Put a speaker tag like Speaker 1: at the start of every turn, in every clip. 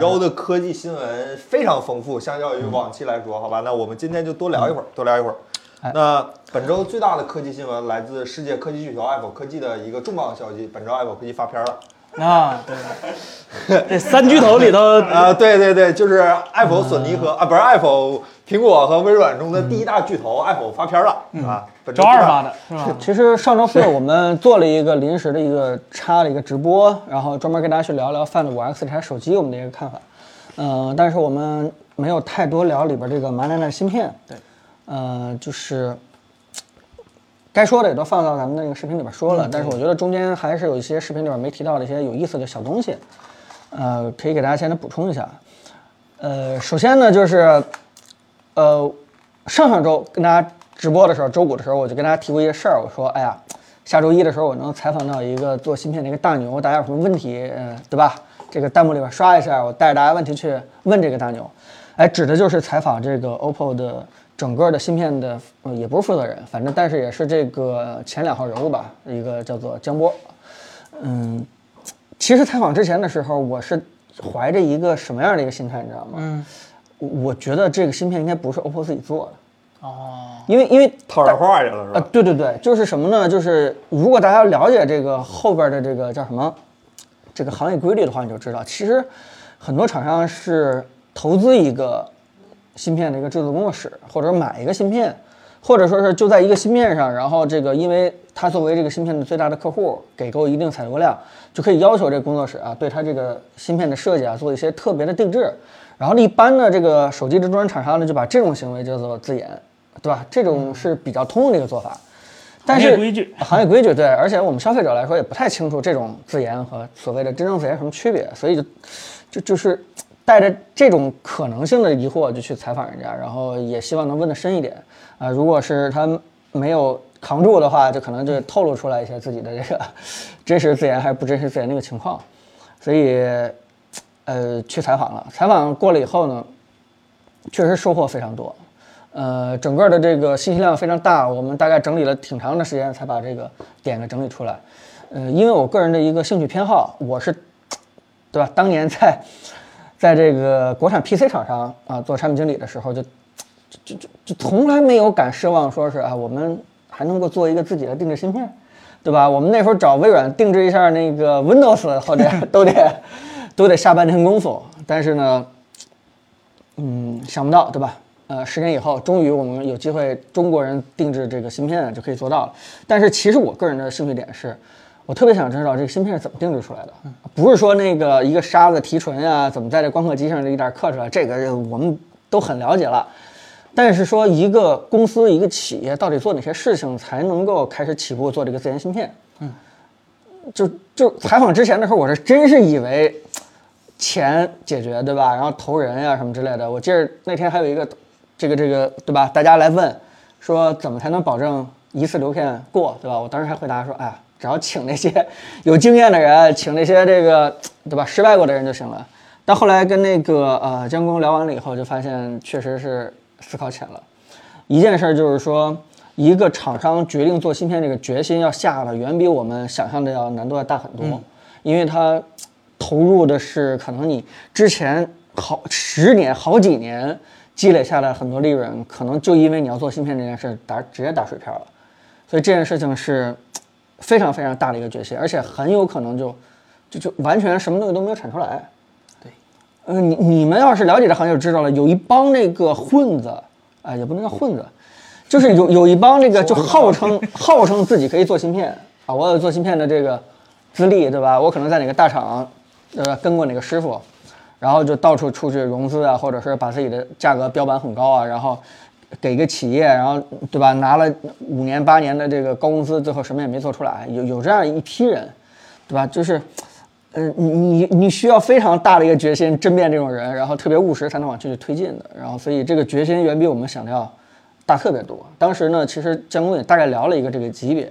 Speaker 1: 周的科技新闻非常丰富，相较于往期来说，好吧，那我们今天就多聊一会儿，
Speaker 2: 嗯
Speaker 1: 多聊一会儿。
Speaker 2: 哎
Speaker 1: 那本周最大的科技新闻来自世界科技巨头 Apple 科技的一个重磅的消息，本周 Apple 科技发片了。
Speaker 2: 啊，对，这三巨头里呃头，
Speaker 1: 啊，对对对，就是 Apple、索尼和
Speaker 2: 嗯
Speaker 1: 啊，不是 Apple、苹果和微软中的第一大巨头 Apple 发片了啊，本
Speaker 2: 嗯周
Speaker 1: 最
Speaker 2: 二
Speaker 1: 大
Speaker 2: 发的是 吧？
Speaker 3: 其实上周四我们做了一个临时的一个插了一个直播，然后专门跟大家去聊聊 Find 5 X 这台手机我们的一个看法。呃，但是我们没有太多聊里边这个马里奈芯片。对，呃，就是该说的也都放到咱们那个视频里边
Speaker 2: 嗯
Speaker 3: 说了，但是我觉得中间还是有一些视频里边没提到的一些有意思的小东西，呃，可以给大家先来补充一下。呃，首先呢，就是呃，上上周跟大家直播的时候，周五的时候，我就跟大家提过一个事儿，我说，哎呀，下周一的时候我能采访到一个做芯片的一个大牛，大家有什么问题，嗯、对吧？这个弹幕里边刷一下，我带着大家问题去问这个大牛，哎，指的就是采访这个 OPPO 的整个的芯片的，呃，也不是负责人，反正但是也是这个前两号人物吧，一个叫做江波，嗯，其实采访之前的时候，我是怀着一个什么样的一个心态，你知道吗？嗯，我觉得这个芯片应该不是 OPPO 自己做的，
Speaker 2: 哦，
Speaker 3: 因为因为
Speaker 1: 套上话去了是
Speaker 3: 呃，
Speaker 1: 吧？
Speaker 3: 对对对，就是什么呢？就是如果大家了解这个后边的这个叫什么，这个行业规律的话，你就知道，其实很多厂商是投资一个芯片的一个制作工作室，或者买一个芯片，或者说是就在一个芯片上，然后这个因为它作为这个芯片的最大的客户，给够一定采购量，就可以要求这个工作室啊，对它这个芯片的设计啊做一些特别的定制。然后一般的这个手机制作人厂商呢，就把这种行为叫做自研，对吧？这种是比较通用的一个做法。但
Speaker 2: 行
Speaker 3: 是
Speaker 2: 业规矩
Speaker 3: 行业规矩对，而且我们消费者来说也不太清楚这种自研和所谓的真正自研有什么区别，所以就就就是带着这种可能性的疑惑就去采访人家，然后也希望能问得深一点啊、如果是他没有扛住的话，就可能就透露出来一些自己的这个 真实自研还是不真实自研的一个情况，所以呃去采访了，采访过了以后呢，确实收获非常多。呃，整个的这个信息量非常大，我们大概整理了挺长的时间才把这个点给整理出来。呃，因为我个人的一个兴趣偏好，我是，对吧？当年在在这个国产 PC 厂商啊做产品经理的时候，就就就就从来没有敢奢望说是啊，我们还能够做一个自己的定制芯片，对吧？我们那时候找微软定制一下那个 Windows，或者 都得都得下半天功夫。但是呢，嗯，想不到对吧？呃，十年以后，终于我们有机会中国人定制这个芯片就可以做到了。但是其实我个人的兴趣点是，我特别想知道这个芯片是怎么定制出来的，不是说那个一个沙子提纯啊，怎么在这光刻机上一点刻出来，这个我们都很了解了。但是说一个公司一个企业到底做哪些事情才能够开始起步做这个自研芯片？就就采访之前的时候，我是真是以为钱解决对吧？然后投人呀、什么之类的。我记得那天还有一个这个这个对吧？大家来问说怎么才能保证一次流片过对吧？我当时还回答说，哎呀，只要请那些 有经验的人，请那些这个对吧失败过的人就行了。但后来跟那个呃江工聊完了以后，就发现确实是思考浅了。一件事儿就是说，一个厂商决定做芯片这个决心要下的远比我们想象的要难度要大很多，因为它投入的是可能你之前好十年、好几年积累下来很多利润，可能就因为你要做芯片这件事儿打直接打水漂了，所以这件事情是非常非常大的一个决心，而且很有可能就就就完全什么东西都没有产出来。呃，你你们要是了解这行业就知道了，有一帮那个混子，啊、也不能叫混子，就是有有一帮这个就号称号称自己可以做芯片啊，我有做芯片的这个资历，对吧？我可能在哪个大厂，呃，跟过哪个师傅，然后就到处出去融资啊，或者是把自己的价格标榜很高啊，然后给一个企业，然后对吧，拿了五年八年的这个高工资，最后什么也没做出来，有有这样一批人，对吧？就是。呃，你你你需要非常大的一个决心甄辨这种人，然后特别务实才能往这去推进的。然后，所以这个决心远比我们想的要大特别多。当时呢，其实江工也大概聊了一个这个级别，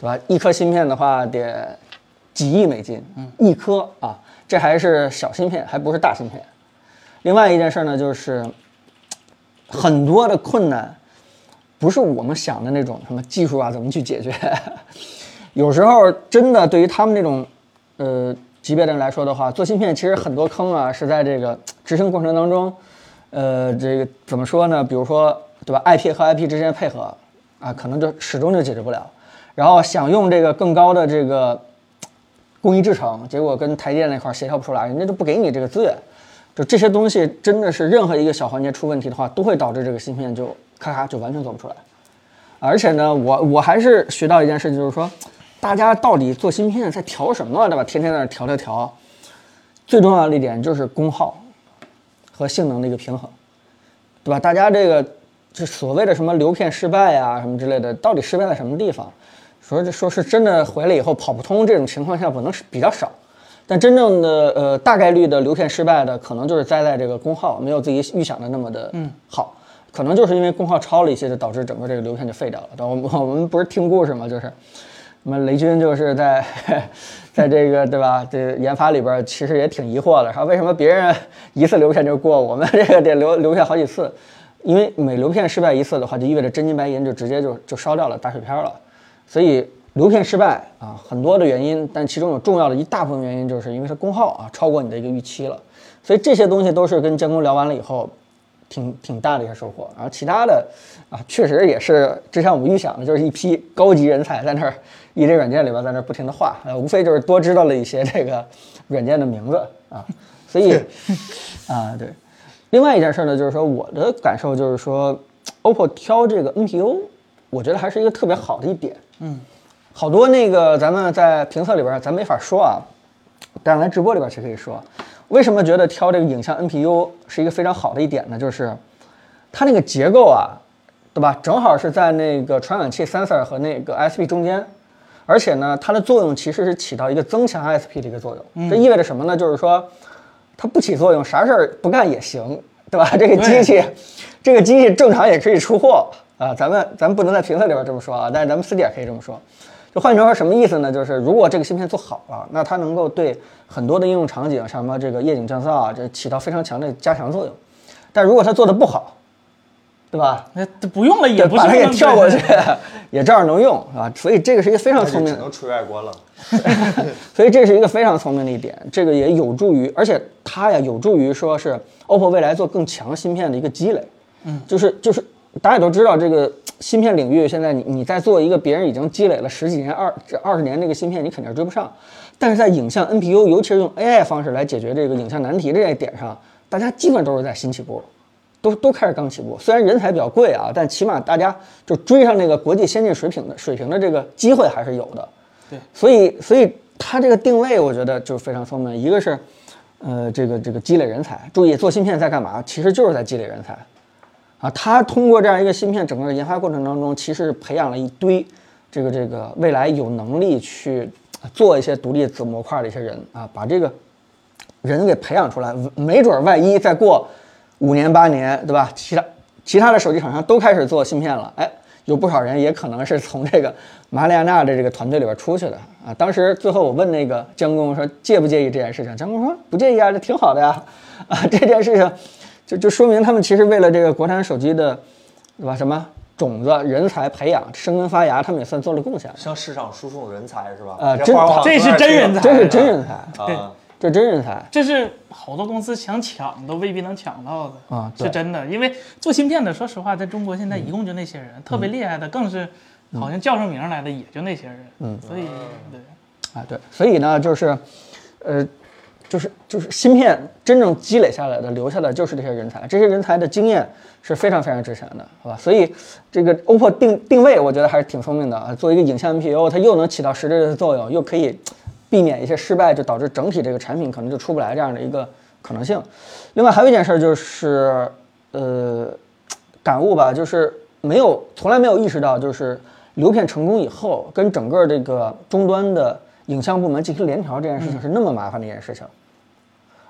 Speaker 3: 对吧？一颗芯片的话得几亿美金，一颗啊，这还是小芯片，还不是大芯片。另外一件事呢，就是很多的困难不是我们想的那种什么技术啊怎么去解决，有时候真的对于他们那种呃级别的人来说的话，做芯片其实很多坑啊是在这个执行过程当中，呃，这个怎么说呢？比如说对吧，IP 和 IP 之间配合啊，可能就始终就解决不了。然后想用这个更高的这个工艺制成，结果跟台积电那块儿协调不出来，人家就不给你这个资源。就这些东西真的是任何一个小环节出问题的话，都会导致这个芯片就咔咔就完全做不出来。而且呢，我我还是学到一件事，就是说，大家到底做芯片在调什么，对吧？天天在那调调调。最重要的一点就是功耗和性能的一个平衡，对吧？大家这个这所谓的什么流片失败呀、什么之类的，到底失败在什么地方？说这说是真的回来以后跑不通这种情况下，可能是比较少。但真正的呃大概率的流片失败的，可能就是栽在这个功耗没有自己预想的那么的好，可能就是因为功耗超了一些，就导致整个这个流片就废掉了。但我们我们不是听故事嘛，就是那么雷军就是在 在这个对吧？这研发里边儿其实也挺疑惑的，说为什么别人 一次流片就过，我们这个得流流片好几次？因为每流片失败一次的话，就意味着真金白银就直接就就烧掉了，打水漂了。所以流片失败啊，很多的原因，但其中有重要的一大部分原因，就是因为它功耗啊超过你的一个预期了。所以这些东西都是跟监工聊完了以后，挺挺大的一些收获。然后其他的啊，确实也是之前我们预想的，就是一批高级人才在那儿一堆软件里边在那儿不停的画，呃，无非就是多知道了一些这个软件的名字啊，所以啊对。另外一件事呢，就是说我的感受就是说，OPPO 挑这个 NPU，我觉得还是一个特别好的一点。嗯，好多那个咱们在评测里边儿咱没法说啊，但来直播里边儿其实可以说，为什么觉得挑这个影像 NPU 是一个非常好的一点呢？就是它那个结构啊，对吧？正好是在那个传感器 sensor 和那个 ISP 中间，而且呢，它的作用其实是起到一个增强 ISP 的一个作用。这意味着什么呢？就是说它不起作用，啥事儿不干也行，对吧？这个机器，这个机器正常也可以出货啊。咱们咱们不能在评测里边这么说啊，但是咱们私底下可以这么说。就换句话说，什么意思呢？就是如果这个芯片做好了，那它能够对很多的应用场景，什么这个夜景降噪啊，这起到非常强的加强作用。但如果它做的不好，对吧？
Speaker 2: 那这不用了，也
Speaker 3: 对
Speaker 2: 不是
Speaker 3: 把它给
Speaker 2: 那么
Speaker 3: 跳过去， 也照样能用啊。所以这个是一个非
Speaker 2: 呃
Speaker 3: 常
Speaker 1: 那就
Speaker 3: 聪明
Speaker 1: 只，能吹外国了。
Speaker 3: 所以这是一个非常聪明的一点，这个也有助于，而且它呀有助于说是 OPPO 未来做更强芯片的一个积累。嗯，就是就是大家也都知道，这个芯片领域现在你你在做一个别人已经积累了十几年、二这二十年这个芯片，你肯定是追不上。但是在影像 NPU，尤其是用 AI 方式来解决这个影像难题这一点上，大家基本都是在新起步。都都开始刚起步，虽然人才比较贵啊，但起码大家就追上那个国际先进水平的水平的这个机会还是有的。
Speaker 2: 对，
Speaker 3: 所以所以它这个定位，我觉得就是非常聪明。一个是，呃，这个这个积累人才，注意做芯片在干嘛？其实就是在积累人才啊。它通过这样一个芯片整个研发过程当中，其实是培养了一堆这个这个未来有能力去呃做一些独立子模块的一些人啊，把这个人给培养出来，没准儿万一再过五年八年，对吧？其他其他的手机厂商都开始做芯片了，哎，有不少人也可能是从这个马里亚纳的这个团队里边出去的啊。当时最后我问那个江工说介不介意这件事情，江工说不介意啊，这挺好的呀， 啊，这件事情就就说明他们其实为了这个国产手机的，对吧？什么种子、人才培养、生根发芽，他们也算做了贡献。
Speaker 1: 向市场输送人才是吧？
Speaker 3: 呃
Speaker 1: 这
Speaker 3: 真
Speaker 1: 话我好像
Speaker 2: 这是
Speaker 1: 有点
Speaker 2: 真
Speaker 1: 听
Speaker 2: 人
Speaker 1: 过
Speaker 2: 才
Speaker 3: 这是真人才，
Speaker 1: 啊。
Speaker 3: 这真人才。
Speaker 2: 这是好多公司想抢都未必能抢到的
Speaker 3: 啊对嗯
Speaker 2: 是真的。因为做芯片的，说实话，在中国现在一共就那些人，特别厉害的更是好像叫上名来的也就那些人，嗯，所以对，
Speaker 3: 啊，对，所以呢，就是，呃，就是就是芯片真正积累下来的、留下的就是这些人才，这些人才的经验是非常非常值钱的，好吧？所以这个 OPPO 定定位，我觉得还是挺聪明的啊。作为一个影像 NPU，它又能起到实质的作用，又可以避免一些失败，就导致整体这个产品可能就出不来这样的一个可能性。另外还有一件事儿就是，呃，感悟吧，就是没有从来没有意识到，就是流片成功以后，跟整个这个终端的影像部门进行联调这件事情是那么麻烦的一件事情，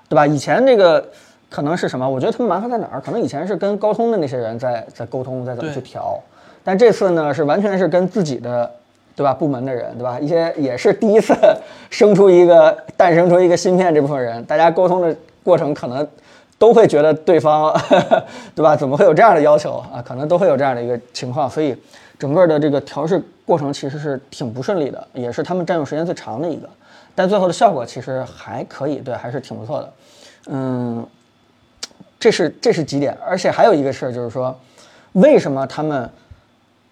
Speaker 3: 对吧？以前这个可能是什么？我觉得他们麻烦在哪儿？可能以前是跟高通的那些人在在沟通，在怎么去
Speaker 2: 对
Speaker 3: 调，但这次呢是完全是跟自己的。对吧？部门的人，对吧？一些也是第一次 生出一个诞生出一个芯片这部分人，大家沟通的过程可能都会觉得对方， 对吧？怎么会有这样的要求啊？可能都会有这样的一个情况，所以整个的这个调试过程其实是挺不顺利的，也是他们占用时间最长的一个。但最后的效果其实还可以，对，还是挺不错的。嗯，这是这是几点，而且还有一个事儿就是说，为什么他们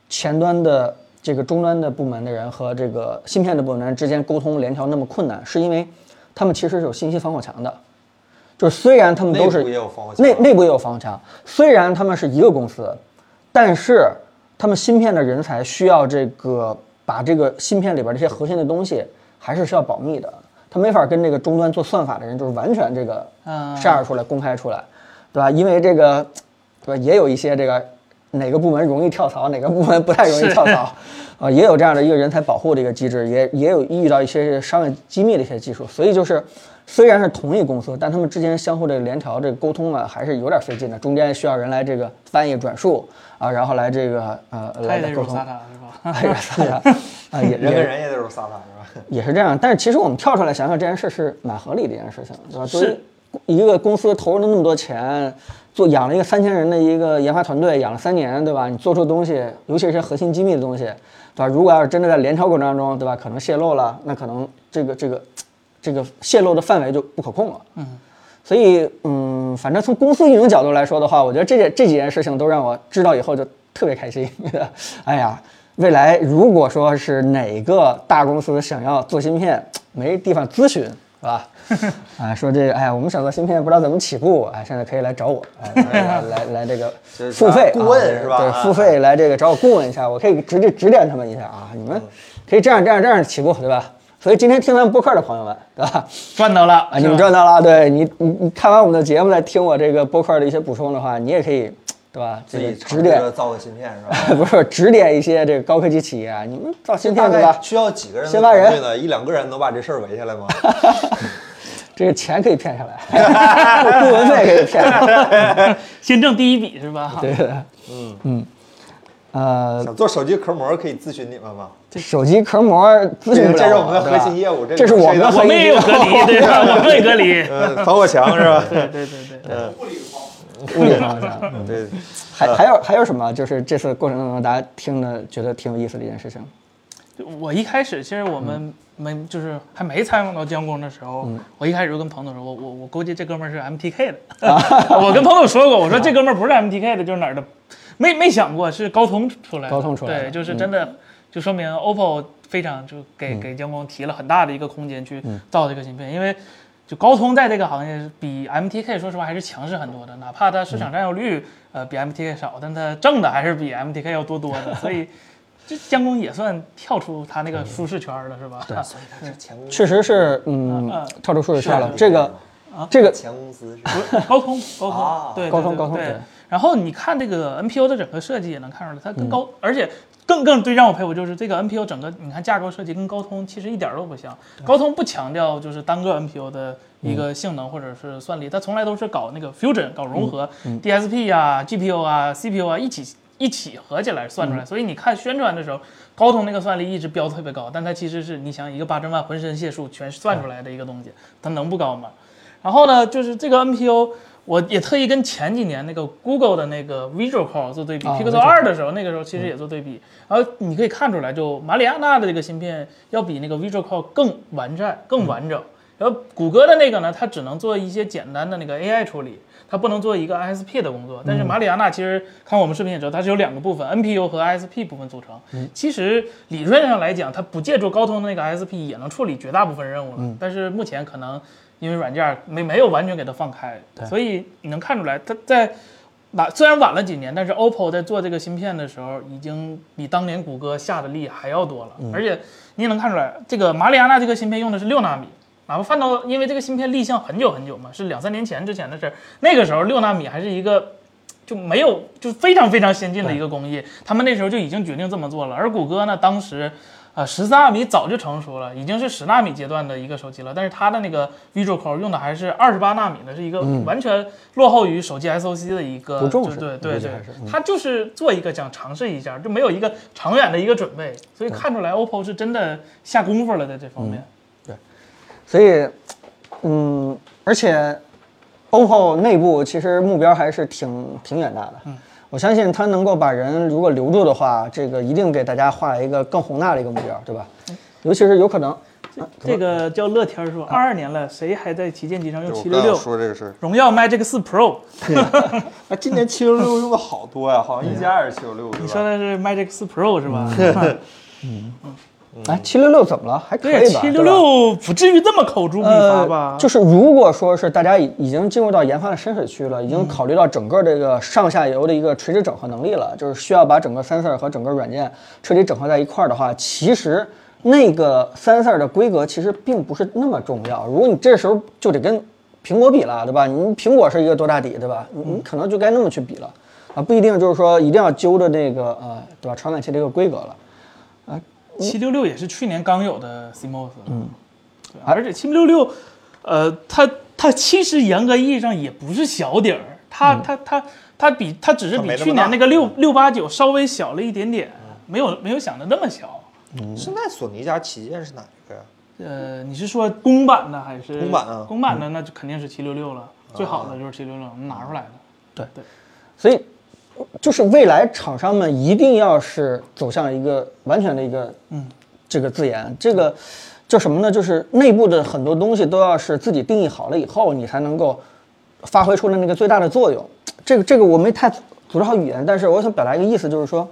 Speaker 3: 前端的这个终端的部门的人和这个芯片的部门的人之间沟通联调那么困难，是因为他们其实是有信息防火墙的。就是虽然
Speaker 2: 嗯
Speaker 3: 他们都是
Speaker 1: 内部也有啊防火墙
Speaker 3: 内内部也有防火墙，虽然他们是一个公司，但是他们芯片的人才需要这个把这个芯片里边这些核心的东西还是需要保密的，他没法跟这个终端做算法的人就是完全这个
Speaker 2: 嗯
Speaker 3: share 出来公开出来，对吧？因为这个对吧也有一些这个哪个部门容易跳槽，哪个部门不太容易跳槽，啊、也有这样的一个人才保护的一个机制，也也有遇到一些商业机密的一些技术，所以就是虽然是同一公司，但他们之间相互这个联调、这个沟通啊，还是有点费劲的，中间需要人来这个翻译转述啊，然后来这个呃
Speaker 2: 他
Speaker 3: 来
Speaker 2: 也得
Speaker 3: 来沟
Speaker 2: 入
Speaker 3: 通
Speaker 2: 萨。塔是吧？
Speaker 3: 哎呀，算了 啊，也
Speaker 1: 人
Speaker 3: 也
Speaker 1: 跟人也得有撒旦是吧？
Speaker 3: 也是这样，但是其实我们跳出来想想，这件事是蛮合理的一件事情，对吧？作为一个公司投入了那么多钱，做养了一个三千人的一个研发团队，养了三年，对吧？你做出东西，尤其是一些核心机密的东西，对吧？如果要是真的在联调过程当中，对吧？可能泄露了，那可能这个这个这个泄露的范围就不可控了。嗯，所以嗯，反正从公司运营角度来说的话，我觉得这件这几件事情都让我知道以后就特别开心。哎呀，未来如果说是哪个大公司想要做芯片，没地方咨询，是吧？啊，说这个，哎呀，我们想做芯片，不知道怎么起步，哎，现在可以来找我，哎，来来来这个
Speaker 1: 这是
Speaker 3: 付费
Speaker 1: 顾问
Speaker 3: 啊对
Speaker 1: 是吧
Speaker 3: 对，
Speaker 1: 啊
Speaker 3: 付费来这个找我顾问一下，我可以指指指点他们一下啊，你们可以这样这样这样起步，对吧？所以今天听咱们播客的朋友们，对吧？
Speaker 2: 赚到了
Speaker 3: 啊，你们赚到了，对你，你你看完我们的节目，再听我这个播客的一些补充的话，你也可以，对吧？
Speaker 1: 自
Speaker 3: 这个
Speaker 1: 己
Speaker 3: 指
Speaker 1: 尝试
Speaker 3: 点
Speaker 1: 着造个芯片是吧？
Speaker 3: 不是指点一些这个高科技企业啊，你们造芯
Speaker 1: 大
Speaker 3: 片对
Speaker 1: 概
Speaker 3: 吧？
Speaker 1: 需要几个人的
Speaker 3: 先挖人
Speaker 1: 团队呢？一两个人能把这事儿围下 来吗？
Speaker 3: 这个钱可以骗下来， 顾问费可以骗下来。
Speaker 2: 先挣第一笔是吧？
Speaker 3: 对，嗯嗯，
Speaker 1: 想做手机壳膜可以咨询你们吗？
Speaker 3: 呃，手机壳膜咨询不了
Speaker 1: 这是我们的
Speaker 3: 对吧
Speaker 1: 核心业务这
Speaker 3: 这是我们的
Speaker 2: 我
Speaker 3: 核
Speaker 2: 们
Speaker 3: 心
Speaker 2: 也
Speaker 3: 业
Speaker 2: 有
Speaker 3: 务。
Speaker 2: 隔离，对吧？我们也隔 离。
Speaker 1: 嗯，防火墙是吧？
Speaker 2: 对对对对，
Speaker 3: 物理方向，嗯
Speaker 1: 对，
Speaker 3: 还还有还有什么？就是这次过程当中，大家听的觉得挺有意思的一件事情。
Speaker 2: 就我一开始其实我
Speaker 3: 嗯
Speaker 2: 们没就是还没采访到江工的时候，我一开始就跟彭总说，我我我估计这哥们儿是 MTK 的， 我跟彭总说过，我说这哥们儿不是 MTK 的，就是哪儿的，没没想过是高通出来的，
Speaker 3: 高通出来的
Speaker 2: 对，
Speaker 3: 嗯
Speaker 2: 就是真的就说明 OPPO 非常就给给江工提了很大的一个空间去
Speaker 3: 嗯
Speaker 2: 造这个芯片，因为。就高通在这个行业比 MTK 说实话还是强势很多的，哪怕它市场占有率、呃比 MTK 少，但它挣的还是比 MTK 要多多的，所以这江工也算跳出他那个舒适圈了，是吧？对，
Speaker 1: 前
Speaker 3: 确实是，嗯
Speaker 2: 啊啊，
Speaker 3: 跳出舒适圈了
Speaker 1: 是。啊
Speaker 3: 这个这个
Speaker 1: 前公司是
Speaker 2: 高通，高通，
Speaker 1: 啊
Speaker 2: 对，对
Speaker 3: 高通
Speaker 2: 对
Speaker 3: 高通
Speaker 2: 对
Speaker 3: 对。
Speaker 2: 然后你看这个 NPU 的整个设计也能看出来，它跟高，
Speaker 3: 嗯
Speaker 2: 而且更更最让我佩服就是这个 NPU 整个，你看架构设计跟高通其实一点儿都不像。高通不强调就是单个 NPU 的一个性能或者是算力，它从来都是搞那个 fusion，搞融合，DSP 啊、GPU 啊、CPU 啊一起一起合起来算出来。所以你看宣传的时候，高通那个算力一直标特别高，但它其实是你想一个八千万浑身解数全算出来的一个东西，它能不高吗？然后呢，就是这个 NPU，我也特意跟前几年那个 Google 的那个 Visual Core 做对比、
Speaker 3: 啊
Speaker 2: p i x e l 二的时候，那个时候其实也做对比。然后你可以看出来，就马里亚纳的这个芯片要比那个 Visual Core 更完善、更完整。然后谷歌的那个呢，它只能做一些简单的那个 AI 处理，它不能做一个 ISP 的工作。但是马里亚纳其实看我们视频也知道，它是由两个部分 NPU 和 ISP 部分组成。其实理论上来讲，它不借助高通的那个 ISP 也能处理绝大部分任务了。但是目前可能因为软件儿没没有完全给它放开，所以你能看出来，它在晚虽然晚了几年，但是 OPPO 在做这个芯片的时候，已经比当年谷歌下的力还要多了。而且你也能看出来，这个马里亚纳这个芯片用的是六纳米，哪怕放啊到因为这个芯片立项很久很久嘛，是两三年前之前的事儿，那个时候六纳米还是一个。就没有，就是非常非常先进的一个工艺，他们那时候就已经决定这么做了。而谷歌呢，当时啊，十三纳米早就成熟了，已经是十纳米阶段的一个手机了。但是它的那个 Visual Core 用的还是二十八纳米的，是一个完全落后于手机 SOC 的一个，
Speaker 3: 嗯不重视
Speaker 2: 对对
Speaker 3: 估计
Speaker 2: 对
Speaker 3: 还是，嗯
Speaker 2: 它就是做一个想尝试一下，就没有一个长远的一个准备。所以看出来 OPPO 是真的下功夫了，在这方面。
Speaker 3: 所以，嗯，而且 OPPO 内部其实目标还是挺挺远大的。嗯，我相信它能够把人如果
Speaker 2: 嗯
Speaker 3: 留住的话，这个一定给大家画一个更宏大的一个目标，对吧？尤其是有可能
Speaker 2: 这个叫乐天儿说，二二年了，谁还在旗舰机上用
Speaker 1: 就我
Speaker 2: 七
Speaker 1: 刚
Speaker 2: 六
Speaker 1: 要
Speaker 2: 六？
Speaker 1: 说这个事儿，
Speaker 2: 荣耀 Magic 四 Pro，
Speaker 1: 啊，今年七六六用的好多呀，好像一加也是七六六，对啊
Speaker 2: 你
Speaker 1: 吧嗯
Speaker 2: 说的是 Magic 四 Pro 是吧？
Speaker 3: 哎，七六六怎么了？还可
Speaker 2: 对，
Speaker 3: 以吧？
Speaker 2: 七
Speaker 3: 对
Speaker 2: 六
Speaker 3: 吧
Speaker 2: 六不至于这么口诛笔伐吧
Speaker 3: 呃？？就是如果说是大家已已经进入到研发的深水区了，已经考虑到整个这个上下游的一个垂直整合能力了，就是需要把整个 sensor 和整个软件彻底整合在一块儿的话，其实那个 sensor 的规格其实并不是那么重要。如果你这时候就得跟苹果比了，对吧？你苹果是一个多大底，对吧？你你可能就该那么去比了啊，不一定就是说一定要揪着那个呃，对吧？传感器这个规格了。
Speaker 2: 七六六也是去年刚有的 CMOS，嗯，对，而且七六六，呃，它它其实严格意义上也不是小底儿，它、它它它比它只是
Speaker 1: 嗯它
Speaker 2: 比
Speaker 1: 没那么
Speaker 2: 去年
Speaker 1: 大嗯
Speaker 2: 那个六六八九稍微小了一点点，没有没有想的那么小。
Speaker 1: 现在索尼家旗舰是哪一个呀？
Speaker 2: 呃，你是说公版的还是
Speaker 1: 公版啊
Speaker 2: 公版的那就肯定是七六六了，
Speaker 3: 嗯
Speaker 2: 最好的就是七六六
Speaker 3: 啊
Speaker 2: 拿出来的。
Speaker 3: 所以，就是未来厂商们一定要是走向一个完全的一个嗯这个自研，这个叫什么呢？就是内部的很多东西都要是自己定义好了以后，你才能够发挥出的那个最大的作用。这个这个我没太组织好语言，但是我想表达一个意思，就是说，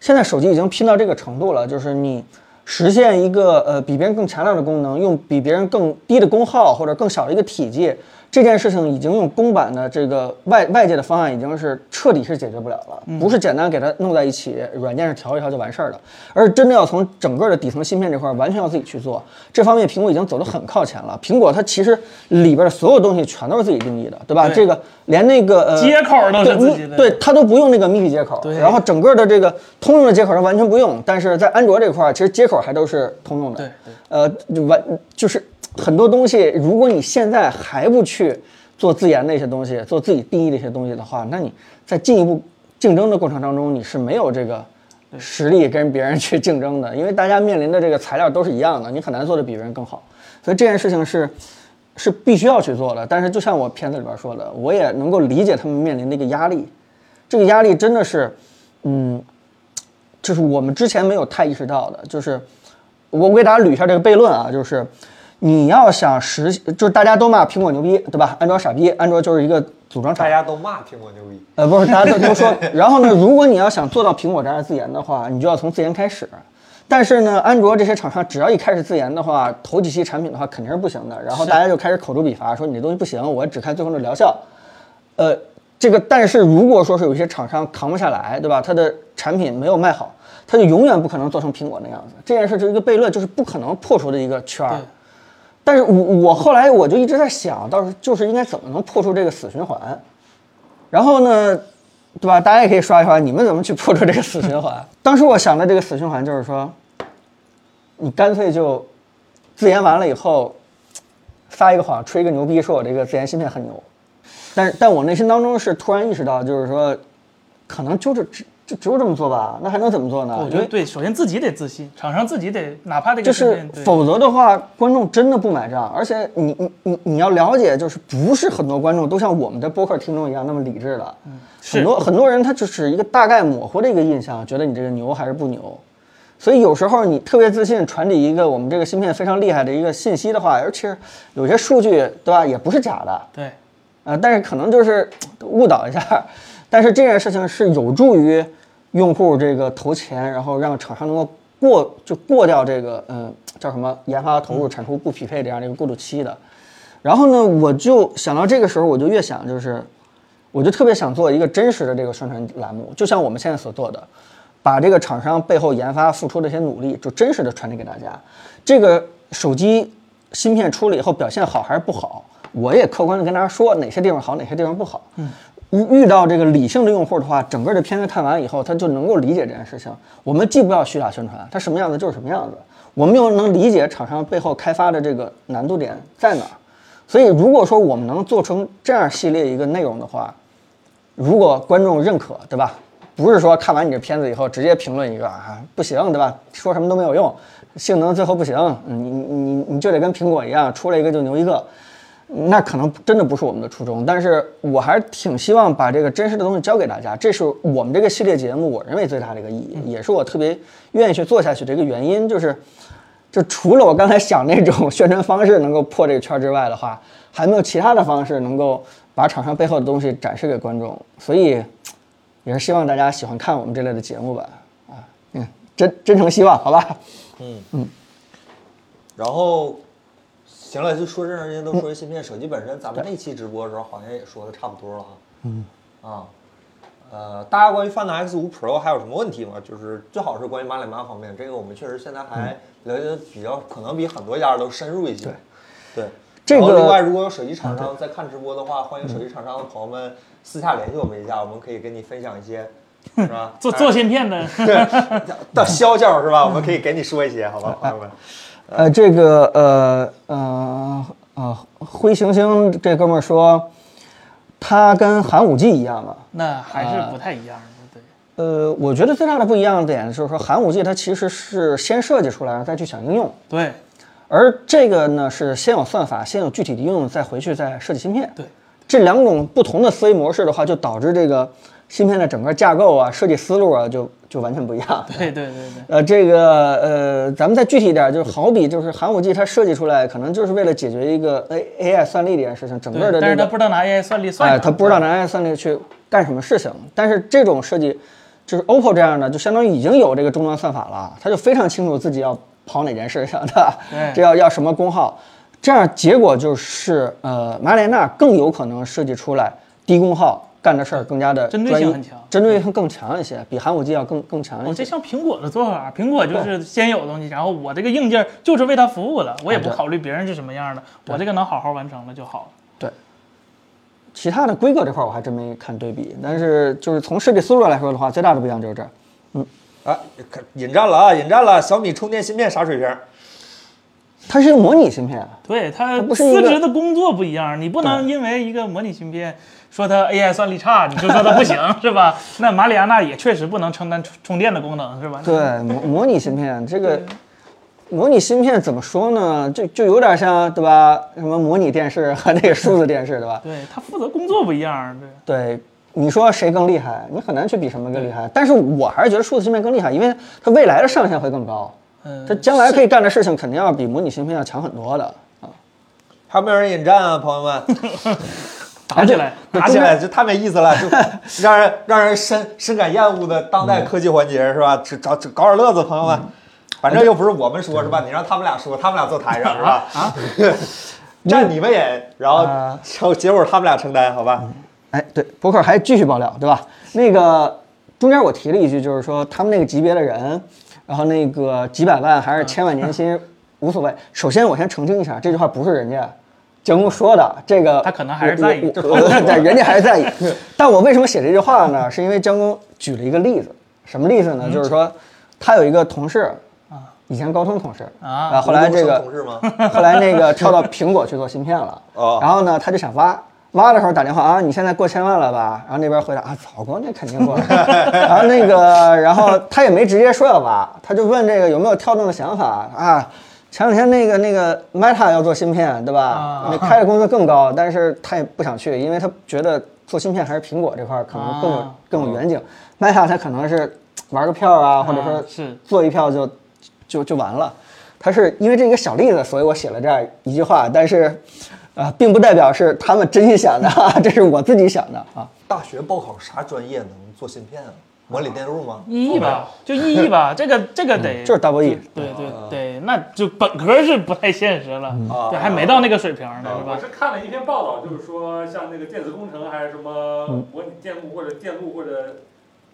Speaker 3: 现在手机已经拼到这个程度了，就是你实现一个呃比别人更强量的功能，用比别人更低的功耗或者更小的一个体积，这件事情已经用公版的这个外外界的方案已经是彻底是解决不了
Speaker 2: 嗯
Speaker 3: 了，不是简单给它弄在一起，软件上调一调就完事儿了，而是真的要从整个的底层芯片这块儿完全要自己去做。这方面苹果已经走得很靠前
Speaker 2: 嗯
Speaker 3: 了，苹果它其实里边的所有东西全都是自己定义的，对吧？
Speaker 2: 对
Speaker 3: 这个连那个呃
Speaker 2: 接口都是
Speaker 3: 对
Speaker 2: 自
Speaker 3: 密
Speaker 2: 己的
Speaker 3: 对它都不用那个密闭接口，
Speaker 2: 对
Speaker 3: 然后整个的这个通用的接口它完全不用，但是在安卓这块儿，其实接口还都是通用的。
Speaker 2: 对对
Speaker 3: 呃，就完就是很多东西，如果你现在还不去做自研的一些东西，做自己定义的一些东西的话，那你在进一步竞争的过程当中，你是没有这个实力跟别人去竞争的，因为大家面临的这个材料都是一样的，你很难做的比别人更好。所以这件事情是是必须要去做的。但是就像我片子里边说的，我也能够理解他们面临的一个压力，这个压力真的是，嗯，就是我们之前没有太意识到的，就是我我给大家捋一下这个悖论啊，就是你要想实，就是大家都骂苹果牛逼，对吧？安卓傻逼，安卓就是一个组装厂
Speaker 1: 大。家都骂苹果牛逼，
Speaker 3: 呃，不是，大家都都说。然后呢，如果你要想做到苹果这样的自研的话，你就要从自研开始。但是呢，安卓这些厂商只要一开始自研的话，头几期产品的话肯定是不行的。然后大家就开始口诛笔伐，说你这东西不行，我只看最后的疗效。呃，这个但是如果说是有一些厂商扛不下来，对吧？它的产品没有卖好，它就永远不可能做成苹果那样子。这件事是一个悖论，就是不可能破除的一个圈儿
Speaker 2: 对。
Speaker 3: 但是我我后来我就一直在想，到时候就是应该怎么能破除这个死循环。然后呢，对吧？大家也可以刷一刷，你们怎么去破除这个死循环？ 当时我想的这个死循环就是说，你干脆就自研完了以后，撒一个谎，吹一个牛逼，说我这个自研芯片很牛。但是，但我内心当中是突然意识到，就是说，可能就这只就只有这么做吧，那还能怎么做呢？
Speaker 2: 我觉得对，首先自己得自信，厂商自己得，哪怕这
Speaker 3: 啊就
Speaker 2: 个芯
Speaker 3: 是
Speaker 2: 片对
Speaker 3: 否则的话，观众真的不买账。而且你你你你要了解，就是不是很多观众都像我们的播客听众一样那么理智的。
Speaker 2: 嗯是
Speaker 3: 很多很多人他就是一个大概模糊的一个印象，觉得你这个牛还是不牛。所以有时候你特别自信，传递一个我们这个芯片非常厉害的一个信息的话，而且有些数据对吧，也不是假的。
Speaker 2: 对？
Speaker 3: 啊，但是可能就是呃误导一下儿，但是这件事情是有助于用户这个投钱，然后让厂商能够过就过掉这个嗯、呃叫什么研发投入产出不匹配这样的一个过渡期的。然后呢，我就想到这个时候，我就越想就是，我就特别想做一个真实的这个宣传栏目，就像我们现在所做的，把这个厂商背后研发付出的一些努力，就真实的传递给大家。这个手机芯片出了以后表现好还是不好，我也客观的跟大家说哪些地方好，哪些地方不好。嗯。遇遇到这个理性的用户的话，整个的片子看完以后，他就能够理解这件事情。我们既不要虚假宣传，它什么样子就是什么样子，我们又能理解厂商背后开发的这个难度点在哪儿。所以，如果说我们能做成这样系列一个内容的话，如果观众认可，对吧？不是说看完你这片子以后直接评论一个啊不行，对吧？说什么都没有用，性能最后不行，嗯你你你你就得跟苹果一样，出来一个就牛一个，那可能真的不是我们的初衷。但是我还是挺希望把这个真实的东西教给大家，这是我们这个系列节目我认为最大的一个意义，也是我特别愿意去做下去的一个原因，就是就除了我刚才想那种 宣传方式能够破这个圈之外的话，还没有其他的方式能够把厂商背后的东西展示给观众。所以，也是希望大家喜欢看我们这类的节目吧。啊，嗯，真真诚希望，好吧？
Speaker 1: 然后，行了，就说这些都说芯片、手机本身。咱们那期直播的时候好像也说的差不多了哈。嗯。啊，呃，大家关于 Find X 5 Pro 还有什么问题吗？就是最好是关于马里妈方面，这个我们确实现在还了解的比较，可能比很多家都深入一些。对。
Speaker 3: 这
Speaker 1: 然后
Speaker 3: 个
Speaker 1: 另外，如果有手机厂商在看直播的话，欢迎手机厂商的朋友们私下联系我们一下，我们可以跟你分享一些，是吧呃
Speaker 2: 做做芯片的，
Speaker 3: 哎
Speaker 1: 到消消是吧？我们可以给你说一些，好吧，朋友们。
Speaker 3: 呃，这个呃呃呃，灰行星这哥们儿说，他跟寒武纪一样嘛。
Speaker 2: 那还
Speaker 3: 啊
Speaker 2: 是不太一样的。对，
Speaker 3: 呃，我觉得最大的不一样的点就是说，寒武纪它其实是先设计出来，再去想应用，
Speaker 2: 对，
Speaker 3: 而这个呢是先有算法，先有具体的应用，再回去再设计芯片。
Speaker 2: 对，
Speaker 3: 这两种不同的思维模式的话，就导致这个芯片的整个架构啊、设计思路啊，就就完全不一样。
Speaker 2: 对，对，对，对，
Speaker 3: 呃，这个呃，咱们再具体一点，就是好比就是寒武纪它设计出来，可能就是为了解决一个 A A I 算力这件事情，整个的
Speaker 2: 但
Speaker 3: 这
Speaker 2: 是他
Speaker 3: 个
Speaker 2: 不知道拿 AI 算力算
Speaker 3: 哎，
Speaker 2: 啥，
Speaker 3: 他不知道拿 AI 算力去干什么事情。但是这种设计，就是 OPPO 这样的，就相当于已经有这个终端算法了，他就非常清楚自己要跑哪件事情的
Speaker 2: 对，
Speaker 3: 这要要什么功耗，这样结果就是呃，马里亚纳更有可能设计出来低功耗干的事儿更加的
Speaker 2: 针对
Speaker 3: 专
Speaker 2: 性
Speaker 3: 一
Speaker 2: 很强
Speaker 3: 针对性更强一些，比寒武纪要更更强一
Speaker 2: 哦，这
Speaker 3: 些。
Speaker 2: 像苹果的做
Speaker 3: 哦
Speaker 2: 法，苹果就是先有东西，然后我这个硬件就是为它服务的，我也
Speaker 3: 哎
Speaker 2: 不考虑别人是什么样的，我这个能好好完成了就好了。
Speaker 3: 对，其他的规格这块儿我还真没看对比，但是就是从设计思路来说的话，最大的不一样就是这儿。
Speaker 1: 啊，可引战了啊，引战了！小米充电芯片啥水平？
Speaker 3: 它是一个模拟芯片，
Speaker 2: 对它
Speaker 3: 它不是一
Speaker 2: 司
Speaker 3: 个
Speaker 2: 职的工作不一样，你不能因为一个模拟芯片说它 AI 算力差，你就说它不行 是吧？那马里亚纳也确实不能承担充充电的功能是吧？
Speaker 3: 对，模模拟芯片这个，模拟芯片怎么说呢？就就有点像对吧？什么模拟电视和那个数字电视对吧？
Speaker 2: 对，它负责工作不一样，对。
Speaker 3: 对，你说谁更厉害？你很难去比什么更厉害。但是我还是觉得数字芯片更厉害，因为它未来的上限会更高，
Speaker 2: 嗯
Speaker 3: 它，将来可以干的事情肯定要比模拟芯片要强很多的。
Speaker 1: 还有没有人引战啊，朋友们？
Speaker 2: 打起来，
Speaker 1: 打起来就太没意思了，就让人让人深深感厌恶的当代科技环节是吧？只找只搞点乐子，朋友们。反正又不是我们说是吧？你让他们俩说，他们俩坐台上是吧？啊， 占你们瘾，然后
Speaker 3: 啊
Speaker 1: 成结果他们俩承担，好吧？
Speaker 3: 哎，对，博客还继续爆料，对吧？那个中间我提了一句，就是说他们那个级别的人，然后那个几百万
Speaker 2: 嗯
Speaker 3: 还是千万年薪无所谓。首先我先澄清一下，这句话不是人家节目说的，这个
Speaker 2: 他可能还是在意
Speaker 3: 我
Speaker 2: 这
Speaker 3: 我我 对，人家还是 在意。但我为什么写这句话呢？是因为江工举了一个例子，什么例子呢？就是说他有一个同事
Speaker 2: 嗯啊，
Speaker 3: 以前高通同事
Speaker 2: 啊
Speaker 3: 后来这个
Speaker 1: 同事吗？
Speaker 3: 后来那个跳到苹果去做芯片了，
Speaker 1: 哦
Speaker 3: 然后呢，他就想挖，挖的时候打电话啊，你现在过千万了吧？然后那边回答啊，早过，那肯定过了。然后那个，然后他也没直接说要挖，他就问这个有没有跳动的想法啊？前两天那个那个 Meta 要做芯片，对吧
Speaker 2: 啊？
Speaker 3: 那开的工资更高，但是他也不想去，因为他觉得做芯片还是苹果这块儿可能更有
Speaker 2: 啊
Speaker 3: 更有远景。Meta 他可能是玩个票啊，或者说
Speaker 2: 啊是
Speaker 3: 做一票就就就完了。他是因为这个小例子，所以我写了这样一句话，但是，呃，并不代表是他们真心想的，啊这是我自己想的啊。
Speaker 1: 大学报考啥专业能做芯片啊？模拟电路吗？
Speaker 2: 一亿吧，就一亿吧，这个这个得
Speaker 3: 就是 double E
Speaker 2: 对对对，那就本科是不太现实了，
Speaker 3: 嗯
Speaker 2: 对，还没到那个水平呢，是
Speaker 4: 我
Speaker 2: 吧？
Speaker 4: 是看了一篇报道，就是说像那个电子工程还是什么
Speaker 2: 嗯
Speaker 4: 模拟电路或者电路或者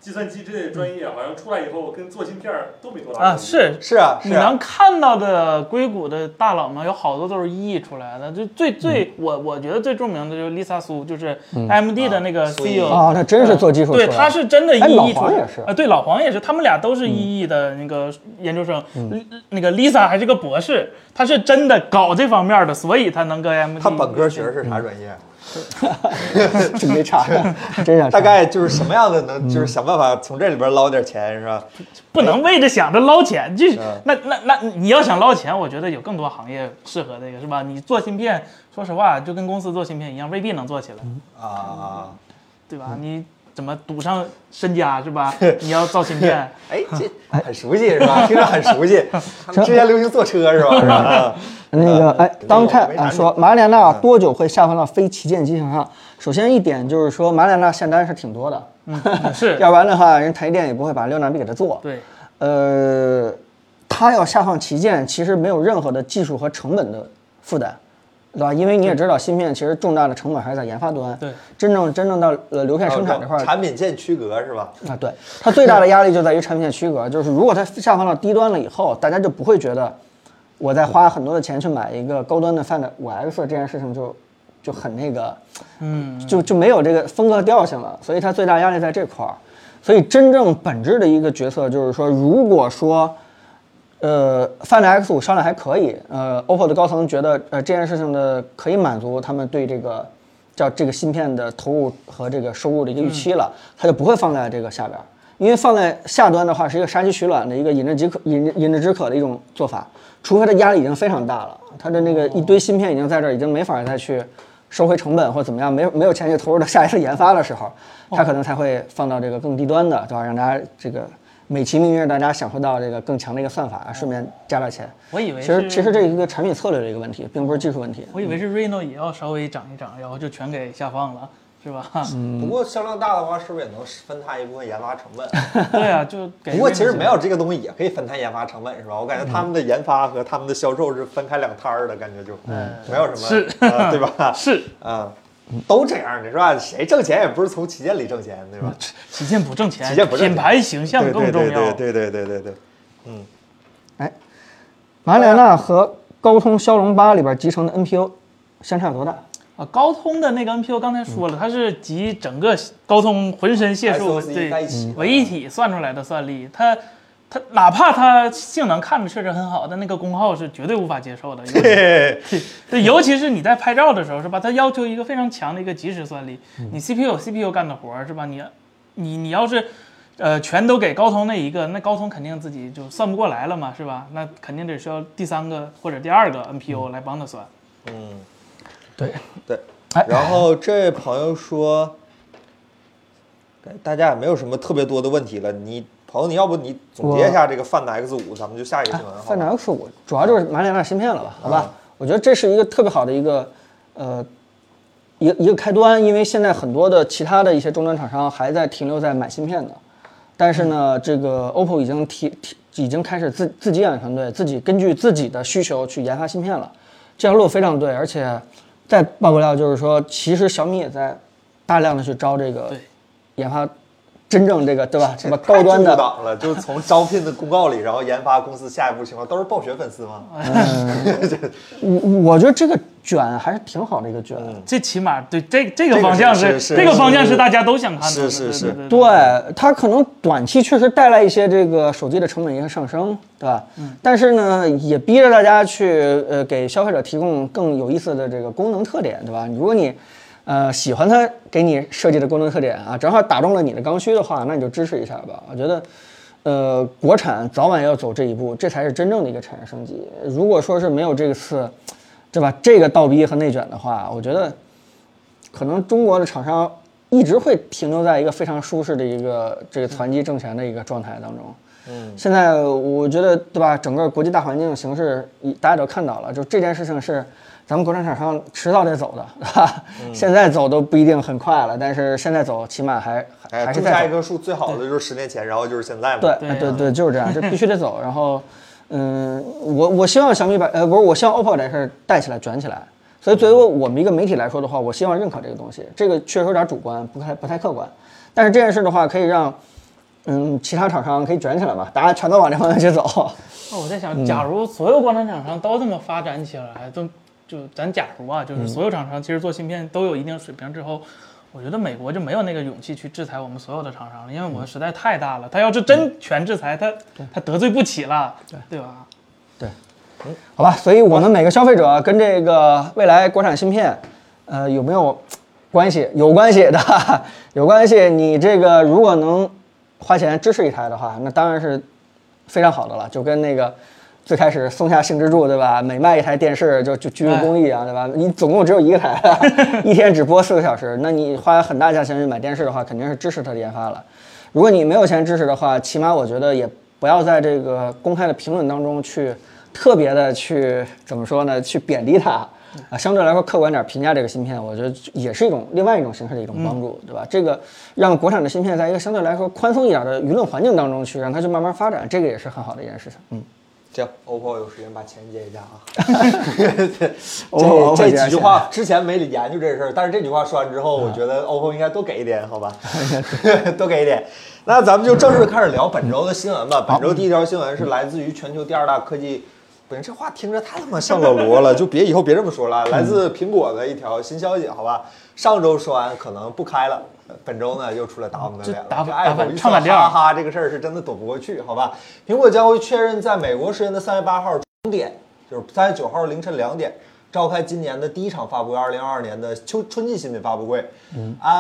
Speaker 4: 计算机之类的专业，好像出来以后跟做芯片儿都没多大关
Speaker 2: 啊，
Speaker 4: 系
Speaker 2: 是
Speaker 1: 是啊，
Speaker 2: 你
Speaker 1: 是啊
Speaker 2: 能。看到的硅谷的大佬们，有好多都是一亿出来的。就最最、
Speaker 1: 嗯
Speaker 2: 我我觉得最著名的就是 Lisa Su，就是 AMD 的那个
Speaker 1: 啊所以
Speaker 2: CEO，、
Speaker 3: 啊，他真是做技术出来
Speaker 2: 对，
Speaker 3: 的
Speaker 2: 他是真的一
Speaker 3: 哎老
Speaker 2: 亿出
Speaker 3: 黄
Speaker 2: 来
Speaker 3: 也是
Speaker 2: 啊，对，老黄也是，他们俩
Speaker 1: 嗯
Speaker 2: 都是一亿的那个研究生。
Speaker 3: 嗯
Speaker 2: 那个 Lisa 还是个博士，她是真的搞这方面的，所以她能跟 AMD。
Speaker 1: 他本科学的是啥专业？
Speaker 3: 这 没差，真想
Speaker 1: 大概就是什么样的
Speaker 2: 嗯
Speaker 1: 能，就是想办法从这里边捞点钱是吧？
Speaker 2: 不能为着想着捞钱，就是
Speaker 1: 嗯
Speaker 2: 那那那你要想捞钱，我觉得有更多行业适合这个，是吧？你做芯片，说实话，就跟公司做芯片一样，未必能做起来，
Speaker 1: 啊，
Speaker 2: 对吧？你怎么赌上身家 是吧？你要造芯片，
Speaker 1: 哎，这很熟悉是吧？听着很熟 悉，他们之前流行坐车是吧？啊是吧？
Speaker 3: 那
Speaker 2: 呃
Speaker 3: 个哎，当看
Speaker 1: 没啥
Speaker 3: 啊
Speaker 1: 用
Speaker 2: 嗯
Speaker 3: 说马里亚纳多久会下放到非旗舰机型上？啊首先一点就是说马里亚纳下单是挺多的，
Speaker 2: 嗯是
Speaker 3: 要不然的话，人台积电也不会把六纳米给它做。
Speaker 2: 对，
Speaker 3: 呃，它要下放旗舰，其实没有任何的技术和成本的负担，对吧？因为你也知道，芯片其实重大的成本还是在研发端。
Speaker 2: 对，
Speaker 3: 真正真正到呃流片
Speaker 1: 哦
Speaker 3: 生产这块儿
Speaker 1: 产品线区隔是吧？
Speaker 3: 啊，对，它最大的压力就在于产品线区隔，就是如果它下放到低端了以后，大家就不会觉得我在花很多的钱去买一个高端的 Find 5X 这件事情就就很那个，
Speaker 2: 嗯，
Speaker 3: 就就没有这个风格调性了，所以它最大压力在这块儿。所以真正本质的一个决策就是说，如果说，呃，Find X 五销量还可以，呃，OPPO 的高层觉得呃这件事情的可以满足他们对这个叫这个芯片的投入和这个收入的一个预期了，它就不会放在这个下边儿。因为放在下端的话，是一个杀鸡取卵的一个饮鸩止渴、饮饮鸩止渴的一种做法，除非它压力已经非常大了，它的那个一堆芯片已经在这儿，已经没法再去收回成本或怎么样，没有没有钱去投入到下一次研发的时候，它可能才会放到这个更低端的，对吧？让大家这个美其名曰让大家享受到这个更强的一个算法，顺便加点钱。
Speaker 2: 我以为
Speaker 3: 其实
Speaker 2: 是
Speaker 3: 其实这是一个产品策略的一个问题，并不是技术问题。
Speaker 2: 我以为是 Reno 也要稍微涨一涨，然后就全给下放了，是吧？
Speaker 1: 不过销量大的话，是不是也能分摊一部分研发成本？
Speaker 2: 对啊，就给。
Speaker 1: 不过其实没有这个东西也可以分摊研发成本是吧？我感觉他们的研发和他们的销售是分开两摊儿的，感觉就
Speaker 3: 嗯
Speaker 1: 没有什么
Speaker 2: 嗯是
Speaker 1: 啊对吧？
Speaker 2: 是
Speaker 1: 啊，都这样的是吧？啊谁挣钱也不是从旗舰里挣钱对吧？
Speaker 2: 旗舰不挣钱，
Speaker 1: 旗舰不挣钱
Speaker 2: 品牌形象
Speaker 1: 对
Speaker 2: 嗯更重要。
Speaker 1: 对对对对对对对。
Speaker 3: 哎，马里亚纳和高通骁龙八里边集成的 NPU 相差有多大？
Speaker 2: 啊，高通的那个 NPU 刚才说了，它是集整个高通浑身解数
Speaker 1: SOC
Speaker 2: 对
Speaker 1: 在一起的
Speaker 2: 为一体算出来的算力，它。它哪怕它性能看着确实很好，但那个功耗是绝对无法接受的。尤其
Speaker 1: 嘿嘿嘿
Speaker 2: 对，尤其是你在拍照的时候，是吧？它要求一个非常强的一个即时算力，
Speaker 1: 嗯
Speaker 2: 你 CPU 有 CPU 干的活儿，是吧？你你你要是呃全都给高通那一个，那高通肯定自己就算不过来了嘛，是吧？那肯定得需要第三个或者第二个 NPU
Speaker 1: 嗯
Speaker 2: 来帮他算。
Speaker 3: 对，
Speaker 1: 对， 然后这位朋友说，大家也没有什么特别多的问题了。你朋友，你要不你总结一下这个 Find X 五，咱们就下一个新闻好
Speaker 3: 哎泛
Speaker 1: 吧？
Speaker 3: 展 X 五主要就是马里亚纳芯片了吧？好吧，我觉得这是一个特别好的一个呃一个一个开端，因为现在很多的其他的一些终端厂商还在停留在买芯片的，但是呢，这个 OPPO 已经提提已经开始自自己养团队，自己根据自己的需求去研发芯片了，这条路非常对，而且再爆个料就是说，其实小米也在大量的去招这个
Speaker 2: 对
Speaker 3: 研发。真正这个对吧？什么
Speaker 1: 太
Speaker 3: 高端的
Speaker 1: 主导 了，就是从招聘的公告里，然后研发公司下一步情况都是暴雪粉丝吗？
Speaker 3: 我我觉得这个卷还是挺好的一个卷。啊
Speaker 2: 这起码对这这
Speaker 1: 这
Speaker 2: 个
Speaker 1: 个
Speaker 2: 方向
Speaker 1: 是是
Speaker 2: 这个
Speaker 1: 是
Speaker 2: 方向
Speaker 1: 是
Speaker 2: 是大家都想看
Speaker 1: 是
Speaker 2: 的，
Speaker 1: 是
Speaker 2: 对
Speaker 1: 是
Speaker 2: 对对
Speaker 3: 对它可能短期确实带来一些这个手机的成本一个上升，对吧？嗯。但是呢，也逼着大家去呃给消费者提供更有意思的这个功能特点，对吧？如果你呃喜欢它给你设计的功能特点啊，正好打中了你的刚需的话，那你就支持一下吧。我觉得。呃，国产早晚要走这一步，这才是真正的一个产业升级。如果说是没有这次，对吧？这个倒逼和内卷的话，我觉得可能中国的厂商一直会停留在一个非常舒适的一个这个攒机挣钱的一个状态当中。嗯，现在我觉得对吧？整个国际大环境形势，一大家都看到了，就这件事情是咱们国产厂商迟早得走的，对吧？
Speaker 1: 嗯
Speaker 3: 现在走都不一定很快了，但是现在走起码还还还
Speaker 1: 哎，
Speaker 3: 是
Speaker 1: 种
Speaker 3: 在
Speaker 1: 下
Speaker 3: 走
Speaker 1: 一棵树最好的就是十年前，然后就是现在嘛。
Speaker 3: 对，
Speaker 2: 对
Speaker 3: 哎对
Speaker 2: 啊
Speaker 3: 对，就是这样，就必须得走。然后，嗯，我我希望小米把呃不是，我希望 OPPO 把这事儿带起来卷起来。所以作为我们一个媒体来说的话，我希望认可这个东西，这个确实有点主观，不太不太客观。但是这件事的话，可以让嗯其他厂商可以卷起来嘛，大家全都往这方向去走。
Speaker 2: 哦我在想，假如所有光产厂商都这么发展起来，都就咱假如啊，就是所有厂商其实做芯片都有一定水平之后，我觉得美国就没有那个勇气去制裁我们所有的厂商了，因为我们实在太大了。他要是真全制裁，他他得罪不起了，对吧？
Speaker 3: 好吧，所以我们每个消费者跟这个未来国产芯片，呃，有没有关系？有关系的， 有关系。你这个如果能花钱支持一台的话，那当然是非常好的了，就跟那个最开始松下幸之助，对吧？每卖一台电视就就鞠个躬一样，啊对吧？你总共只有一个台，啊一天只播四个小时，那你花很大价钱去买电视的话，肯定是支持它的研发了。如果你没有钱支持的话，起码我觉得也不要在这个公开的评论当中去特别的去怎么说呢？去贬低它啊，相对来说客观点评价这个芯片，我觉得也是一种另外一种形式的一种帮助，对吧？这个让国产的芯片在一个相对来说宽松一点的舆论环境当中去让它去慢慢发展，这个也是很好的一件事情。嗯，
Speaker 1: 行，OPPO 有时间把钱接一下啊。
Speaker 3: OPPO
Speaker 1: 这
Speaker 3: 接一
Speaker 1: 这
Speaker 3: 下
Speaker 1: 几句话之前没研究这事儿，但是这句话说完之后，我觉得 OPPO 应该多给一点，好吧？ 多给一点。那咱们就正式开始聊本周的新闻吧。本周第一条新闻是来自于全球第二大科技。不是这话听着太他妈像老罗了，就别以后别这么说了。来自苹果的一条新消息，好吧？上周说完可能不开了，呃本周呢又出来打我们的
Speaker 2: 这
Speaker 1: 脸了。
Speaker 2: 打
Speaker 1: 这
Speaker 2: 反
Speaker 1: 爱
Speaker 2: 打反
Speaker 1: 狗一说
Speaker 2: 唱反调
Speaker 1: 哈哈，这个事儿是真的躲不过去，好吧？苹果将会确认在美国时间的三月八号零点，就是三月九号凌晨两点，召开今年的第一场发布会，二零二二年的秋春季新品发布会。嗯啊、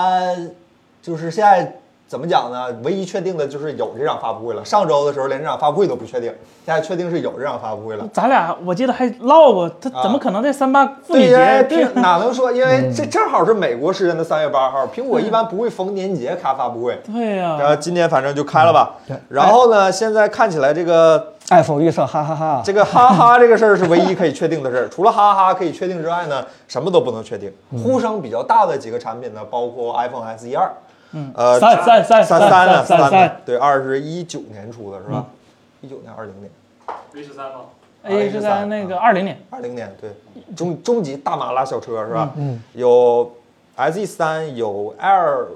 Speaker 1: 就是现在怎么讲呢？唯一确定的就是有这场发布会了。上周的时候连这场发布会都不确定，现在确定是有这场发布会了。
Speaker 2: 咱俩我记得还唠过，他怎么可能在三八妇
Speaker 1: 啊
Speaker 2: 女
Speaker 1: 对呀，
Speaker 2: 节
Speaker 1: 对
Speaker 2: 听
Speaker 1: 呀，哪能说？因为
Speaker 2: 嗯
Speaker 1: 这正好是美国时间的三月八号，苹果一般不会逢年节开发布会，
Speaker 2: 对呀、
Speaker 1: 然后今年反正就开了吧
Speaker 2: 嗯
Speaker 3: 对。
Speaker 1: 然后呢，现在看起来这个
Speaker 3: 爱否预测，哈哈哈。
Speaker 1: 这个哈哈这个事儿是唯一可以确定的事儿，除了哈哈可以确定之外呢，什么都不能确定。
Speaker 2: 嗯
Speaker 1: 呼声比较大的几个产品呢，包括 iPhone S 一二，嗯，呃，
Speaker 2: 三三
Speaker 1: 三
Speaker 2: 三
Speaker 1: 三
Speaker 2: 三
Speaker 1: 呢，
Speaker 2: 三嗯
Speaker 1: 呢
Speaker 2: 三
Speaker 1: 对，二是一九年出的是吧？一九年、二零年、
Speaker 4: ，A 十三嘛，
Speaker 2: A 哎是在那
Speaker 1: 啊
Speaker 2: 个二零年，
Speaker 1: 二零年，对，终终极大马拉小车是吧？嗯，有 S E 三，有 Air，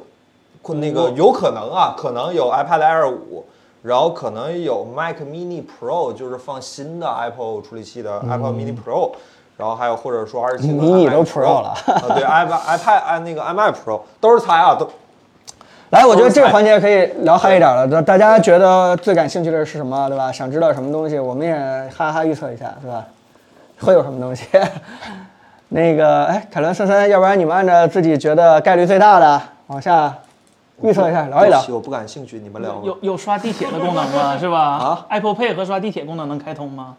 Speaker 1: 那
Speaker 3: 嗯
Speaker 1: 个有可能啊，可能有 iPad Air 五。然后可能有 Mac Mini Pro，就是放新的 Apple 处理器的
Speaker 3: 嗯
Speaker 1: Apple Mini Pro，、然后还有或者说二十七寸
Speaker 3: Mini
Speaker 1: iMac
Speaker 3: 都 Pro
Speaker 1: Pro
Speaker 3: 了
Speaker 1: 啊对，iPad iPad 哎那个 iMac Pro 都是猜啊，都
Speaker 3: 来，我觉得这个环节可以聊嗨一点了。大大家觉得最感兴趣的是什么，对吧？想知道什么东西，我们也哈哈预测一下，对吧？会有什么东西？ 那个，哎，凯伦三三，要不然你们按照自己觉得概率最大的往下预测一下，聊一
Speaker 1: 对
Speaker 3: 聊
Speaker 1: 不起。我不感兴趣，你们聊吧。
Speaker 2: 有有刷地铁的功能吗？是吧？
Speaker 1: 啊
Speaker 2: ，Apple Pay 和刷地铁功能能开通吗？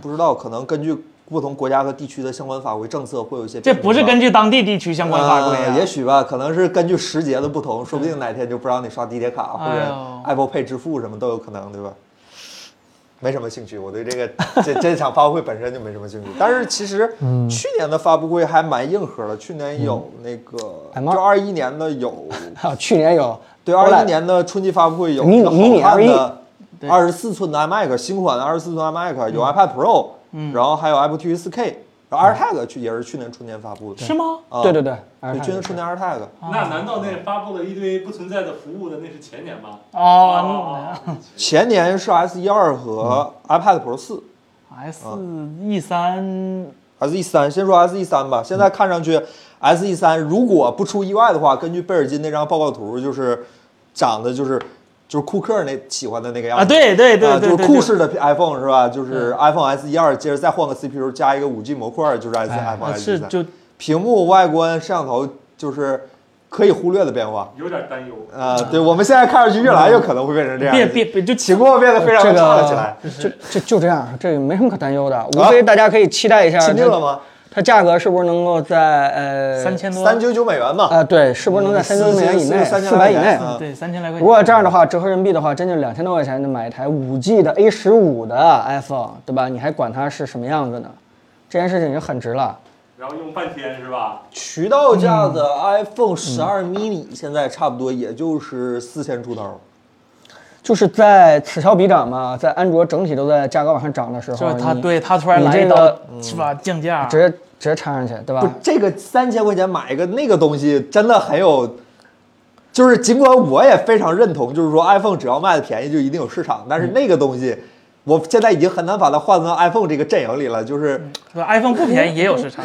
Speaker 1: 不知道，可能根据不同国家和地区的相关法规政策会有一些
Speaker 2: 这
Speaker 1: 变动吧。
Speaker 2: 不是根据当地地区相关法规啊，
Speaker 1: 呃也许吧，可能是根据时节的不同，说不定哪天就不让你刷地铁卡或
Speaker 2: 哎
Speaker 1: 者
Speaker 2: 呦
Speaker 1: Apple Pay 支付什么都有可能，对吧？没什么兴趣，我对 这个这这场发布会本身就没什么兴趣。但是其实去年的发布会还蛮硬核的，去年有那个，
Speaker 3: M2
Speaker 1: 就二一年的有，
Speaker 3: 啊，去年有
Speaker 1: 对二一年的春季发布会有
Speaker 3: 迷
Speaker 1: 一个
Speaker 3: 迷
Speaker 1: 好
Speaker 3: 你
Speaker 1: 看
Speaker 3: LED
Speaker 1: 的二十四寸的 iMac 新款的二十四寸 iMac，有 iPad Pro，然
Speaker 2: 嗯
Speaker 1: 后还有 Apple TV 4K，然后 AirTag 去也是去年春节发布的，
Speaker 2: 是吗？
Speaker 1: 啊
Speaker 3: 对对对，
Speaker 1: 对，去年春节 AirTag。
Speaker 2: 哦
Speaker 4: 那难道那发布了一堆不存在的服务的那是前年吗？啊
Speaker 2: 哦
Speaker 1: 前年是 S 一二和
Speaker 2: 嗯
Speaker 1: iPad Pro 四、
Speaker 2: ，S E 三
Speaker 1: s E 三，先说 S E 三吧。现在看上
Speaker 2: 嗯
Speaker 1: 去，S E 三如果不出意外的话，根据贝尔金那张报告图，就是长得就是就是库克那喜欢的那个样子
Speaker 2: 啊，对对
Speaker 1: 啊就
Speaker 2: 对对，
Speaker 1: 是
Speaker 2: 对嗯
Speaker 1: 酷式的 iPhone 是吧？就是 iPhone S 一二，接着再换个 CPU，加一个五 G 模块，就是 S
Speaker 3: 哎
Speaker 1: iPhone
Speaker 2: 啊
Speaker 1: S
Speaker 2: 是
Speaker 1: 三。
Speaker 2: 就
Speaker 1: 屏幕、外观、摄像头就是可以忽略的变化。
Speaker 4: 有点担忧。
Speaker 1: 呃，对，我们现在看上去越来越可能会变成这样，
Speaker 2: 嗯变变变就
Speaker 1: 情况变得非常
Speaker 3: 这
Speaker 1: 的差了起
Speaker 3: 个
Speaker 1: 来。
Speaker 3: 就就就这样，这个没什么可担忧的，无非大家可以期待一下
Speaker 2: 啊
Speaker 1: 亲定了
Speaker 3: 它
Speaker 1: 吗？
Speaker 3: 它价格是不是能够在呃
Speaker 2: 三千多，呃
Speaker 1: 三九九美元嘛。
Speaker 3: 啊，对，是不是能在三
Speaker 1: 四
Speaker 3: 千美元以内，嗯四百以内？
Speaker 1: 啊
Speaker 2: 对三千来块钱。
Speaker 3: 如果这样的话，折合人民币的话，真就两千多块钱就买一台五 G 的 A 十五的 iPhone，对吧？你还管它是什么样子呢？这件事情已经很值了。
Speaker 4: 然后用半天是吧？
Speaker 1: 渠道
Speaker 2: 嗯
Speaker 1: 价的 iPhone 十二 mini 现在差不多也就是四千出头，
Speaker 3: 就是在此消彼长嘛，在安卓整体都在价格往上涨的时候，
Speaker 2: 就是他
Speaker 3: 哦你
Speaker 2: 对他突然
Speaker 3: 你
Speaker 2: 来
Speaker 3: 这
Speaker 2: 一
Speaker 3: 个
Speaker 2: 刀是吧降价
Speaker 3: 直，接直接插上去，对
Speaker 1: 不
Speaker 3: 吧？，
Speaker 1: 这个三千块钱买一个那个东西真的很有，就是尽管我也非常认同，就是说 iPhone 只要卖的便宜就一定有市场，
Speaker 2: 嗯
Speaker 1: 但是那个东西。我现在已经很难把它换到 iPhone 这个阵营里了，就是
Speaker 2: 是吧？iPhone 不便宜也有市场，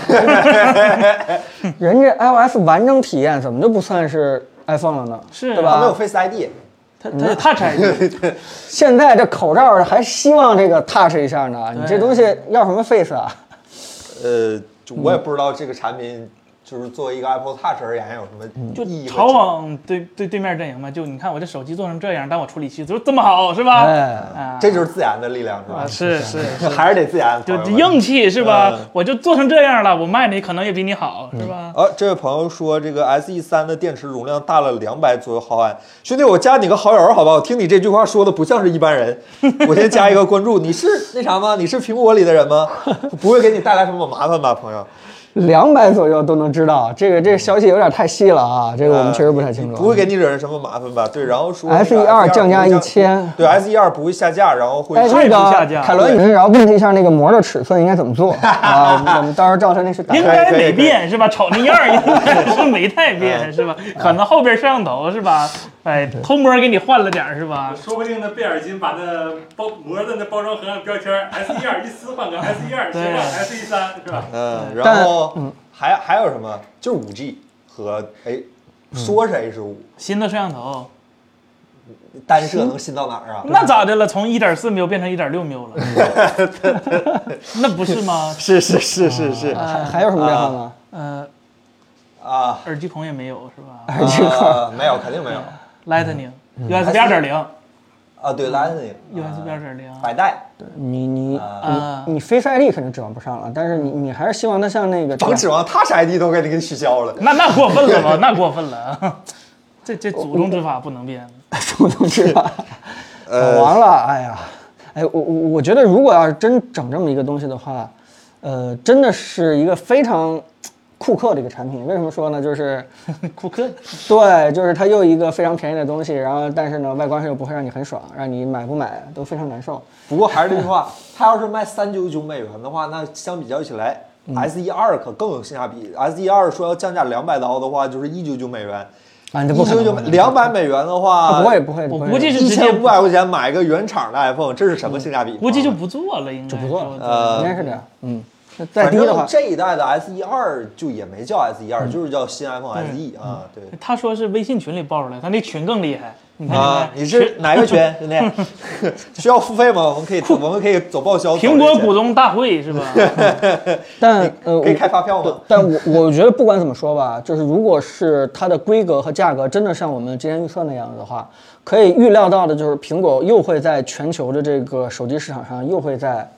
Speaker 3: 人家 iOS 完整体验怎么就不算是 iPhone 了呢？
Speaker 2: 是啊
Speaker 3: 对
Speaker 1: 它啊没有
Speaker 3: 吧？
Speaker 1: Face ID，
Speaker 2: 他他有 Touch ID，
Speaker 3: 现在这口罩还希望这个 touch 一下呢，你
Speaker 2: 对
Speaker 3: 这东西要什么 face 啊？
Speaker 2: 嗯
Speaker 1: 呃，就我也不知道这个产品就是作为一个 Apple Touch 而言有什么
Speaker 2: 嗯就
Speaker 1: 意义和
Speaker 2: 朝往对对对面阵营嘛，就你看我这手机做成这样，但我处理器就这么好，是吧？
Speaker 3: 哎
Speaker 2: 啊，
Speaker 1: 这就是自研的力量是吧
Speaker 2: 啊，？是是 是，
Speaker 1: 还是得自研，
Speaker 2: 就
Speaker 1: 朋友们
Speaker 2: 硬气是吧
Speaker 1: 嗯？
Speaker 2: 我就做成这样了，我卖你可能也比你好，是吧？
Speaker 1: 啊，这位朋友说这个 S E 三的电池容量大了两百左右毫安，兄弟，我加你个好友儿好吧？我听你这句话说的不像是一般人，我先加一个关注。你是那啥吗？你是苹果里的人吗？不会给你带来什么麻烦吧，朋友？
Speaker 3: 两百左右都能知道，这个这个消息有点太细了啊，这个我们确实不太清
Speaker 1: 嗯呃
Speaker 3: 楚。
Speaker 1: 不会给你惹人什么麻烦吧？对，然后说
Speaker 3: S E 二降价一
Speaker 1: 千，
Speaker 3: 千。
Speaker 1: 对 S E 二不会下架，然后会
Speaker 3: 哎，那
Speaker 2: 不下
Speaker 3: 个
Speaker 2: 架
Speaker 3: 凯伦，你然后问他一下那个膜的尺寸应该怎么做 啊？我们到时候照他那去打
Speaker 2: 应
Speaker 3: 开。
Speaker 2: 该没变是吧？瞅那样儿应 该是没太
Speaker 3: 嗯
Speaker 2: 变是吧？可能后边摄像头是吧？哎，偷摸给你换了点儿是吧？
Speaker 4: 说不定那贝尔金把那包膜的那包装盒上标签 S 一二一四换个 S 一二，
Speaker 2: 对
Speaker 4: 换 S 一三是吧？
Speaker 1: 嗯，
Speaker 3: 但
Speaker 1: 然后还还有什么？就是五 G 和哎，
Speaker 3: 嗯
Speaker 1: 说是 H 五，
Speaker 2: 新的摄像头，
Speaker 1: 单摄能新到哪儿啊？
Speaker 2: 那咋的了？从一点四缪变成一点六缪 了，那不是吗？
Speaker 1: 是是是是是
Speaker 3: 还还有什么变化吗？
Speaker 2: 呃，
Speaker 1: 啊。
Speaker 2: 耳机孔也没有是吧
Speaker 3: 耳机孔
Speaker 1: 啊没有，肯定没有
Speaker 3: 嗯
Speaker 2: ？Lightning、USB 二点零、
Speaker 1: 啊。对，Lightning
Speaker 2: USB 二点零，
Speaker 3: 啊
Speaker 1: 百代
Speaker 3: 你你
Speaker 1: 呃
Speaker 2: 啊
Speaker 3: 你你 Face ID 肯定指望不上了，但是你你还是希望它像那个
Speaker 1: 防指望他是 ID 都给你给取消了。
Speaker 2: 那那过分了吧？那过分了啊！这这祖宗之法不能变。
Speaker 3: 主动知道。
Speaker 1: 呃
Speaker 3: 完了，哎呀，哎，我我我觉得如果要是真整这么一个东西的话，呃，真的是一个非常库克的一个产品。为什么说呢？就是
Speaker 2: 库克，
Speaker 3: 对，就是它又一个非常便宜的东西，然后但是呢，外观上又不会让你很爽，让你买不买都非常难受。
Speaker 1: 不过还是这句话，他要是卖三九九美元的话，那相比较起来，S E 二可更有性价比。S E 二说要降价两百刀的话，就是一九九美元。
Speaker 3: 啊，这
Speaker 1: 一
Speaker 3: 不可
Speaker 1: 九九
Speaker 3: 能，啊
Speaker 1: 两百美元的话，
Speaker 3: 它不会不会，
Speaker 2: 我
Speaker 3: 不会
Speaker 2: 估计是
Speaker 1: 一
Speaker 2: 直接
Speaker 1: 千五百块钱买一个原厂的 iPhone，这是什么性价比？啊
Speaker 2: 估计就不做了，应该
Speaker 3: 就不做了啊
Speaker 2: 是
Speaker 1: 呃
Speaker 3: 应该是这样，嗯，那再
Speaker 1: 反
Speaker 3: 低
Speaker 1: 正
Speaker 3: 的话，
Speaker 1: 这一代的 S E 二就也没叫 S E 二，就是叫新 iPhone SE 啊。对
Speaker 2: 他说是微信群里爆出来，他那群更厉害。你看
Speaker 1: 啊，你是哪个群， 兄弟？ 需要付费吗？我们可以，我们可以走报销。
Speaker 2: 苹果股东大 会是吧？
Speaker 3: 但呃，
Speaker 1: 可以
Speaker 3: 我
Speaker 1: 开发票吗？
Speaker 3: 但我 我觉得不管怎么说吧，就是如果是它的规格和价格真的像我们之前预测那样的话，可以预料到的就是苹果又会在全球的这个手机市场上又会在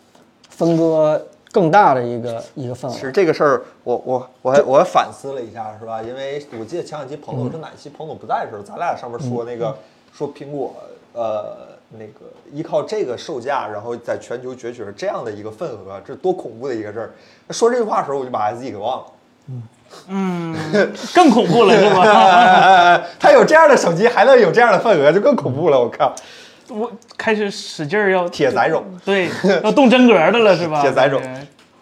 Speaker 3: 分割更大的一个一个份
Speaker 1: 其
Speaker 3: 额。
Speaker 1: 实这个事儿，我我我还我还反思了一下，是吧？因为我记得前两期彭总是哪期彭总不在的时候，咱俩上面说那
Speaker 2: 嗯
Speaker 1: 个说苹果呃那个依靠这个售价，然后在全球攫取这样的一个份额，这多恐怖的一个事儿。说这句话的时候，我就把 S E 给 忘了。
Speaker 2: 嗯，更恐怖了是
Speaker 1: 哎
Speaker 2: 吧？
Speaker 1: 哎哎哎，他有这样的手机，还能有这样的份额，就更恐怖了。我靠，
Speaker 2: 我开始使劲儿要
Speaker 1: 铁宰种。
Speaker 2: 对，要动真格的了是吧？
Speaker 1: 铁宰种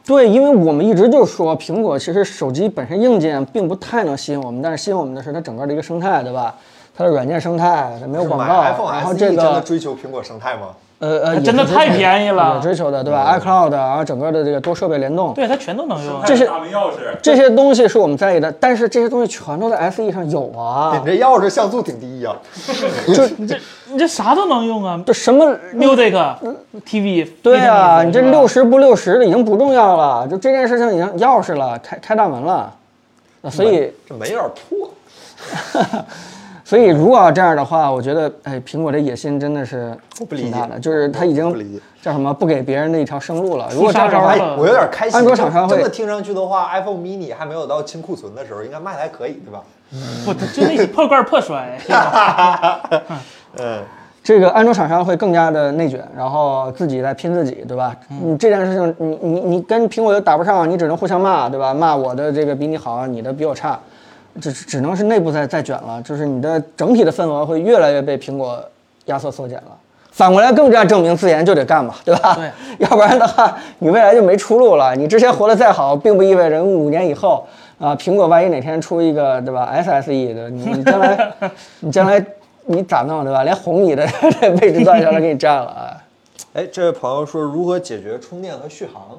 Speaker 3: 对，因为我们一直就说苹果其实手机本身硬件并不太能吸引我们，但是吸引我们的是它整个的一个生态，对吧？它的软件生态，它没
Speaker 1: 就
Speaker 3: 有
Speaker 1: 是
Speaker 3: 广
Speaker 1: 买
Speaker 3: 告，
Speaker 1: iPhone
Speaker 3: 然
Speaker 1: SE
Speaker 3: 后这
Speaker 1: 真
Speaker 3: 个
Speaker 1: 的追求苹果生态吗？
Speaker 3: 呃呃，
Speaker 2: 它
Speaker 3: 也
Speaker 2: 真的
Speaker 3: 是追求
Speaker 2: 太便宜了
Speaker 3: 也追求的，对
Speaker 1: 嗯
Speaker 3: 吧？iCloud，然后整个的这个多设备联动，
Speaker 2: 对他全都能用。啊
Speaker 3: 这是
Speaker 4: 大门钥匙，
Speaker 3: 这些东西是我们在意的，但是这些东西全都在 SE 上有
Speaker 1: 你
Speaker 3: 啊，
Speaker 1: 这钥匙像素挺低呀、
Speaker 2: 你这你这啥都能用啊
Speaker 3: 这什么？
Speaker 2: ，music、TV。
Speaker 3: 对啊，你这六
Speaker 2: 十
Speaker 3: 十不六十的已经不重要了，就这件事情已经钥匙了，开开大门了，那所以
Speaker 1: 这门有点破。
Speaker 3: 所以如果要这样的话，我觉得哎，苹果的野心真的是
Speaker 1: 我不理解
Speaker 3: 挺大的，就是他已
Speaker 1: 我
Speaker 3: 经
Speaker 1: 不理解
Speaker 3: 叫什么不给别人的一条生路了。如果这
Speaker 2: 杀
Speaker 3: 样的
Speaker 2: 招
Speaker 3: 话
Speaker 2: 了
Speaker 1: 哎，我有点开心。
Speaker 3: 安卓厂商会
Speaker 1: 真的听上去的话，iPhone mini 还没有到清库存的时候，应该卖的还可以，对吧？
Speaker 2: 不，它就那些破罐破摔。
Speaker 1: 嗯，
Speaker 3: 这个安卓厂商会更加的内卷，然后自己在拼自己，对吧？
Speaker 1: 嗯
Speaker 3: 你这件事情，你你你跟苹果又打不上，你只能互相骂，对吧？骂我的这个比你好，你的比我差，只只能是内部在在卷了，就是你的整体的份额会越来越被苹果压缩缩减了。反过来更加证明自研就得干嘛，对吧？
Speaker 2: 对，
Speaker 3: 要不然的话，你未来就没出路了。你之前活得再好，并不意味着五年以后啊，苹果万一哪天出一个，对吧？SSE 的，你你 将来，你将来你咋弄，对吧？连红米的 这位置都让人给你占了啊！
Speaker 1: 哎，这位朋友说如何解决充电和续航？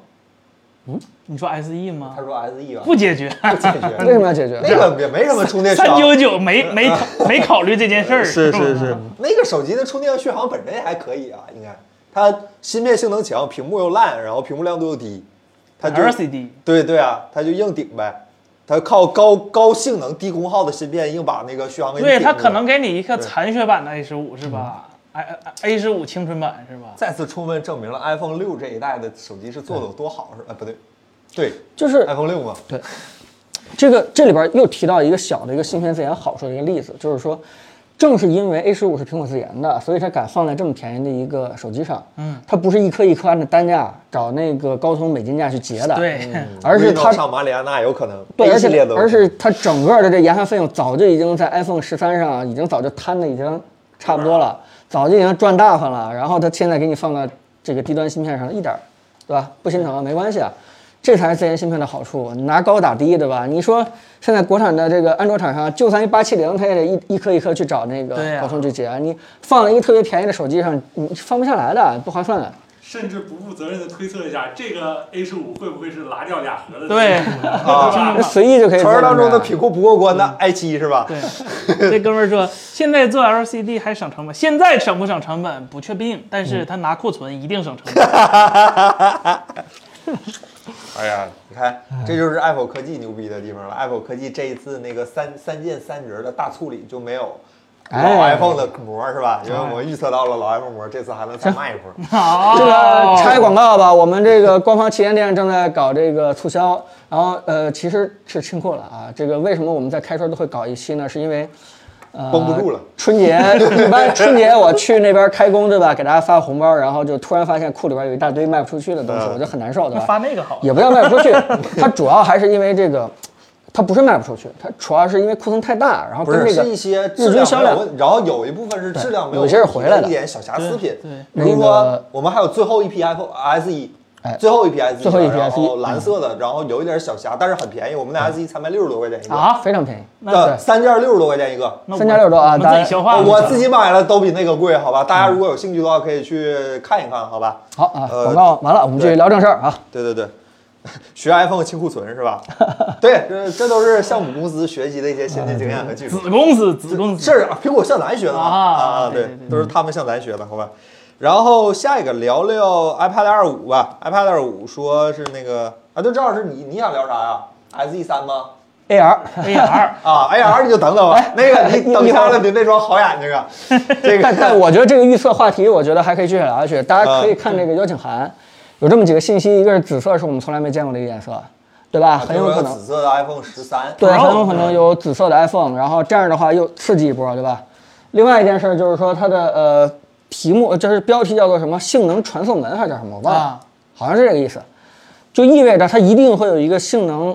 Speaker 2: 你说 SE
Speaker 1: 他
Speaker 2: 吗？
Speaker 1: 说 SE 吧，
Speaker 2: 不 解决，
Speaker 1: 不解决，
Speaker 3: 为什么要解决？
Speaker 1: 嗯那个也没什么充电续
Speaker 2: 三
Speaker 1: 航。
Speaker 2: 九九没没没考虑这件事儿。
Speaker 1: 啊是是
Speaker 2: 吧
Speaker 1: 是，那个手机的充电续航本身也还可以啊，应该它芯片性能强，屏幕又烂，然后屏幕亮度又低，它就
Speaker 2: LCD
Speaker 1: 对对啊，它就硬顶呗。它它靠高高性能低功耗的芯片硬把那个续航给你顶
Speaker 2: 对
Speaker 1: 住
Speaker 2: 它
Speaker 1: 了
Speaker 2: 可能给你一个残血版的 A 十五是吧？A
Speaker 1: 嗯
Speaker 2: A 十五青春版是吧？
Speaker 1: 再次充分证明了 iPhone 六这一代的手机是做的有多好，是吧？哎，不对，对
Speaker 3: 就是
Speaker 1: ，iPhone 六嘛，
Speaker 3: 这个这里边又提到一个小的一个芯片自研好处的一个例子，就是说，正是因为 A 十五是苹果自研的，所以它敢放在这么便宜的一个手机上。嗯，它不是一颗一颗按照单价找那个高通美金价去结的，，嗯
Speaker 2: 对，
Speaker 3: 而是
Speaker 1: Reno
Speaker 3: 它
Speaker 1: 上马里亚纳有可能，
Speaker 3: 对，
Speaker 1: A
Speaker 3: 而
Speaker 1: 系
Speaker 3: 且
Speaker 1: 列的，
Speaker 3: 而是它整个的这研发费用早就已经在 iPhone 十三上已经早就摊的已经差不多
Speaker 1: 啊
Speaker 3: 了，早就已经赚大发了。然后它现在给你放到这个低端芯片上，一点儿，对吧？不心疼啊，没关系啊，这才是自研芯片的好处，拿高打低，对吧？你说现在国产的这个安卓厂商，就算一八七零，它也得一一颗一颗去找那个
Speaker 2: 对啊
Speaker 3: 高通去结啊。你放一个特别便宜的手机上，你放不下来的，不划算的。
Speaker 4: 甚至不负责任的推测一下，这个 A 十五会不会是拿掉俩盒的？
Speaker 2: 对
Speaker 4: 吧
Speaker 1: 啊
Speaker 3: 那随意就可以做
Speaker 1: 传说
Speaker 3: 成这啊样。
Speaker 1: 当中的品控不过关的 i 7是吧？
Speaker 2: 对， 这哥们儿说，现在做 LCD 还省成本，现在省不省成本不确定，但
Speaker 1: 嗯
Speaker 2: 是他拿库存一定省 成本。
Speaker 1: 哎呀，你看，这就是 Apple 科技牛逼的地方了。Apple 科技这一次那个三三键三折的大处理就没有老
Speaker 3: 哎
Speaker 1: iPhone 的膜是吧？因为我们预测到了老 iPhone 膜这次还能再卖一波。哦
Speaker 2: 好，
Speaker 3: 这个插一广告吧，我们这个官方旗舰店正在搞这个促销，然后呃，其实是清库了啊。这个为什么我们在开春都会搞一期呢？是因为。呃，
Speaker 1: 绷不住了。
Speaker 3: 春节一般春节我去那边开工，对吧？给大家发红包，然后就突然发现库里边有一大堆卖不出去的东西，
Speaker 1: 嗯
Speaker 3: 我就很难受，对吧？
Speaker 2: 发那个好，
Speaker 3: 也不叫卖 不出去，它主要还是因为这个，它不是卖不出去，它主要是因为库存太大，然后
Speaker 1: 不
Speaker 3: 跟
Speaker 1: 是，
Speaker 3: 这个
Speaker 1: 是一些质量
Speaker 3: 日均
Speaker 1: 没
Speaker 3: 销
Speaker 1: 有
Speaker 3: 量
Speaker 1: 问，然后有一部分是质量没有问
Speaker 3: 有
Speaker 1: 题，
Speaker 3: 些是回来的
Speaker 1: 一点小瑕疵品。
Speaker 2: 对
Speaker 1: 比如
Speaker 3: 那
Speaker 1: 说
Speaker 3: 个
Speaker 1: 我们还有最后一批 iPhone SE，
Speaker 3: 哎
Speaker 1: 最后一批 SE，
Speaker 3: 最后一批 E，嗯
Speaker 1: 然后
Speaker 3: SE
Speaker 1: 蓝色的，然后有一点小瑕，但是很便宜，我们的
Speaker 3: 嗯
Speaker 1: SE 才卖六十多块钱一个，
Speaker 2: 啊，
Speaker 3: 非常便宜，
Speaker 1: 呃，三件六十多块钱一个。
Speaker 2: 那我
Speaker 3: 三加六多啊
Speaker 2: 我们
Speaker 3: 大
Speaker 2: 自
Speaker 3: 家
Speaker 2: 己消化吧，
Speaker 1: 哦我自己买了都比那个贵，好吧？大家如果有兴趣的话，可以去看一看，好吧？
Speaker 3: 好啊，
Speaker 1: 呃
Speaker 3: 广告完了，我们
Speaker 1: 对
Speaker 3: 去聊正事儿啊。
Speaker 1: 对对对， 学 iPhone 清库存 是吧？对，这这都是向母公司学习的一些先进经验和技术。
Speaker 2: 子公司，子
Speaker 3: 嗯
Speaker 2: 公司
Speaker 1: 是啊，苹果向咱学的嘛
Speaker 2: 啊
Speaker 1: 啊，
Speaker 2: 对对对
Speaker 1: 都是他们向咱学的，好吧？然后下一个聊聊 iPad 二五吧，iPad 二五说是那个啊，对，郑老师你你想聊啥呀？SE 三吗？
Speaker 3: AR，
Speaker 2: AR
Speaker 1: 啊，AR 你就等等
Speaker 3: 哎
Speaker 1: 吧，那 个你等消了你那双好眼睛啊，这
Speaker 3: 但
Speaker 1: 个
Speaker 3: 但我觉得这个预测话题，我觉得还可以继续聊下去。大家可以看这个邀请函，有这么几个信息：一个是紫色是我们从来没见过的一个颜色，对吧？很有可能
Speaker 1: 啊紫，色的 iPhone 十三，
Speaker 3: 啊对，
Speaker 2: Pro，
Speaker 3: 很有可能有紫色的 iPhone。然后这样的话又刺激一波，对吧？另外一件事就是说它的呃题目呃就是标题叫做什么性能传送门还是叫什么我忘了
Speaker 2: 啊，
Speaker 3: 好像是这个意思，就意味着它一定会有一个性能，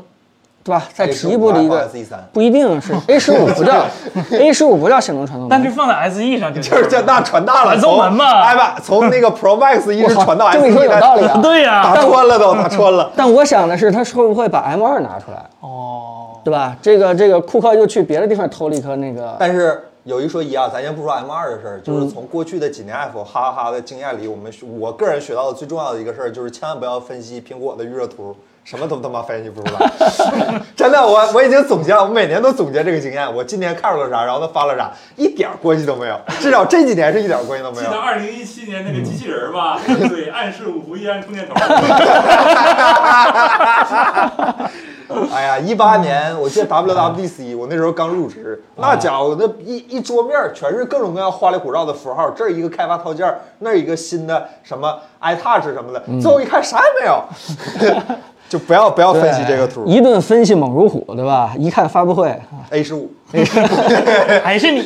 Speaker 3: 对吧？再提一步的一个
Speaker 1: SE 三，
Speaker 3: 啊不一定是 A 十五不 叫 A 十五不叫性能传送门，
Speaker 2: 但是放在 SE 上就
Speaker 1: 就是这那传大了，
Speaker 2: 传送门
Speaker 1: 从
Speaker 2: 嘛
Speaker 1: iPad 从那个 Pro Max 一直传到
Speaker 3: 我
Speaker 1: SE，
Speaker 3: 操这么一说有道理啊。
Speaker 2: 对呀
Speaker 1: 打，穿了都，打穿 了。
Speaker 3: 但我想的是，他是会不会把 M 二拿出来，
Speaker 2: 哦，
Speaker 3: 对吧？这个这个库克又去别的地方偷了一颗那个，
Speaker 1: 但是有一说一啊，咱先不说 M 二的事儿，就是从过去的几年 Apple 哈哈哈的经验里，我们学我个人学到的最重要的一个事儿，就是千万不要分析苹果的预热图，什么都他妈分析不出来。真的，我我已经总结了，我每年都总结这个经验。我今年看出了啥，然后他发了啥，一点儿关系都没有。至少这几年是一点儿关系都没
Speaker 4: 记
Speaker 1: 有嗯
Speaker 4: 得。二零一七年那个机器人儿吧，对，暗示五伏一安充 电头儿，
Speaker 1: 哎呀，一八年我记得 WWDC，我那时候刚入职，那家伙那一一桌面儿全是各种各样花里胡哨的符号，这儿一个开发套件儿，那儿一个新的什么 iTouch 什么的，最后一看啥也没有，嗯 就不要不要分析这个图
Speaker 3: 呃一顿分析猛如虎，对吧？一看发布会，
Speaker 1: A 十五
Speaker 2: 还 是你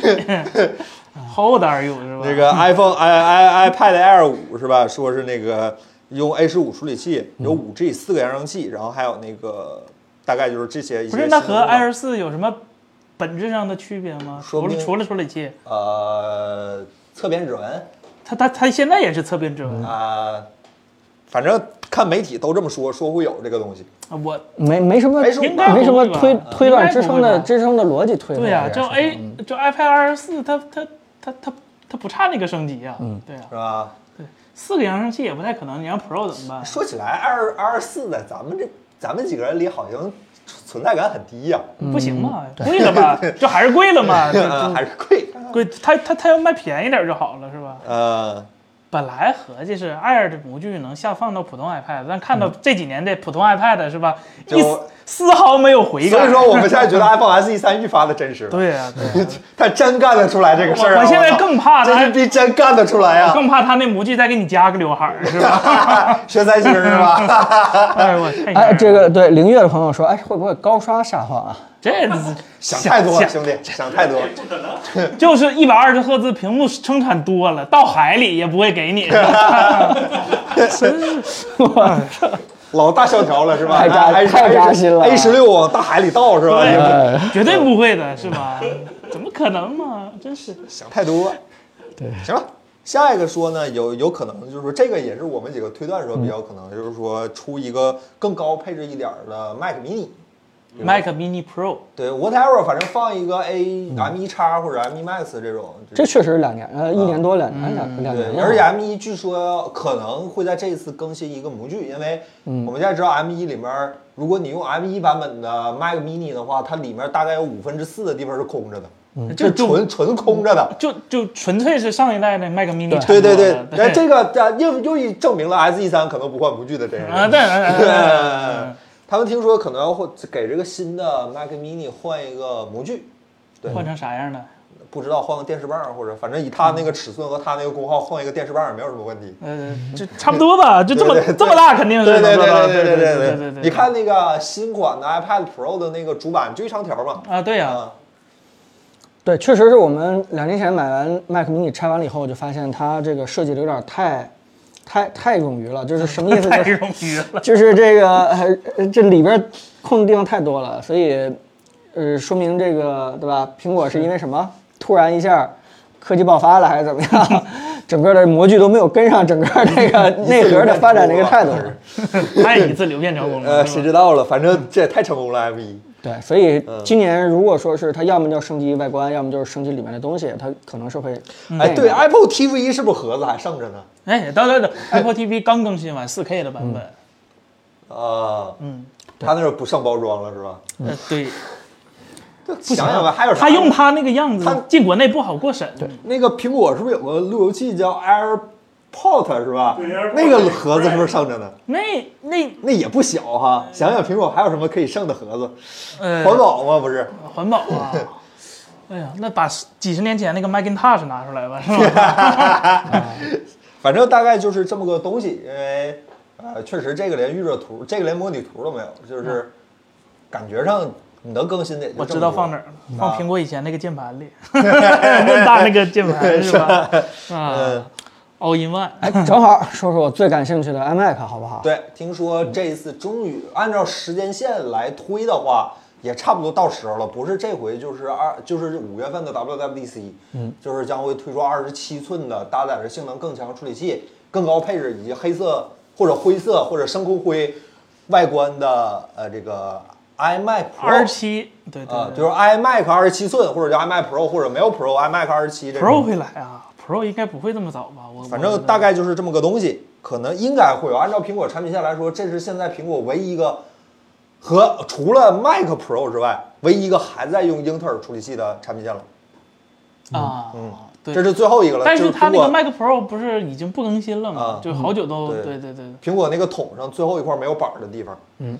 Speaker 2: ，How old are you 是吧？
Speaker 1: 那个 iPhone i i iPad Air 五是吧？说是那个用 A 十五处理器，有五 G 四个扬声器，然后还有那个大概就是这些一些
Speaker 2: 不
Speaker 1: 新的
Speaker 2: 是，
Speaker 1: 功
Speaker 2: 那
Speaker 1: 能。
Speaker 2: 和 Air 四有什么本质上的区别吗？
Speaker 1: 说
Speaker 2: 除
Speaker 1: 不
Speaker 2: 了
Speaker 1: 定
Speaker 2: 除了处理器，
Speaker 1: 呃侧边指纹。
Speaker 2: 它它它现在也是侧边指纹，
Speaker 1: 啊，反正看媒体都这么说，说会有这个东西。
Speaker 2: 我
Speaker 3: 没没什么
Speaker 1: 没什么
Speaker 2: 应该不
Speaker 3: 没什么
Speaker 2: 会吧
Speaker 3: 推
Speaker 2: 嗯
Speaker 3: 推
Speaker 2: 应
Speaker 3: 断
Speaker 2: 该不
Speaker 3: 支撑
Speaker 2: 会
Speaker 3: 的
Speaker 2: 吧
Speaker 3: 支撑的哎逻辑推论。
Speaker 2: 对呀、
Speaker 3: 这
Speaker 2: 这
Speaker 3: 个
Speaker 2: A 这 iPad 二十四，它它它它它不差那个升级啊。嗯，对啊
Speaker 1: 是，吧？
Speaker 2: 四个扬声器也不太可能，你让 Pro 怎么办？
Speaker 1: 说起来，二二十四在咱们这咱们几个人里好像存在感很低呀、
Speaker 2: 不行嘛，贵了吧？这还是贵了嘛？这
Speaker 1: 还是贵。
Speaker 2: 贵，它它它要卖便宜点就好了，是吧？
Speaker 1: 呃，
Speaker 2: 本来合计是 Air 的模具能下放到普通 iPad，但看到这几年这普通 iPad 是吧，
Speaker 1: 就
Speaker 2: 一丝丝毫没有 回
Speaker 1: 所
Speaker 2: 甘。
Speaker 1: 以说我们现在觉得 iPhone SE 三愈发的真实 了，
Speaker 2: 对啊，对啊
Speaker 1: 它真干得出来这个事儿啊。
Speaker 2: 我我现在
Speaker 1: 操
Speaker 2: 更怕
Speaker 1: 这
Speaker 2: 它，
Speaker 1: 逼真干得出来
Speaker 2: 我
Speaker 1: 呀！
Speaker 2: 更怕它那模具再给你加个刘海儿，是吧？
Speaker 1: 学三星是吧？
Speaker 2: 哎我太吓人
Speaker 3: 哎，
Speaker 2: 了
Speaker 3: 这个对凌月的朋友说，哎，会不会高刷下放啊？
Speaker 2: 这
Speaker 1: 想太多了，
Speaker 2: 想
Speaker 1: 兄弟，想太多了。
Speaker 4: 不可能，
Speaker 2: 就是一百二十赫兹屏幕生产多了，到海里也不会给你。是吧真是
Speaker 1: 老大萧条了是吧？
Speaker 3: 太扎
Speaker 1: 哎
Speaker 3: 太扎心了
Speaker 1: A 十六往大海里倒是吧？也不
Speaker 3: 哎，
Speaker 2: 绝对不会的，是吧？怎么可能嘛？真是
Speaker 1: 想太多。对，行了。下一个说呢，有有可能就是说，这个也是我们几个推断说
Speaker 3: 嗯
Speaker 1: 比较可能，就是说出一个更高配置一点儿的 Mac mini，
Speaker 2: Mac Mini Pro
Speaker 1: 对，whatever，反正放一个 A M 1 x 或者 M 1 Max 这种，
Speaker 3: 嗯这确实是啊两年，呃，一年多两
Speaker 2: 嗯
Speaker 3: 年两两年
Speaker 1: 对，
Speaker 3: 了，
Speaker 1: 而且 M 1据说可能会在这一次更新一个模具，因为
Speaker 3: 嗯
Speaker 1: 我们现在知道 M 1里面，如果你用 M 1版本的 Mac Mini 的话，它里面大概有五分之四的地方是空着的，
Speaker 3: 嗯
Speaker 2: 就
Speaker 1: 就纯纯空着的。
Speaker 2: 就就纯粹是上一代的 Mac Mini
Speaker 1: 对
Speaker 2: 对
Speaker 1: 对对，那这个啊又又一证明了 S E 三可能不换不具的这个人
Speaker 2: 啊，对对对
Speaker 1: 对，他们听说可能会给这个新的 Mac Mini 换一个模具，
Speaker 2: 对，换成啥样呢？
Speaker 1: 不知道换个电视棒儿或者反正以他那个尺寸和他那个功耗换一个电视棒儿也没有什么问题。
Speaker 2: 呃，就差不多吧，就这么
Speaker 1: 对对对
Speaker 2: 这么大肯定是
Speaker 1: 对对
Speaker 2: 能做到
Speaker 1: 对
Speaker 2: 对
Speaker 1: 对
Speaker 2: 对
Speaker 1: 你看那个新款的 iPad Pro 的那个主板就一长条嘛，
Speaker 2: 啊，对呀，
Speaker 1: 啊，
Speaker 3: 对，确实是我们两年前买完 Mac mini 拆完了以后，我就发现它这个设计的有点太，太太冗余了，就是什么意 思？
Speaker 2: 太
Speaker 3: 就是
Speaker 2: 容易了。
Speaker 3: 就是这个呃呃这里边空的地方太多了，所以呃说明这个对吧？苹果是因为什么突然一下科技爆发了还是怎么样？ 整个的模具都没有跟上整个这个 内核的发展的一个态度。
Speaker 1: 嗯
Speaker 2: 太哎一次流变成功
Speaker 1: 呃，
Speaker 2: 了，
Speaker 1: 谁
Speaker 2: 是吧
Speaker 1: 知道了，反正这也太成功了 M 1
Speaker 3: 对，所以
Speaker 1: 嗯
Speaker 3: 今年如果说是它要么就升级外观，要么就是升级里面的东西，它可能是会
Speaker 1: 哎，
Speaker 3: 变一
Speaker 1: 对
Speaker 3: 下
Speaker 1: ，Apple TV 是不是盒子还剩着呢？
Speaker 2: 哎，等等等，Apple TV 刚更新完 4K 的
Speaker 1: 嗯
Speaker 2: 版本，
Speaker 1: 啊，
Speaker 2: 嗯，
Speaker 1: 他那是不上包装了是吧？
Speaker 2: 呃，对，
Speaker 1: 就想想吧，还有啥
Speaker 2: 啊他用他那个样
Speaker 1: 他
Speaker 2: 子进国内不好过审，
Speaker 1: 那个苹果是不是有个路由器叫 AirPod 是吧
Speaker 4: 对？AirPod
Speaker 1: 那个盒子是不是剩着呢？
Speaker 2: 那那
Speaker 1: 那也不小哈，想想苹果还有什么可以剩的盒子？
Speaker 2: 呃
Speaker 1: 环保吗？不是，
Speaker 2: 环保 啊。哎呀，那把几十年前那个 Macintosh 拿出来吧，是吧？
Speaker 1: 反正大概就是这么个东西。因为呃，确实这个连预热图，这个连模拟图都没有，就是感觉上你能更新的也就
Speaker 2: 嗯我
Speaker 1: 这
Speaker 2: 知
Speaker 1: 么
Speaker 2: 道
Speaker 1: 多
Speaker 2: 放 哪儿了，放苹果以前那个键盘里，那大那个键 盘是吧？
Speaker 1: 嗯
Speaker 2: 啊，All in One，
Speaker 3: 哎，正好说说我最感兴趣的 iMac 好不好？
Speaker 1: 对，听说这一次终于按照时间线来推的话，也差不多到时候了，不是这回就是二，就是五月份的 WWDC，嗯，就是将会推出二十七寸的搭载着性能更强处理器、更高配置以及黑色或者灰色或者深空灰外观的呃这个 iMac
Speaker 2: 二
Speaker 1: Pro。
Speaker 2: 十七，对
Speaker 1: 啊、
Speaker 2: 对
Speaker 1: 就是 iMac 二十七寸，或者叫 iMac Pro，或者没有 Pro，iMac 二十七这
Speaker 2: 对
Speaker 1: 种。
Speaker 2: ，Pro 会来啊，Pro 应该不会这么早吧？我
Speaker 1: 反
Speaker 2: 我
Speaker 1: 正
Speaker 2: 觉得
Speaker 1: 大概就是这么个东西，可能应该会有。按照苹果产品线来说，这是现在苹果唯一一个和除了 Mac Pro 之外，唯一一个还在用英特尔处理器的产品线了。
Speaker 2: 啊，对
Speaker 1: 嗯这。是最后一个了。
Speaker 2: 但
Speaker 1: 就是是
Speaker 2: 它
Speaker 1: 苹
Speaker 2: 那个
Speaker 1: 果
Speaker 2: Mac Pro 不是已经不更新了吗
Speaker 1: 啊？
Speaker 2: 就好久都
Speaker 1: 对
Speaker 2: 对对对，
Speaker 1: 苹果那个桶上最后一块没有板儿的地方。嗯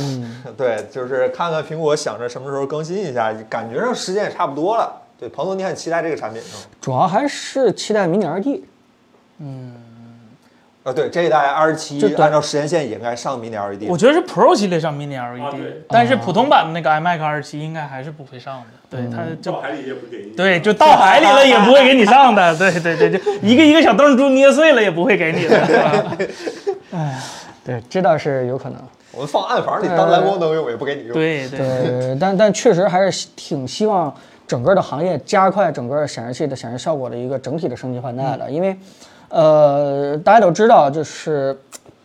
Speaker 1: 嗯 对，就是看看苹果想着什么时候更新一下，感觉上时间也差不多了。对，彭总，你很期待这个产品是吗？
Speaker 3: 主要还是期待迷你 2D。
Speaker 1: 啊，对，这一代二十七
Speaker 3: 这对
Speaker 1: 按照时间线也应该上 Mini LED 了。
Speaker 2: 我觉得是 Pro 系列上 Mini
Speaker 4: 啊
Speaker 2: LED，、
Speaker 4: 对
Speaker 2: 但是普通版的那个 iMac 二十七应该还是不会上的。
Speaker 1: 嗯
Speaker 2: 对，它
Speaker 4: 赵
Speaker 2: 就
Speaker 4: 海里也不给你。
Speaker 2: 对，就到海里 了也不会给你上的。对对 对，就一个一个小灯珠捏碎了也不会给你的。是吧
Speaker 3: 对，这倒是有可能。
Speaker 1: 我们放暗房里当蓝光灯用，也不给你用。
Speaker 2: 呃对对
Speaker 3: 对，呃但但确实还是希挺希望整个的行业加快整个显示器的显示效果的一个整体的升级换代的，因为，呃，大家都知道，就是，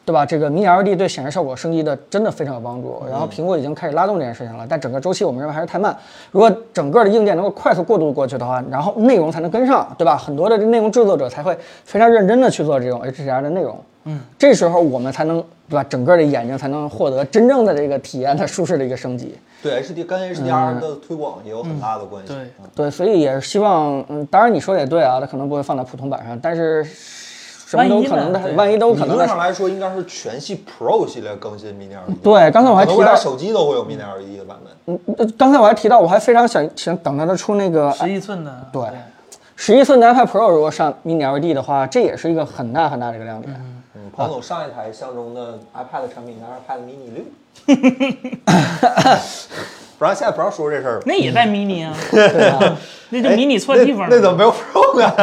Speaker 3: 对吧？这个 Mini LED E 对显示效果升级的真的非常有帮助。然后苹果已经开始拉动这件事情了，但整个周期我们认为还是太慢。如果整个的硬件能够快速过渡过去的话，然后内容才能跟上，对吧？很多的内容制作者才会非常认真的去做这种 HDR 的内容。嗯，这时候我们才能对吧？整个的眼睛才能获得真正的这个体验的舒适的一个升级。
Speaker 1: 对 HD 跟
Speaker 3: 嗯
Speaker 1: HDR 的推广也有很大的关系。
Speaker 2: 对
Speaker 1: 嗯
Speaker 3: 对，所以也是希望，嗯，当然你说的也对啊，它可能不会放在普通版上，但是什么都可
Speaker 2: 万一
Speaker 3: 能的，
Speaker 2: 呢
Speaker 3: 万一都可
Speaker 1: 理
Speaker 3: 能
Speaker 1: 论
Speaker 3: 的
Speaker 1: 上。来说，应该是全系 Pro 系列更新 Mini LED。
Speaker 3: 对，刚才我嗯还
Speaker 1: 可
Speaker 3: 提
Speaker 1: 能未
Speaker 3: 到
Speaker 1: 来，手机都会有 Mini LED 的版本。
Speaker 3: 嗯，呃刚才我还提到，我还非常想想等着它出那个
Speaker 2: 十一寸的，
Speaker 3: 对十一寸的 iPad Pro，如果上 Mini LED 的话，这也是一个很大很大的一个亮点。
Speaker 1: 嗯，彭总上一台相中的 iPad 产品应该是 iPad mini 六，不让现在不让说这事儿了。
Speaker 2: 那也带 mini 啊，
Speaker 3: 对啊，
Speaker 2: 那就迷你错地方了，
Speaker 1: 哎那那怎么没有 Pro 呢？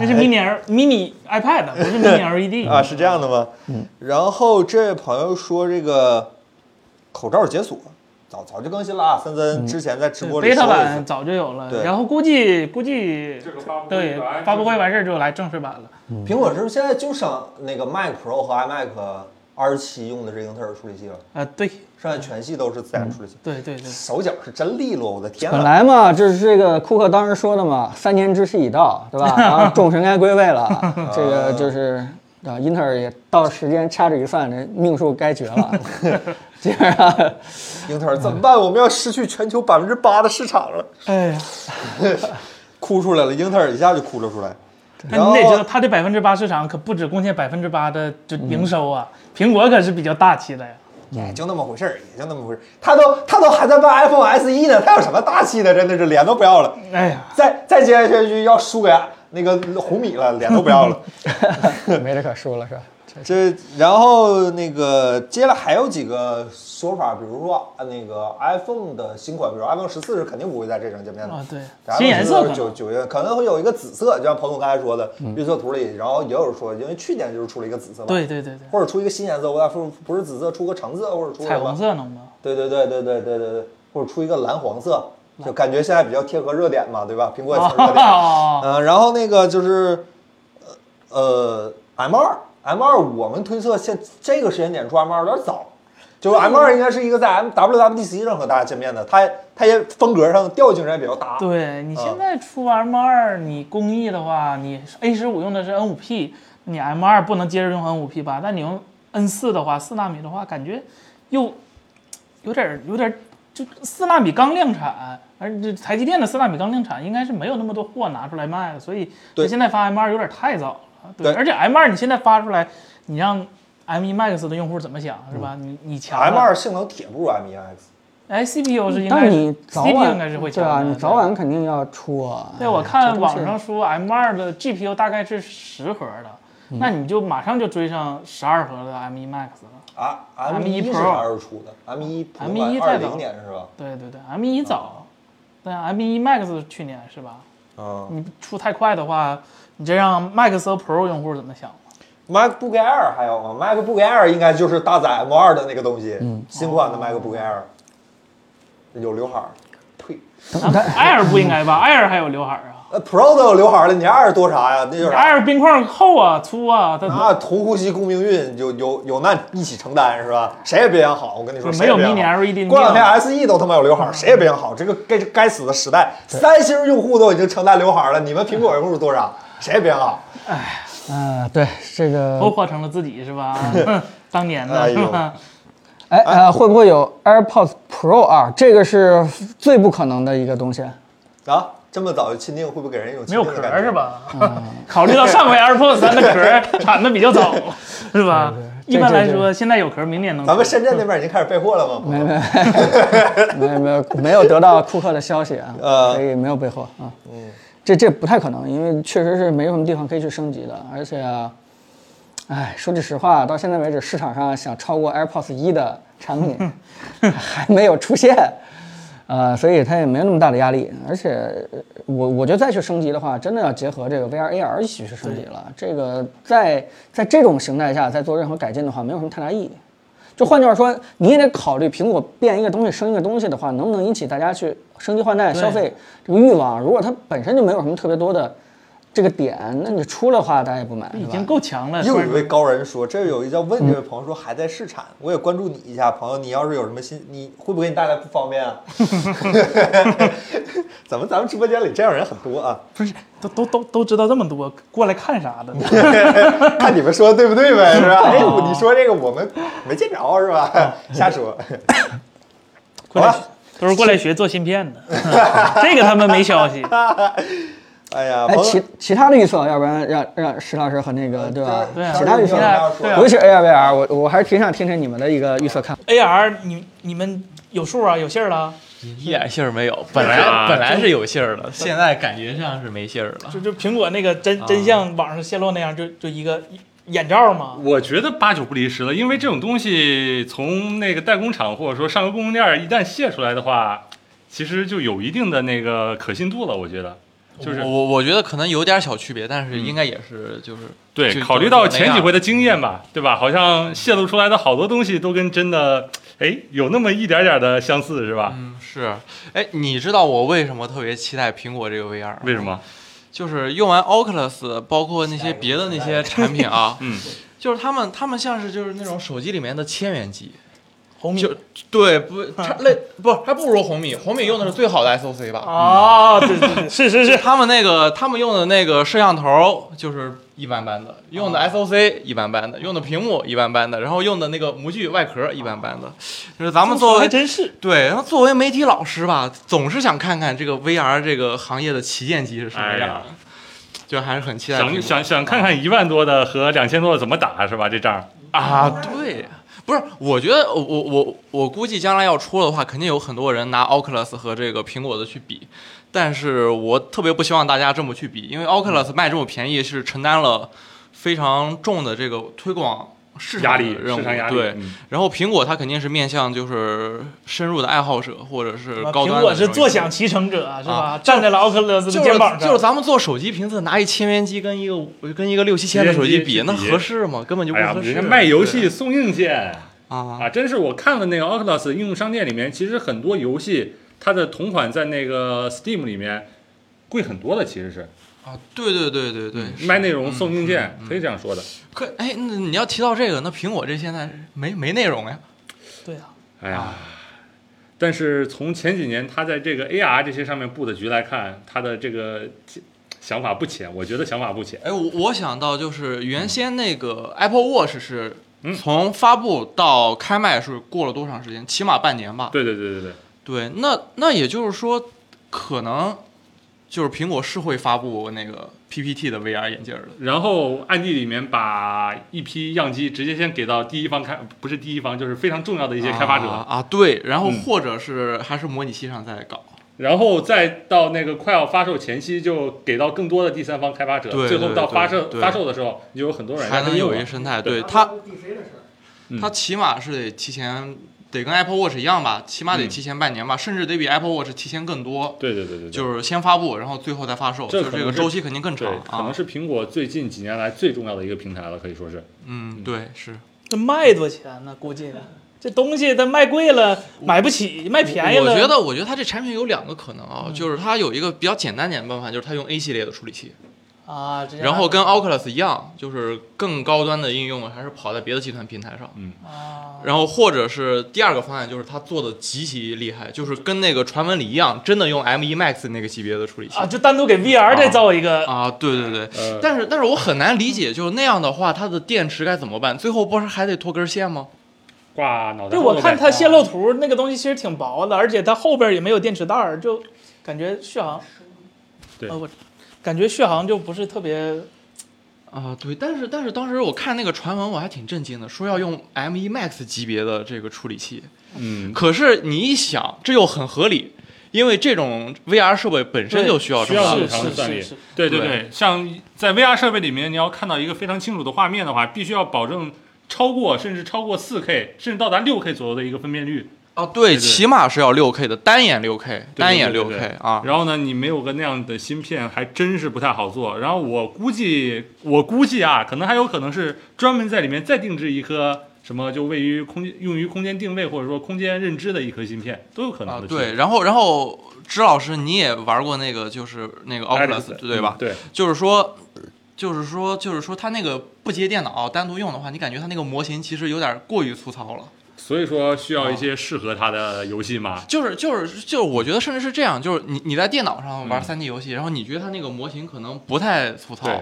Speaker 2: 那是 mini L mini iPad，不是 mini E LED
Speaker 1: 啊，是这样的吗？嗯。然后这位朋友说这个口罩解锁早早就更新了啊，森
Speaker 3: 嗯
Speaker 1: 森之前在 直播里
Speaker 2: 对
Speaker 1: 说
Speaker 2: ，beta
Speaker 1: 了一
Speaker 2: 版
Speaker 1: 次。
Speaker 2: 早就有了，
Speaker 1: 对
Speaker 2: 然后估计估计
Speaker 4: 这个发布会
Speaker 2: 对
Speaker 4: 完
Speaker 2: 发布会完事儿之后来正式版了，
Speaker 1: 苹果是不是现在就剩那个 Mac Pro 和 iMac 二十七用的是英特尔处理器了？
Speaker 2: 啊，对
Speaker 1: 剩下全系都是自然处理器。
Speaker 2: 对对对，
Speaker 1: 手脚是真利落，我的天
Speaker 3: 本
Speaker 1: 啊！
Speaker 3: 来嘛，就是这个库克当时说的嘛，三年之期已到，对 吧？然后众神该归位 了，这个就是啊，英特尔也到时间掐指一算，这命数该绝 了。这样啊，
Speaker 1: 英特尔怎么办？我们要失去全球百分之八的市场了。
Speaker 2: 哎呀，
Speaker 1: 哭出来了，英特尔一下就哭了出来。
Speaker 2: 那你得知道
Speaker 3: 哎
Speaker 2: 它这百分之八市场可不止贡献百分之八的就营收啊，
Speaker 1: 嗯
Speaker 2: 苹果可是比较大气的呀，
Speaker 1: 也就那么回事儿，也就那么回事儿。他都他都还在卖 iPhone SE 呢，他有什么大气的？真的是脸都不要了。
Speaker 2: 哎呀，
Speaker 1: 再再接下去要输给那个红米了，脸都不要了。
Speaker 3: 没得可说了是吧？
Speaker 1: 这然后那个接下来还有几个说法，比如说啊那个 iPhone 的新款，比如 iPhone 十四是肯定不会在这上见面的。
Speaker 2: 啊对，
Speaker 1: 然后
Speaker 2: 新颜色可
Speaker 1: 九
Speaker 2: 能
Speaker 1: 九月可能会有一个紫色，就像彭总刚才说的预测图里，然后也有人说，因为去年就是出了一个紫色嘛，
Speaker 2: 对对对对，
Speaker 1: 或者出一个新颜色，我咋说不是紫色，出个橙色或者出个
Speaker 2: 彩
Speaker 1: 什
Speaker 2: 虹
Speaker 1: 么？
Speaker 2: 色能吗？
Speaker 1: 对对对对对对对对，或者出一个蓝黄色，就感觉现在比较贴合热点嘛，对吧？苹果也蹭热 点。
Speaker 2: 啊，
Speaker 1: 嗯，然后那个就是，呃呃，M 二 M 二，我们推测现这个时间点出 M 二有点早，就是 M 二应该是一个在 M WWDC 上和大家见面的，它它也风格上调性上也比较搭。
Speaker 2: 对你
Speaker 1: 啊
Speaker 2: 现在出 M 二，你工艺的话，你 A 十五用的是 N 五 P，你 M 二不能接着用 N 五 P 吧？但你用 N 四的话，四纳米的话，感觉又有点儿有点儿，就四纳米刚量产，而这台积电的四纳米刚量产，应该是没有那么多货拿出来卖了，所以
Speaker 1: 对
Speaker 2: 它现在发 M 二有点太早了。
Speaker 1: 对
Speaker 2: 而且 M 二你现在发出来，你让 M 1 Max 的用户怎么想是吧？你你强
Speaker 1: 嗯 M 二性能铁不如 M 一 X。
Speaker 2: 哎 CPU 是应该
Speaker 3: 但
Speaker 2: 是
Speaker 3: 你早
Speaker 2: CPU
Speaker 3: 晚
Speaker 2: 应该是会强
Speaker 3: 对啊，
Speaker 2: 的
Speaker 3: 你早晚肯定要出啊。
Speaker 2: 对，我
Speaker 3: 哎
Speaker 2: 看
Speaker 3: 这东西
Speaker 2: 网上说 M 2的 GPU 大概是十核的，那你就马上就追上十二核的 M1 Max 了。
Speaker 1: 啊
Speaker 2: M1
Speaker 1: 一是
Speaker 2: Pro
Speaker 1: 啥时候出的？M 一二
Speaker 2: M1 太早
Speaker 1: 零年是吧？
Speaker 2: 对对对，M1 早，但 M1 E Max 是去年是吧？
Speaker 1: 嗯
Speaker 2: 你出太快的话，你这让 Max 和 Pro 用户怎么想？
Speaker 1: ，MacBook Air 还有吗？MacBook Air 应该就是搭载 M 二的那个东西，
Speaker 2: 嗯
Speaker 1: 新款
Speaker 2: 哦
Speaker 1: 的 MacBook Air 有刘海儿，呸，
Speaker 2: Air 不应该吧？Air 还有刘海儿啊
Speaker 1: 呃，Pro 都有刘海儿了，你 Air 多啥呀？那就是啊
Speaker 2: ，Air 边框厚啊、粗啊，它
Speaker 1: 那同呼吸共命运，有有有难一起承担是吧？谁也别想好，我跟你说，谁
Speaker 2: 没
Speaker 1: 也
Speaker 2: 有
Speaker 1: 别想
Speaker 2: Mini
Speaker 1: 好。
Speaker 2: LED
Speaker 1: 过两天 SE 都他妈有刘海儿，
Speaker 2: 嗯
Speaker 1: 谁也别想好。这个该该死的时代，三星用户都已经承担刘海儿了，你们苹果用户多少？谁也别想好。
Speaker 3: 啊，对这个
Speaker 2: 都活成了自己是吧？当年
Speaker 1: 哎
Speaker 2: 的
Speaker 1: 呦
Speaker 2: 是吧？
Speaker 3: 哎呃，会不会有 AirPods Pro 二？这个是最不可能的一个东西。
Speaker 1: 啊，这么早就钦定，会不会给人一种
Speaker 2: 没有
Speaker 1: 钦定
Speaker 2: 壳
Speaker 1: 的感觉
Speaker 2: 儿是？吧？ 考虑到上回 AirPods 三的壳 儿产的比较早，是吧？一般来说，现在有壳儿，明年能出。
Speaker 1: 咱们深圳那边已经开始备货了吗？
Speaker 3: 没没没有没有没有得到库克的消息啊，
Speaker 1: 呃
Speaker 3: 所以没有备货啊。嗯，这这不太可能，因为确实是没什么地方可以去升级的，而且啊，哎，说句实话，到现在为止，市场上想超过 AirPods 一的产品 还 没有出现。呃，所以它也没有那么大的压力，而且呃我我觉得再去升级的话，真的要结合这个 VR AR 一起去升级了。这个在在这种形态下再做任何改进的话，没有什么太大意义。就换句话说，你也得考虑苹果变一个东西升一个东西的话，能不能引起大家去升级换代、消费这个欲望。如果它本身就没有什么特别多的这个点，那你出了话大家也不买，
Speaker 2: 已
Speaker 3: 是吧
Speaker 2: 经够强 了。
Speaker 1: 又
Speaker 2: 突然
Speaker 1: 有一位高人说，这有一叫问这位朋友说还在试产，我也关注你一下，朋友，你要是有什么新，你会不会给你带来不方便啊？ 怎么咱们直播间里这样人很多啊？
Speaker 2: 不是都都都都知道这么多，过来看啥 的呢？
Speaker 1: 看你们说的对不对呗，是吧？哎，你说这个我们没见着是吧？瞎说。
Speaker 2: 过来
Speaker 1: 好吧
Speaker 2: 都是过来学做芯片的， 这个他们没消息。
Speaker 1: 哎呀，
Speaker 3: 哎，
Speaker 1: 朋友
Speaker 3: 其其他的预测，要不然让让石老师和那个对吧？
Speaker 2: 对啊
Speaker 3: 其他预测
Speaker 2: 对，啊对 啊
Speaker 3: 尤其是哎 AR VR，我我还是挺想听听你们的一个预测看。
Speaker 2: AR，你你们有数啊？有信儿了？
Speaker 5: 一点信儿没有。本来本来是有信儿的，现在感觉上是没信儿了。
Speaker 2: 就就苹果那个真真像网上泄露那样，就就一个眼罩嘛。
Speaker 4: 我觉得八九不离十了，因为这种东西从那个代工厂或者说上游供应链一旦卸出来的话，其实就有一定的那个可信度了。我觉得，就是
Speaker 5: 我我我觉得可能有点小区别，但是应该也是就是
Speaker 4: 对，
Speaker 5: 就
Speaker 4: 考虑到前几
Speaker 2: 啊
Speaker 4: 回的经验吧，对吧？好像泄露出来的好多东西都跟真的，哎，有那么一点点的相似，是吧？
Speaker 5: 嗯是。哎，你知道我为什么特别期待苹果这个 VR？
Speaker 4: 为什么？，
Speaker 5: 就是用完 Oculus，包括那些别的那些产品啊
Speaker 4: 嗯，
Speaker 5: 就是他们他们像是就是那种手机里面的千元机，嗯
Speaker 2: 红米
Speaker 5: 就对不它类不还不如红米，红米用的是最好的 SOC 吧？
Speaker 2: 哦，对对 对，是是
Speaker 5: 就是
Speaker 2: 是，
Speaker 5: 他们那个他们用的那个摄像头就是一般般的，用的 SOC 一般般的，用的屏幕一般般的，然后用的那个模具外壳一般般的，就是咱们作
Speaker 2: 还
Speaker 5: 为。
Speaker 2: 真是
Speaker 5: 对，然后作为媒体老师吧，总是想看看这个 VR 这个行业的旗舰机是什么
Speaker 4: 哎
Speaker 5: 样
Speaker 4: 呀
Speaker 5: 的，就还是很期待苹
Speaker 4: 想
Speaker 5: 果。
Speaker 4: 想想看看一万多的和两千多的怎么打，是吧？这仗，
Speaker 5: 啊，对，不是，我觉得我我我我估计将来要出了的话，肯定有很多人拿 Oculus 和这个苹果的去比，但是我特别不希望大家这么去比，因为 Oculus 卖这么便宜是承担了非常重的这个推广市场
Speaker 4: 压
Speaker 5: 的
Speaker 4: 力，
Speaker 5: 任务，
Speaker 4: 市场压力，
Speaker 5: 对。
Speaker 4: 嗯
Speaker 5: 然后苹果它肯定是面向就是深入的爱好者或者是高端的
Speaker 2: 啊苹果
Speaker 5: 这
Speaker 2: 是
Speaker 5: 种
Speaker 2: 坐
Speaker 5: 用户
Speaker 2: 享其成者啊，是吧
Speaker 5: 啊？
Speaker 2: 站在了奥克勒斯的
Speaker 5: 就是
Speaker 2: 肩膀
Speaker 5: 就是
Speaker 2: 上，
Speaker 5: 咱们做手机评测，拿一千元机跟一个五跟一个六七千的手机
Speaker 4: 千
Speaker 5: 比，
Speaker 4: 元机
Speaker 5: 那
Speaker 4: 去比
Speaker 5: 合适吗？根本就不
Speaker 4: 哎呀，
Speaker 5: 合
Speaker 4: 人
Speaker 5: 适。
Speaker 4: 家卖游
Speaker 5: 对
Speaker 4: 戏送硬件
Speaker 5: 啊
Speaker 4: 啊，真是我看了那个 Oculus 应用商店里面，其实很多游戏它的同款在那个 Steam 里面贵很多的，其实是
Speaker 5: 啊，对对对对对，是
Speaker 4: 卖内容送硬件
Speaker 5: 嗯，嗯嗯
Speaker 4: 可以这样说的。
Speaker 5: 可哎，那你要提到这个，那苹果这现在没没内容呀？
Speaker 2: 对啊，
Speaker 4: 哎呀，但是从前几年它在这个 AR 这些上面布的局来看，它的这个想法不浅，我觉得想法不浅。
Speaker 5: 哎，我我想到就是
Speaker 4: 嗯
Speaker 5: 原先那个 Apple Watch 是从发布到开卖是过了多长时间？起码半年吧。
Speaker 4: 对对对对对，
Speaker 5: 对，那那也就是说，可能就是苹果是会发布那个 PPT 的 VR 眼镜儿的。
Speaker 4: 然后暗地里面把一批样机直接先给到第一方开，不是第一方，就是非常重要的一些开发者，
Speaker 5: 啊啊，对，然后
Speaker 4: 嗯
Speaker 5: 或者是还是模拟器上在搞，
Speaker 4: 然后再到那个快要发售前夕，就给到更多的第三方开发者，
Speaker 5: 对
Speaker 4: 最后
Speaker 5: 对
Speaker 4: 到
Speaker 5: 对
Speaker 4: 发售
Speaker 5: 对
Speaker 4: 发售的时候，你就有很多软
Speaker 5: 还
Speaker 4: 件可
Speaker 5: 能
Speaker 4: 以用
Speaker 5: 有
Speaker 4: 了
Speaker 5: 一个生态。
Speaker 4: 对
Speaker 5: 对它，
Speaker 4: 嗯
Speaker 5: 它起码是得提前，得跟 Apple Watch 一样吧，起码得
Speaker 4: 嗯
Speaker 5: 提前半年吧，甚至得比 Apple Watch 提前更多，
Speaker 4: 对对对对对，
Speaker 5: 就是先发布，然后最后再发售，
Speaker 4: 这
Speaker 5: 就
Speaker 4: 可
Speaker 5: 是这
Speaker 4: 能
Speaker 5: 个
Speaker 4: 是
Speaker 5: 周期肯定更长
Speaker 4: 对，可能
Speaker 5: 啊。
Speaker 4: 是苹果最近几年来最重要的一个平台了，可以说是。
Speaker 5: 嗯，对，是。
Speaker 2: 这卖多少钱呢？估计这东西它卖贵了，买不起；卖便宜
Speaker 5: 我
Speaker 2: 了，嗯
Speaker 5: 觉得，我觉得它这产品有两个可能啊，就是它有一个比较简单点的办法，就是它用 A 系列的处理器，
Speaker 2: 啊，直接
Speaker 5: 然后跟
Speaker 2: 拿
Speaker 5: Oculus 一样，就是更高端的应用啊还是跑在别的集团平台上。
Speaker 2: 啊，
Speaker 5: 然后或者是第二个方案，就是它做的极其厉害，就是跟那个传闻里一样，真的用 M1 Max 那个级别的处理器
Speaker 2: 啊，就单独给 VR 再造一个，
Speaker 5: 啊，对对对。
Speaker 4: 呃，
Speaker 5: 但是但是我很难理解，就是那样的话，它的电池该怎么办？最后不是还得拖根线吗？
Speaker 4: 挂脑袋
Speaker 2: 对，
Speaker 4: 后
Speaker 2: 我
Speaker 4: 面
Speaker 2: 看它泄露图那个东西其实挺薄的，而且它后边也没有电池袋儿，就感觉续航，
Speaker 4: 对
Speaker 2: 呃我感觉续航就不是特别
Speaker 5: 啊，对，但是但是当时我看那个传闻，我还挺震惊的，说要用 M1 Max 级别的这个处理器。
Speaker 4: 嗯，
Speaker 5: 可是你一想，这又很合理，因为这种 VR 设备本身
Speaker 2: 对
Speaker 5: 就需要这
Speaker 4: 需要
Speaker 2: 是
Speaker 4: 这
Speaker 5: 么
Speaker 4: 么长的
Speaker 2: 是
Speaker 4: 算
Speaker 2: 是
Speaker 4: 力
Speaker 2: 是，
Speaker 4: 对对
Speaker 5: 对
Speaker 4: 对，像在 VR 设备里面，你要看到一个非常清楚的画面的话，必须要保证超过甚至超过四 K，甚至到达六 K 左右的一个分辨率。
Speaker 5: 啊，对，
Speaker 4: 对
Speaker 5: 起码是要六 K 的单眼六 K，单眼
Speaker 4: 对
Speaker 5: 六
Speaker 4: 对
Speaker 5: K 啊。
Speaker 4: 然后呢，你没有个那样的芯片，还真是不太好做。然后我估计，我估计啊，可能还有可能是专门在里面再定制一颗什么就位于空间用于空间定位或者说空间认知的一颗芯片，都有可能
Speaker 5: 啊
Speaker 4: 的。，
Speaker 5: 对，，然后然后支老师你也玩过那个就是那个 Oculus 对吧？
Speaker 4: 嗯对，
Speaker 5: 就是说，就是说，就是说，它那个不接电脑单独用的话，你感觉它那个模型其实有点过于粗糙了。
Speaker 4: 所以说需要一些适合它的游戏嘛。
Speaker 5: 就是就是就是，我觉得甚至是这样，就是你你在电脑上玩3 D 游戏，然后你觉得它那个模型可能不太粗糙
Speaker 4: 对，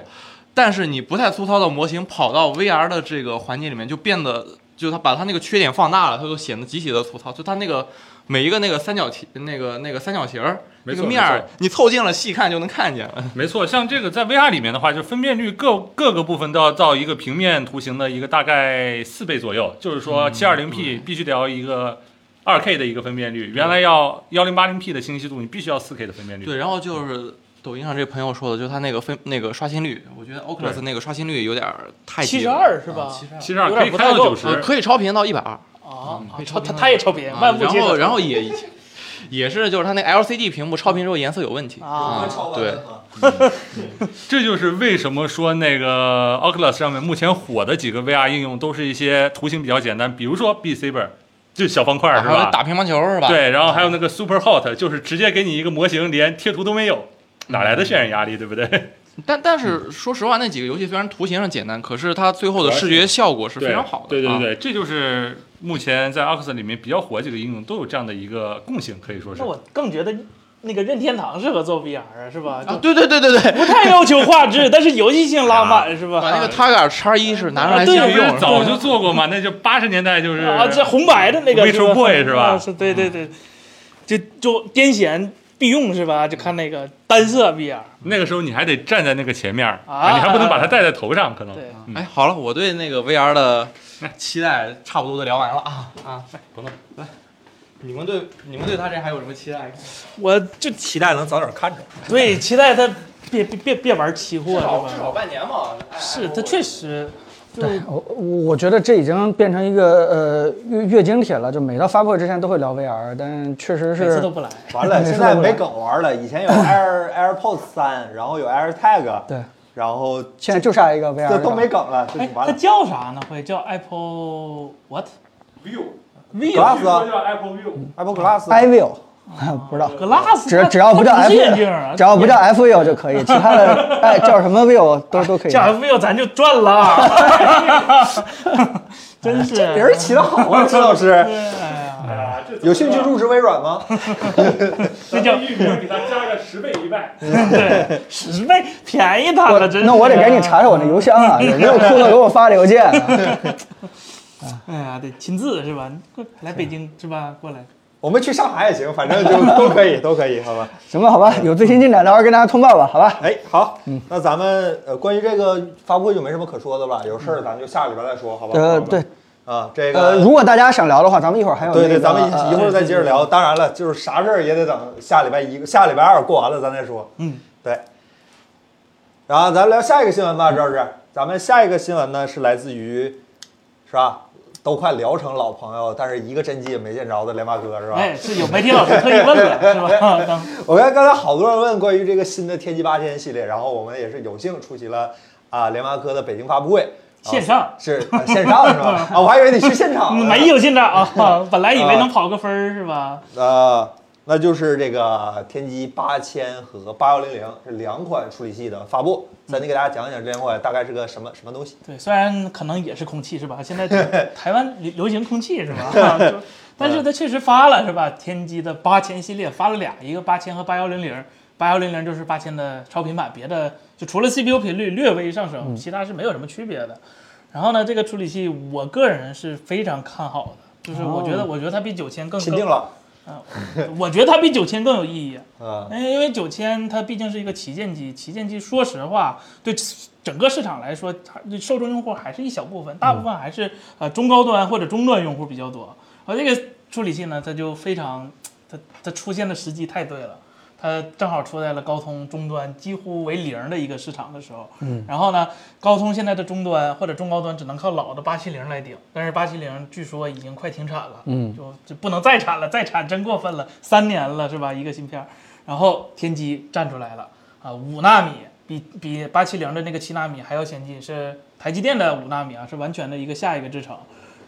Speaker 5: 但是你不太粗糙的模型跑到 VR 的这个环节里面，就变得就它把它那个缺点放大了，它就显得极其的粗糙，就它那个。每一个那个三角形，那个那个三角形儿，
Speaker 4: 没
Speaker 5: 那
Speaker 4: 错
Speaker 5: 个面
Speaker 4: 没
Speaker 5: 儿
Speaker 4: 错，
Speaker 5: 你凑近了细看就能看见。
Speaker 4: 没错，像这个在 VR 里面的话，就分辨率各各个部分都要到一个平面图形的一个大概四倍左右，就是说
Speaker 5: 嗯
Speaker 4: 720P 必须得要一个 2K 的一个分辨率，原来要 1080P 的清晰度，你必须要 4K 的分辨率。
Speaker 5: 对，然后就是抖音上这朋友说的，就是他那个分那个刷新率，我觉得 Oculus 那个刷新率有点儿太
Speaker 2: 七
Speaker 5: 低
Speaker 2: 十
Speaker 5: 了
Speaker 2: 二是吧？
Speaker 5: 啊72
Speaker 4: 七十二
Speaker 2: 有
Speaker 4: 可
Speaker 2: 点
Speaker 4: 以
Speaker 2: 不
Speaker 4: 开
Speaker 2: 太
Speaker 4: 到
Speaker 2: 够
Speaker 4: 九
Speaker 5: 呃，
Speaker 4: 十，
Speaker 5: 可以超频到一百二，
Speaker 2: 啊
Speaker 5: 可以，
Speaker 2: 他
Speaker 5: 超频
Speaker 2: 他也超频，万物
Speaker 5: 然
Speaker 2: 皆
Speaker 5: 后
Speaker 2: 可
Speaker 5: 然后也也是就是它那个 LCD 屏幕超频之后颜色有问题
Speaker 2: 啊
Speaker 5: 对，
Speaker 1: 嗯
Speaker 4: 这就是为什么说那个 Oculus 上面目前火的几个 VR 应用都是一些图形比较简单，比如说 B Saber，就小方块儿是
Speaker 5: 还有
Speaker 4: 吧？
Speaker 5: 打乒乓球是吧？，
Speaker 4: 对，然后还有那个 Super Hot，就是直接给你一个模型，连贴图都没有，哪来的渲染压力，对不对？
Speaker 5: 但但是说实话，那几个游戏虽然图形上简单，可是它最后的视觉效果是非常好的。
Speaker 4: 对对对
Speaker 5: 啊，
Speaker 4: 对，这就是目前在 Oculus 里面比较火的几个应用都有这样的一个共性，可以说是
Speaker 2: 那。我更觉得那个任天堂适合做 VR 啊，是吧？
Speaker 5: 啊
Speaker 2: 就
Speaker 5: 对对对对对，
Speaker 2: 不太要求画 质，但是游戏性拉
Speaker 3: 哎
Speaker 2: 满是吧？啊
Speaker 5: 把那个 Targa 叉一是拿上来
Speaker 2: 啊对
Speaker 5: 先
Speaker 4: 那不
Speaker 5: 去用
Speaker 4: 是
Speaker 5: 了，
Speaker 4: 早就做过嘛？那就八十年代就是
Speaker 2: 啊，这红白的那个
Speaker 4: Retro
Speaker 2: 是吧
Speaker 4: Boy 是吧嗯
Speaker 2: 啊是，对对对，就就癫痫必用是吧？就看那个单色 VR，
Speaker 4: 那个时候你还得站在那个前面儿，
Speaker 2: 啊
Speaker 4: 你还不能把它戴在头上，可能。
Speaker 2: 对，
Speaker 4: 嗯
Speaker 5: 哎，好了，我对那个 VR 的期待差不多都聊完了啊啊，
Speaker 4: 不弄
Speaker 5: 来，你们对你们对他这还有什么期待？
Speaker 2: 我就
Speaker 1: 期待能早点看着。
Speaker 2: 对期待他别别别别玩期货
Speaker 5: 至
Speaker 2: 是
Speaker 1: 哦
Speaker 5: 少至
Speaker 2: 吧？
Speaker 5: 少半年嘛。哎
Speaker 2: 是他确实就
Speaker 3: 对我我我觉得这已经变成一个呃月月经帖了，就每到发布会之前都会聊 VR，但确实
Speaker 2: 每次
Speaker 3: 是
Speaker 2: 都不来，
Speaker 1: 完了，
Speaker 3: 没
Speaker 1: 现
Speaker 3: 说
Speaker 1: 在
Speaker 3: 过
Speaker 1: 没梗玩了。以 前有 Air AirPods 三，然后有 AirTag，
Speaker 3: 对，
Speaker 1: 然后
Speaker 3: 现在就差一个 VR，
Speaker 1: 这都没梗了，这
Speaker 2: 哎，
Speaker 1: 完
Speaker 2: 它
Speaker 1: 了。
Speaker 2: 叫啥呢？会叫 Apple what
Speaker 4: View
Speaker 2: V
Speaker 1: Glass 啊
Speaker 4: 叫 Apple View，
Speaker 1: Apple Glass，哎
Speaker 3: i v i l 不知
Speaker 2: 哦
Speaker 3: 道。
Speaker 2: Glass，
Speaker 3: 只
Speaker 2: 它
Speaker 3: 只要
Speaker 2: 它
Speaker 3: 不叫
Speaker 2: 是
Speaker 3: F，
Speaker 2: 眼镜啊，
Speaker 3: 只要不叫
Speaker 2: 眼
Speaker 3: F U 就可以，其他 的哎叫什么 View 都都可以。
Speaker 2: 叫 F V 咱就赚 了，真是
Speaker 1: 别人起的好啊，陈老师，
Speaker 2: 哎呀
Speaker 4: 哎呀，这
Speaker 1: 有兴趣入职微软吗？
Speaker 2: 那叫
Speaker 4: 域名给它加个十倍一万。
Speaker 2: 对，十倍便宜他
Speaker 3: 我
Speaker 2: 了，真是。
Speaker 3: 那我得赶紧查查我那邮箱啊，有没有库克给我发的邮件 啊？
Speaker 2: 哎呀，得亲自是吧？你过来北京是吧？过来，
Speaker 1: 我们去上海也行，反正 就都可以，都可以，好吧？
Speaker 3: 行吧，好吧，有最新进展到时候跟大家通报吧，好吧？
Speaker 1: 哎，好，
Speaker 3: 嗯
Speaker 1: 那咱们呃，关于这个发布会就没什么可说的了，有事儿咱就下个礼拜再说，好吧？
Speaker 3: 呃，
Speaker 1: 朋友们
Speaker 3: 对，
Speaker 1: 啊，这
Speaker 3: 呃，
Speaker 1: 个
Speaker 3: 如果大家想聊的话，咱们一会儿还有
Speaker 1: 对
Speaker 3: 那
Speaker 1: 对，
Speaker 3: 个
Speaker 1: 咱们
Speaker 3: 呃
Speaker 1: 一一会儿再接着聊。当然了，就是啥事儿也得等下礼拜一、下礼拜二过完了咱再说。
Speaker 2: 嗯，
Speaker 1: 对。然后咱聊下一个新闻吧，这是咱们下一个新闻呢是来自于，是吧？都快聊成老朋友，但是一个真迹也没见着的连马哥是吧？
Speaker 2: 哎，是有媒体老师特意问了是吧？当
Speaker 1: 我看刚才好多人问关于这个新的天玑八千系列，然后我们也是有幸出席了啊联发科的北京发布会，啊
Speaker 2: 线上
Speaker 1: 是、呃线上是 吧？啊，我还以为你去现场呢。
Speaker 2: 没有进账啊，本来以为能跑个分儿是吧？
Speaker 1: 呃，那就是这个天玑八千和八幺零零这两款处理器的发布，咱得给大家讲讲这两款大概是个什么什么东西。
Speaker 2: 对，虽然可能也是空气是吧？现在台湾流流行空气是吧？啊就但是它确实发了是吧？天玑的八千系列发了俩，一个八千和八幺零零，八幺零零就是八千的超频版，别的就除了 CPU 频率略微上升，其他是没有什么区别的。然后呢，这个处理器我个人是非常看好的，就是我觉得，我觉得它比九千更
Speaker 1: 钦定，了，
Speaker 2: 更我觉得它比九千更有意义。
Speaker 1: 嗯，
Speaker 2: 哎，因为九千它毕竟是一个旗舰机，旗舰机说实话，对整个市场来说，它对受众用户还是一小部分，大部分还是呃中高端或者中端用户比较多。而这个处理器呢，它就非常，它它出现的时机太对了。它正好处在了高通终端几乎为零的一个市场的时候，嗯，然后呢，高通现在的终端或者中高端只能靠老的八七零来顶，但是八七零据说已经快停产了，嗯，就就不能再产了，再产真过分了，三年了是吧？一个芯片儿，然后天玑站出来了啊，五纳米比比八七零的那个七纳米还要先进，是台积电的五纳米啊，是完全的一个下一个制程。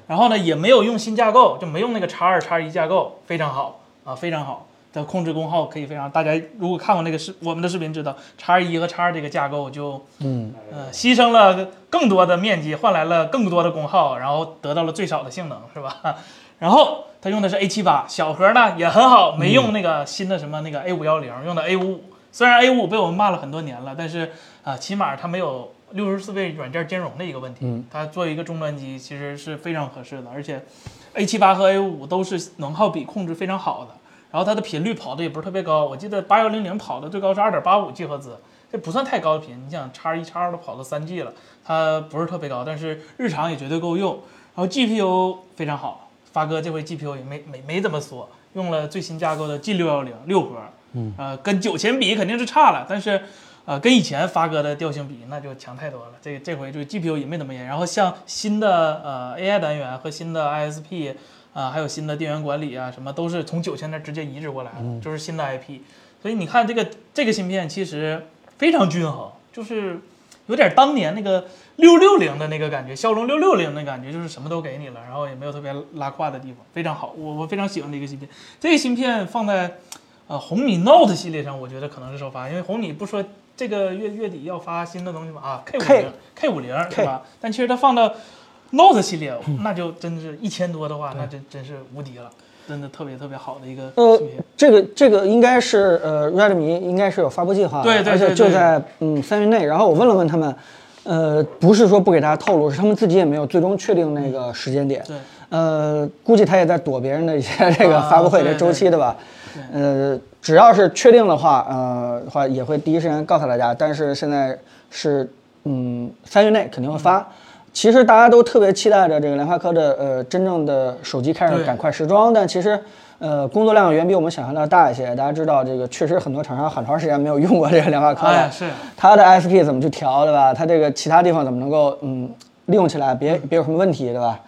Speaker 2: 然后呢也没有用新架构，就没用那个叉二叉一架构，非常好啊，非常好。的控制功耗可以非常，大家如果看过那个视我们的视频知道，叉一和叉二这个架构就
Speaker 3: 嗯，
Speaker 2: 呃，牺牲了更多的面积，换来了更多的功耗，然后得到了最少的性能，是吧？ 然后它用的是 A 7 8小核呢也很好，没用那个新的什么那个 A 5 1 0用的 A 5 5虽然 A 5 5被我们骂了很多年了，但是啊、起码它没有六十四位软件兼容的一个问题，
Speaker 3: 嗯
Speaker 2: 它做一个终端机其实是非常合适的，而且 A 7 8和 A 5 5都是能耗比控制非常好的，然后它的频率跑的也不是特别高，我记得八幺零零跑的最高是二点八五 G 赫兹，这不算太高的频。你想叉一叉二都跑到三 G 了，它不是特别高，但是日常也绝对够用。然后 GPU 非常好，发哥这回 GPU 也没没没怎么缩，用了最新架构的 G 六幺零六核，嗯，呃，跟九千比肯定是差了，但是。呃，跟以前发哥的调性比，那就强太多了。这这回就 GPU 也没怎么严，然后像新的呃 AI 单元和新的 ISP 啊、还有新的电源管理啊，什么都是从九千那直接移植过来的，就是新的 IP。所以你看这个这个芯片其实非常均衡，就是有点当年那个六六零的那个感觉，骁龙六六零的感觉，就是什么都给你了，然后也没有特别拉胯的地方，非常好，我我非常喜欢这个芯片。这个芯片放在呃红米 Note 系列上，我觉得可能是首发，因为红米不说这个月月底要发新的东西嘛啊 K 五零 K 五零是吧？但其实它放到 Note 系列，那就真是一千多的话，那真真是无敌了，真的特别特别好的一个
Speaker 3: 呃
Speaker 2: 芯片。
Speaker 3: 这个这个应该是呃，Redmi 应该是有发布计划的，
Speaker 2: 对对
Speaker 3: 而且
Speaker 2: 对
Speaker 3: 就
Speaker 2: 对
Speaker 3: 在嗯三月内。然后我问了问他们，呃，不是说不给大家透露，是他们自己也没有最终确定那个时间点。
Speaker 2: 对，
Speaker 3: 呃，估计他也在躲别人的一些 这个
Speaker 2: 啊
Speaker 3: 发布会
Speaker 2: 对
Speaker 3: 的周期，
Speaker 2: 对
Speaker 3: 对吧？呃，只要是确定的话，呃，的话也会第一时间告诉大家。但是现在是，嗯，三月内肯定
Speaker 2: 嗯
Speaker 3: 会发。其实大家都特别期待着这个联发科的呃真正的手机开始
Speaker 2: 对
Speaker 3: 赶快时装，但其实呃工作量远比我们想象的要大一些。大家知道这个确实很多厂商很长时间没有用过这个联发科了，
Speaker 2: 哎是
Speaker 3: 它的 SP 怎么去调，对吧？它这个其他地方怎么能够嗯利用起来，别别有什么问题，对吧？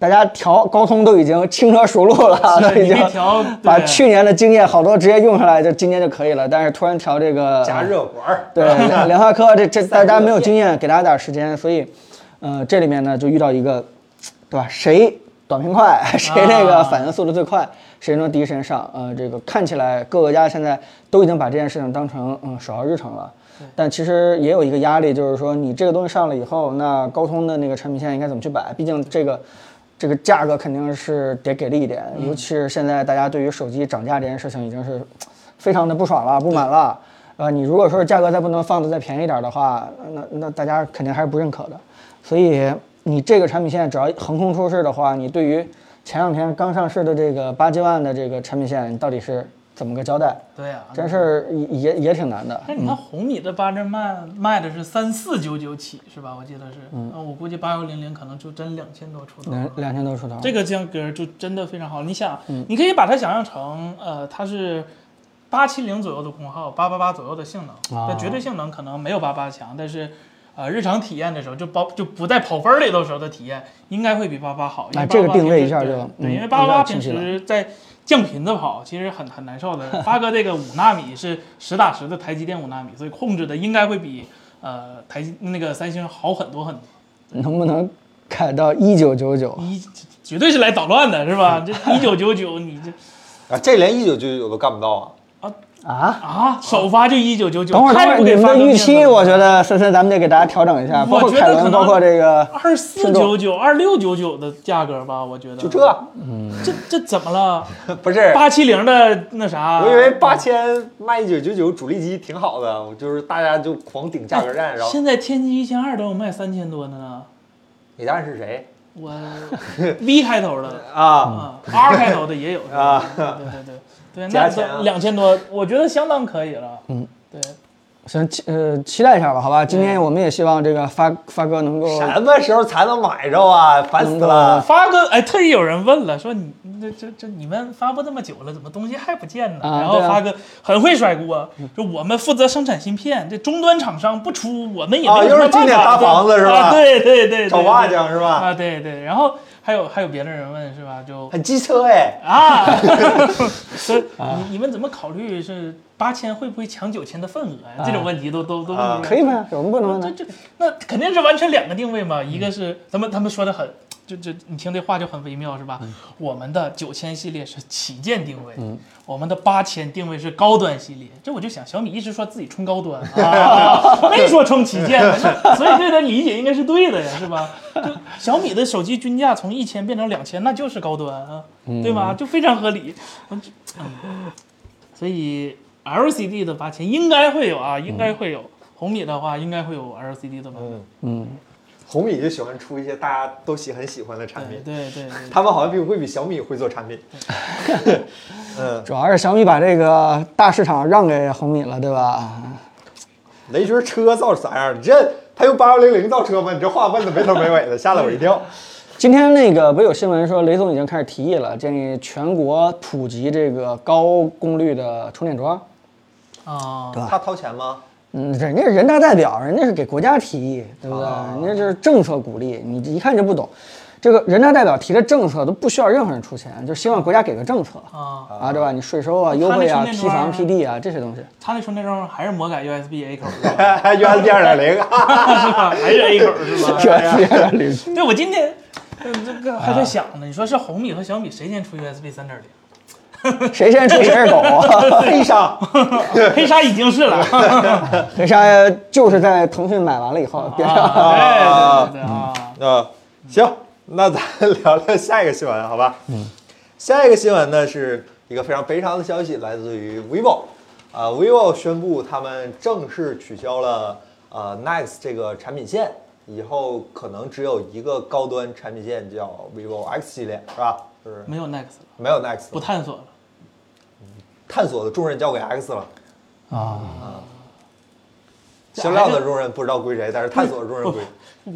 Speaker 3: 大家调高通都已经轻车熟路了，
Speaker 2: 是
Speaker 3: 都已
Speaker 2: 你
Speaker 3: 经
Speaker 2: 别调
Speaker 3: 把
Speaker 2: 对
Speaker 3: 去年的经验好多直接用上来，就今年就可以了。但是突然调这个
Speaker 1: 加
Speaker 3: 呃
Speaker 1: 热管儿，
Speaker 3: 对，联联发科这这大家没有经验，给大家点儿时间，所以，呃，这里面呢就遇到一个，对吧？谁短平快， 谁那个反应速度最快，谁能第一时间上。呃，这个看起来各个家现在都已经把这件事情当成嗯首要日程了，但其实也有一个压力，就是说你这个东西上了以后，那高通的那个产品线应该怎么去摆？毕竟这个。这个价格肯定是得给力一点，尤其是现在大家对于手机涨价这件事情已经是非常的不爽了、不满了。呃，你如果说是价格再不能放的再便宜点儿的话，呃那那大家肯定还是不认可的。所以你这个产品线只要横空出世的话，你对于前两天刚上市的这个八千万的这个产品线，你到底是怎么个交代？
Speaker 2: 对呀、
Speaker 3: 真是也也也挺难的。
Speaker 2: 但你看红米的八针卖卖的是三四九九起是吧？我记得是，嗯，我估计八幺零零可能就真两千多出头。
Speaker 3: 两两千多出头，
Speaker 2: 这个价格就真的非常好。你想，
Speaker 3: 嗯
Speaker 2: 你可以把它想象成，呃，它是八七零左右的功耗，八八八左右的性能，
Speaker 3: 啊
Speaker 2: 那绝对性能可能没有八八强，但是。呃，日常体验的时候，就包就不在跑分儿里头时候的体验，应该会比八八好。因为
Speaker 3: 哎这个
Speaker 2: 88
Speaker 3: 定位
Speaker 2: 平时
Speaker 3: 一下
Speaker 2: 对
Speaker 3: 就嗯
Speaker 2: 对，因为
Speaker 3: 比
Speaker 2: 八
Speaker 3: 较
Speaker 2: 八
Speaker 3: 清
Speaker 2: 平
Speaker 3: 晰了
Speaker 2: 时在降频的跑，其实很很难受 的。发哥这个五纳米是实打实的台积电五纳米，所以控制的应该会比呃台积那个三星好很多很多。
Speaker 3: 能不能改到一九九九？
Speaker 2: 一绝对是来捣乱的，是吧？这一九九九，你这
Speaker 1: 啊，这连一九九九都干不到啊！
Speaker 3: 啊？
Speaker 2: 啊，首发就一九九九，
Speaker 3: 等会儿，等会
Speaker 2: 太
Speaker 3: 儿，
Speaker 2: 不
Speaker 3: 你
Speaker 2: 给
Speaker 3: 们
Speaker 2: 发
Speaker 3: 的
Speaker 2: 个
Speaker 3: 预
Speaker 2: 面子
Speaker 3: 期，
Speaker 2: 了
Speaker 3: 我觉得森森，咱们得给大家调整一下，包
Speaker 2: 我
Speaker 3: 括
Speaker 2: 觉得
Speaker 3: 凯
Speaker 2: 可
Speaker 3: 伦，
Speaker 2: 能
Speaker 3: 包括这个
Speaker 2: 二四九九、二六九九的价格吧，我觉得
Speaker 1: 就这，
Speaker 2: 这这怎么了？
Speaker 1: 不 是？
Speaker 2: 八七零的那啥，
Speaker 1: 我以为八千卖一九九九主力机挺好的，我就是大家就狂顶价格战，然后
Speaker 2: 现在天玑一千二都有卖三千多的呢，
Speaker 1: 你当然是谁
Speaker 2: 我 V 开头的
Speaker 1: 啊？
Speaker 2: 啊，R 开头的也有是吧
Speaker 1: 啊
Speaker 2: 对对对对，
Speaker 1: 加
Speaker 2: 那
Speaker 1: 钱啊
Speaker 2: 都两千多，我觉得相当可以了。嗯，对，
Speaker 3: 行，期呃，期待一下吧，好吧？今天我们也希望这个发发哥能够
Speaker 1: 什么时候才能买着啊？烦死了！
Speaker 2: 发哥，哎，特意有人问了，说你那这这你们发布这么久了，怎么东西还不见呢？
Speaker 3: 啊
Speaker 2: 然后
Speaker 3: 对啊
Speaker 2: 发哥很会甩锅，
Speaker 1: 嗯
Speaker 2: 就我们负责生产芯片，这终端厂商不出，我们也没
Speaker 1: 啊
Speaker 2: 有什么
Speaker 1: 又是经典
Speaker 2: 办法
Speaker 1: 搭房子是吧
Speaker 2: 啊对对对对，
Speaker 1: 找瓦匠是吧
Speaker 2: 啊，对对。然后还有还有别的人问是吧？ 就
Speaker 1: 很机车哎，
Speaker 2: 啊， 所以
Speaker 1: 啊
Speaker 2: 你你们怎么考虑是八千会不会抢九千的份额呀？这种问题都都都问
Speaker 1: 啊
Speaker 2: 出来
Speaker 3: 可以呗，有什么不能的
Speaker 2: 这？这那肯定是完全两个定位嘛，一个是咱们他们说的很，就这你听这话就很微妙是吧？
Speaker 3: 嗯
Speaker 2: 我们的九千系列是旗舰定位，我们的八千定位是高端系列。这我就想，小米一直说自己冲高端 啊，没说冲旗舰呢，那所以这个理解应该是对的呀，是吧？就小米的手机均价从一千变成两千，那就是高端啊，对吧？就非常合理。嗯这嗯所以 LCD 的八千应该会有啊，应该会有。红米的话应该会有 LCD 的吧？
Speaker 1: 嗯，
Speaker 3: 嗯，
Speaker 1: 红米就喜欢出一些大家都喜很喜欢的产
Speaker 2: 对
Speaker 1: 品，
Speaker 2: 对对对。
Speaker 1: 他们好像比会比小米会做产品。嗯，
Speaker 3: 主要是小米把这个大市场让给红米了，对吧？
Speaker 1: 雷军车造啥样？你这他用八幺零零造车吗？你这话问的没头没尾的，吓了我一跳。
Speaker 3: 今天那个不是有新闻说雷总已经开始提议了，建议全国普及这个高功率的充电桩。
Speaker 2: 啊，
Speaker 1: 他掏钱吗？
Speaker 3: 嗯，人家人大代表，人家是给国家提议，对不对？
Speaker 2: 啊
Speaker 3: 人家就是政策鼓励，你一看就不懂。这个人大代表提的政策都不需要任何人出钱，就希望国家给个政策
Speaker 2: 啊
Speaker 3: 啊，对吧？你税收啊、优惠啊、
Speaker 2: 充电
Speaker 3: 批
Speaker 2: 桩啊
Speaker 3: 房、批地啊这些东西，
Speaker 2: 他那充电桩还是魔改 USB A 口是
Speaker 1: USB 二点 零，
Speaker 2: 吧？还是 A 口是吧？
Speaker 3: 这 是点零。
Speaker 2: 对，我今 天呃这个还在想呢，你说是红米和小米谁先出 USB 三点零？
Speaker 3: 谁先出谁是狗啊！
Speaker 1: 黑鲨。
Speaker 2: 黑鲨已经是 了，啊
Speaker 3: 黑鲨就是在腾讯买完了以后变成
Speaker 2: 对对对对啊，
Speaker 1: 啊，行，那咱聊聊下一个新闻，好吧？嗯，下一个新闻呢是一个非常悲伤的消息，来自于 vivo，啊、v i v o 宣布他们正式取消了呃 Nice 这个产品线，以后可能只有一个高端产品线叫 vivo X 系列，是吧？就是
Speaker 2: 没有 Next 了，
Speaker 1: 没有 Nice，
Speaker 2: 不
Speaker 1: 了
Speaker 2: 探索了。
Speaker 1: 探索的重任交给 X 了。
Speaker 3: 啊，
Speaker 1: 销量的重任不知道归谁，但是探索的重任归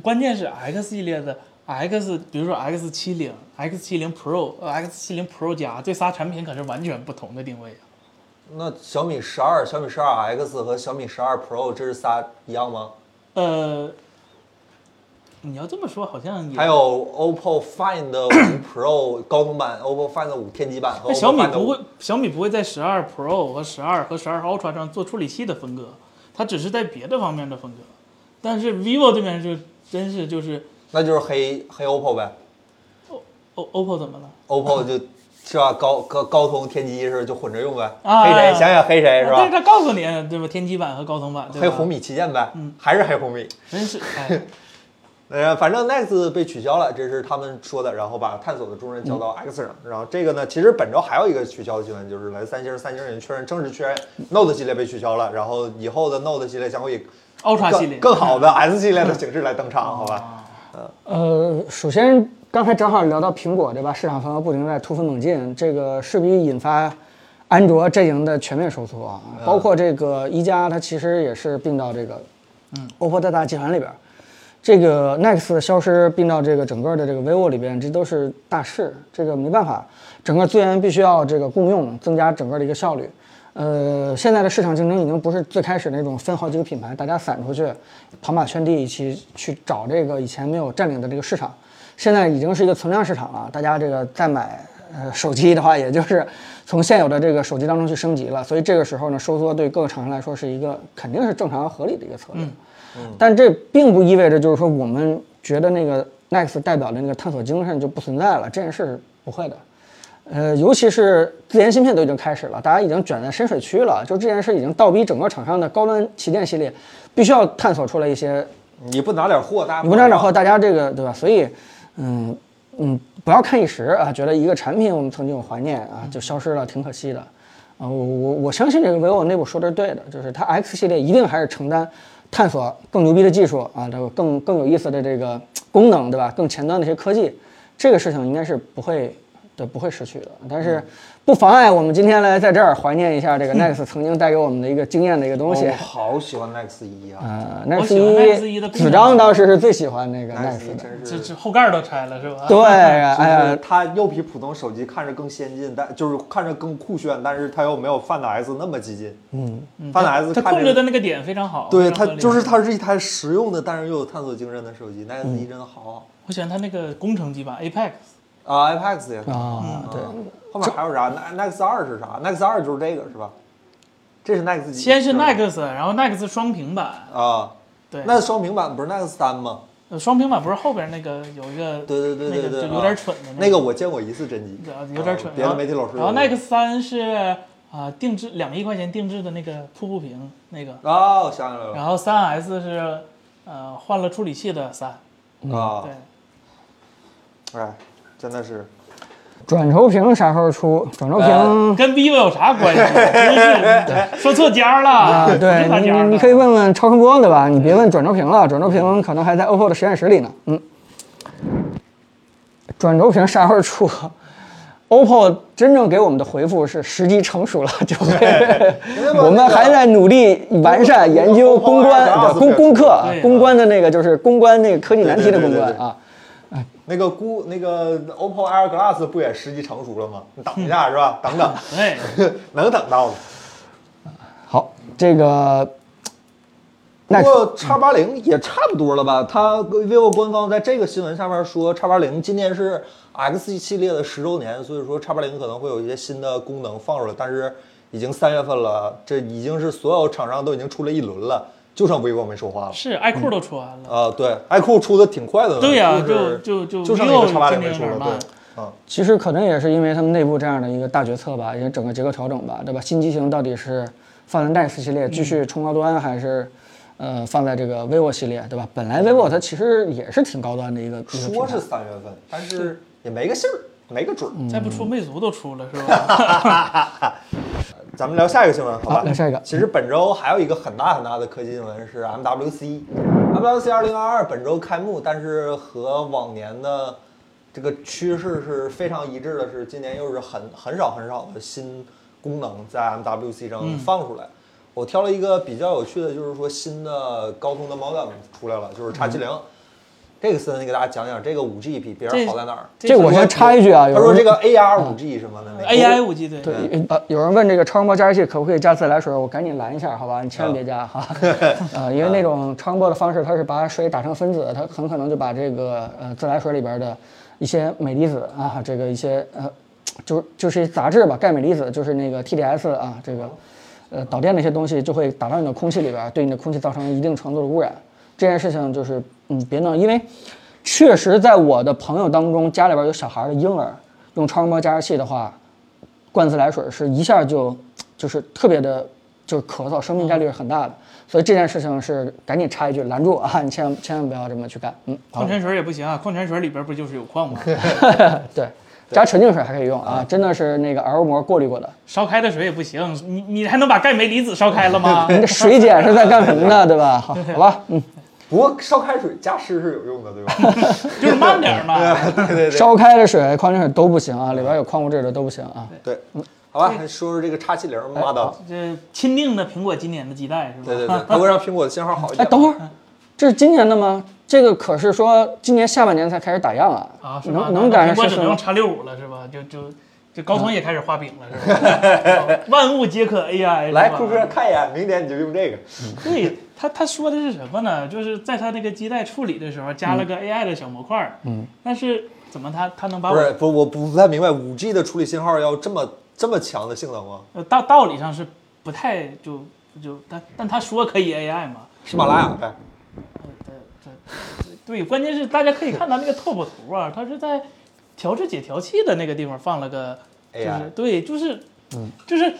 Speaker 2: 关键是 X 系列的 X，比如说 X 七零、X 七零 Pro、呃 X 七零 Pro 加这仨产品可是完全不同的定位啊。
Speaker 1: 那小米十二、小米十二 X 和小米十二 Pro 这是仨一样吗？
Speaker 2: 呃，你要这么说，好像也
Speaker 1: 还有 OPPO Find 5 Pro 高通版、OPPO Find 5天玑版和
Speaker 2: 那
Speaker 1: OPPO
Speaker 2: 小米
Speaker 1: Find
Speaker 2: 不会
Speaker 1: 5，
Speaker 2: 小米不会在十二 Pro 和十二和十二 Ultra 上做处理器的分割，它只是在别的方面的分割。但是 vivo 这边就真是就是
Speaker 1: 那就是黑黑 OPPO 呗
Speaker 2: ，O OPPO 怎么了？
Speaker 1: ，OPPO 就是吧，高高高通天玑是就混着用呗，
Speaker 2: 啊
Speaker 1: 黑谁想想黑谁哎是
Speaker 2: 啊对，
Speaker 1: 吧？
Speaker 2: 他告诉你对吧？天玑版和高通版，对吧
Speaker 1: 黑红，米旗舰呗
Speaker 2: 嗯，
Speaker 1: 还是黑红米。
Speaker 2: 真是哎，
Speaker 1: 呃，反正 Next 被取消了，这是他们说的，然后把探索的重任交到
Speaker 3: 嗯
Speaker 1: X 上。然后这个呢，其实本周还有一个取消的新闻，就是来自三星，三星人确认正式确认 Note 系列被取消了，然后以后的 Note 系列将会以
Speaker 2: Ultra 系列
Speaker 1: 更更好的 S 系列的形式来登场，好吧？
Speaker 3: 呃，首先刚才正好聊到苹果对吧？市场份额不停在突飞猛进，这个势必引发安卓阵营的全面收缩啊，包括这个一加，它其实也是并到这个嗯 OPPO 大大集团里边儿。这个 Next 的消失并到这个整个的这个 vivo 里边，这都是大事，这个没办法，整个资源必须要这个共用，增加整个的一个效率。呃，现在的市场竞争已经不是最开始那种分好几个品牌，大家散出去跑马圈地一起去找这个以前没有占领的这个市场，现在已经是一个存量市场了。大家这个再买呃手机的话，也就是从现有的这个手机当中去升级了，所以这个时候呢，收缩对各个厂商来说是一个肯定是正常合理的一个策略。但这并不意味着就是说我们觉得那个 Next 代表的那个探索精神就不存在了，这件事是不会的。呃，尤其是自研芯片都已经开始了，大家已经卷在深水区了，就这件事已经倒逼整个厂商的高端旗舰系列必须要探索出来一些
Speaker 1: 你不拿点货，大家
Speaker 3: 你不沾点货，大家这个对吧？所以，嗯嗯，不要看一时啊，觉得一个产品我们曾经有怀念
Speaker 2: 嗯
Speaker 3: 啊，就消失了，挺可惜的。啊，我我我相信这个 vivo 内部说的是对的，就是它 X 系列一定还是承担探索更牛逼的技术啊，这个更更有意思的这个功能，对吧？更前端的一些科技，这个事情应该是不会对不会失去的。但
Speaker 2: 嗯
Speaker 3: 是不妨碍我们今天来在这儿怀念一 下这个 Next 曾经带给我们的一个惊艳的一个东西。
Speaker 1: 我好喜欢 Next 一啊
Speaker 3: 呃
Speaker 2: 哦我喜欢
Speaker 3: ，Next
Speaker 2: Next 一的功能
Speaker 3: 子章当时是最喜欢那个嗯 Next
Speaker 1: ，Next
Speaker 3: 的
Speaker 1: 一。真
Speaker 2: 这
Speaker 1: 是
Speaker 2: 这后盖儿都拆了 是 吧？
Speaker 3: 对，哎
Speaker 1: 就是
Speaker 3: 呀，
Speaker 1: 它又比普通手机看着更先进，但就是看着更酷炫，但是它又没有 Find S 那么激进。嗯，Find
Speaker 2: 它
Speaker 1: S
Speaker 2: 它
Speaker 1: 看
Speaker 2: 控制的那个点非常好。
Speaker 1: 对
Speaker 2: 非常
Speaker 1: 它
Speaker 2: 合理
Speaker 1: 就是，它是一台实用的，但是又有探索精神的手机。Next
Speaker 3: 嗯
Speaker 1: 一真好
Speaker 2: 我喜欢它那个工程机吧，Apex。
Speaker 1: 啊，iPad 也好。
Speaker 3: 啊，对，
Speaker 1: 后面还有啥？Ne-？Next 二是啥？Next 二就是这个是吧？这嗯是 Next 几？
Speaker 2: 先是
Speaker 1: 吧
Speaker 2: Next，然后 Next 双屏版，
Speaker 1: 啊，
Speaker 2: 对，
Speaker 1: 那双屏版不是 Next 三吗？
Speaker 2: 呃双平板不是后边那个有一个
Speaker 1: 对对对对对
Speaker 2: 那个
Speaker 1: 啊
Speaker 2: 就有点蠢的
Speaker 1: 那个我见过一次真机，
Speaker 2: 啊有点蠢
Speaker 1: 啊。别的
Speaker 2: 然后
Speaker 1: 媒体老师有
Speaker 2: 然后 Nike 三是啊定制两亿块钱定制的那个瀑布屏那个，
Speaker 1: 啊，我想起来了
Speaker 2: 然后三 S 是呃换了处理器的三，
Speaker 1: 啊
Speaker 2: 对，，
Speaker 1: 哎，真的 是
Speaker 3: 转轴屏啥时候出？转轴
Speaker 1: 呃嗯
Speaker 3: 屏
Speaker 2: 跟 vivo 有啥关系？啊真 是说错家了
Speaker 3: 啊，
Speaker 2: 不
Speaker 3: 对
Speaker 2: 是他
Speaker 3: 你
Speaker 2: 家
Speaker 3: 你
Speaker 2: 的
Speaker 3: 你可以问问超声波对吧？你
Speaker 1: 嗯
Speaker 3: 别问转轴屏了，转轴屏可能还在 OPPO 的实验室里呢。嗯，转轴屏啥时候出？OPPO 真正给我们的回复是时机成熟了， 就会。 我们还在努力完善研究 公关
Speaker 1: 那个
Speaker 3: 对公公课啊
Speaker 2: 对啊
Speaker 3: 公关的那个就是公关那个科技难题的公
Speaker 1: 对
Speaker 3: 关
Speaker 1: 对对对对
Speaker 3: 啊。
Speaker 1: 那个估那个 OPPO Air Glass 不也时机成熟了吗？你等一下是吧？等等，
Speaker 2: 对，
Speaker 1: 能等到的。
Speaker 3: 好，这个那
Speaker 1: 不过叉八零也差不多了吧？它 vivo 官方在这个新闻上面说，叉八零今年是 X 系列的十周年，所以说叉八零可能会有一些新的功能放出来，但是已经三月份了，这已经是所有厂商都已经出了一轮了，就剩 vivo 没说话了。
Speaker 2: 是爱酷都出完了。
Speaker 1: 啊、对，iQOO 出的挺快的呢，
Speaker 2: 对呀、
Speaker 1: 就是
Speaker 2: 就就
Speaker 1: 就剩那
Speaker 2: 又
Speaker 1: 个叉八零
Speaker 2: 今
Speaker 1: 没
Speaker 2: 年
Speaker 1: 出
Speaker 2: 有点
Speaker 1: 了，
Speaker 2: 慢
Speaker 1: 对。，嗯，
Speaker 3: 其实可能也是因为他们内部这样的一个大决策吧，也整个结构调整吧，对吧？新机型到底是放在 Next 系列继续
Speaker 1: 嗯
Speaker 3: 冲高端，还是呃放在这个 vivo 系列，对吧？本来 vivo 它其实也是挺高端的一个一个品
Speaker 1: 说
Speaker 3: 牌
Speaker 1: 是，三月份，但是也没个信儿，没个准儿。
Speaker 2: 再不出魅族都出了是 吧？
Speaker 1: 咱们聊下一个新闻，好吧？
Speaker 3: 啊好聊下一个
Speaker 1: 其实本周还有一个很大很大的科技新闻是 MWC。MWC 二零二二本周开幕，但是和往年的这个趋势是非常一致的，是今年又是很很少很少的新功能在
Speaker 3: 嗯
Speaker 1: MWC 上放出来。我挑了一个比较有趣的，就是说新的高通的 modem 出来了，就是 X 七零。这个森森给大家讲讲，这个五 G 比别人
Speaker 2: 这
Speaker 1: 好在哪儿？
Speaker 3: 嗯这我先插一句啊，有
Speaker 1: 他说
Speaker 3: 人
Speaker 1: 这个 AR 五 G 什么的那个
Speaker 2: AI 五 G 对，
Speaker 3: 对，呃，有人问这个超声波加湿器可不可以加自来水，我赶紧拦一下，好吧？你千万别加哈，呃，因为那种超声波的方式，它是把水打成分子，它很可能就把这个呃自来水里边的一些镁离子啊，这个一些呃，就就是杂质吧，钙镁离子，就是那个 TDS 啊，这个呃导电那些东西就会打到你的空气里边，对你的空气造成一定程度的污染。这件事情就是嗯，别弄，因为确实在我的朋友当中，家里边有小孩的婴儿用超声波加湿器的话。灌自来水是一下就就是特别的，就是咳嗽，生命概率是很大的。所以这件事情是赶紧插一句，拦住啊！你千万千万不要这么去干。嗯，好
Speaker 2: 矿，泉水也不行啊，矿泉水里边不就是有矿吗？
Speaker 3: 对，加纯净水还可以用啊，真的是那个 RO 膜过滤过的。
Speaker 2: 烧开的水也不行，你你还能把钙镁离子烧开了吗？
Speaker 3: 你这水碱是在干什么呢？对吧？好，好吧，嗯，
Speaker 1: 不过烧开水加湿是有用的，对 吧？
Speaker 2: 就是慢点嘛。
Speaker 1: 对对对
Speaker 3: 烧开的水、矿泉水都不行啊，里边有矿物质的都不行啊。
Speaker 1: 对，好吧，还说说这个叉七零妈的，
Speaker 2: 这钦定的苹果今年的基带是吧？
Speaker 1: 对对对，它会让苹果的信号好一
Speaker 3: 哎，
Speaker 1: 点。
Speaker 3: 等会儿，
Speaker 2: 嗯
Speaker 3: 这是今年的吗？这个可是说今年下半年才开始打样啊，
Speaker 2: 啊，是吧？
Speaker 3: 能能赶
Speaker 2: 那苹
Speaker 3: 上
Speaker 2: 果
Speaker 3: 十
Speaker 2: 只
Speaker 3: 四
Speaker 2: 能
Speaker 3: 吗
Speaker 2: 用？叉六五了是吧？就就就高通也开始画饼了 是吧？哦万物皆可 AI 是吧
Speaker 1: 来，库克看一眼，明年你就用这个。
Speaker 2: 对他他说的是什么呢？就是在他那个基带处理的时候加了
Speaker 1: 嗯
Speaker 2: 个 AI 的小模块，嗯，但是怎么他他能把
Speaker 1: 不
Speaker 2: 我
Speaker 1: 是，不，我不太明白五 G 的处理信号要这么这么强的性能吗？
Speaker 2: 呃道道理上是不太就就但但他说可以 AI 嘛，
Speaker 1: 喜马拉
Speaker 2: 嗯
Speaker 1: 雅哎呗，
Speaker 2: 对对对，关键是大家可以看到那个 top 图啊，它是在调制解调器的那个地方放了个，就是
Speaker 1: AI
Speaker 2: 对，就是嗯，就是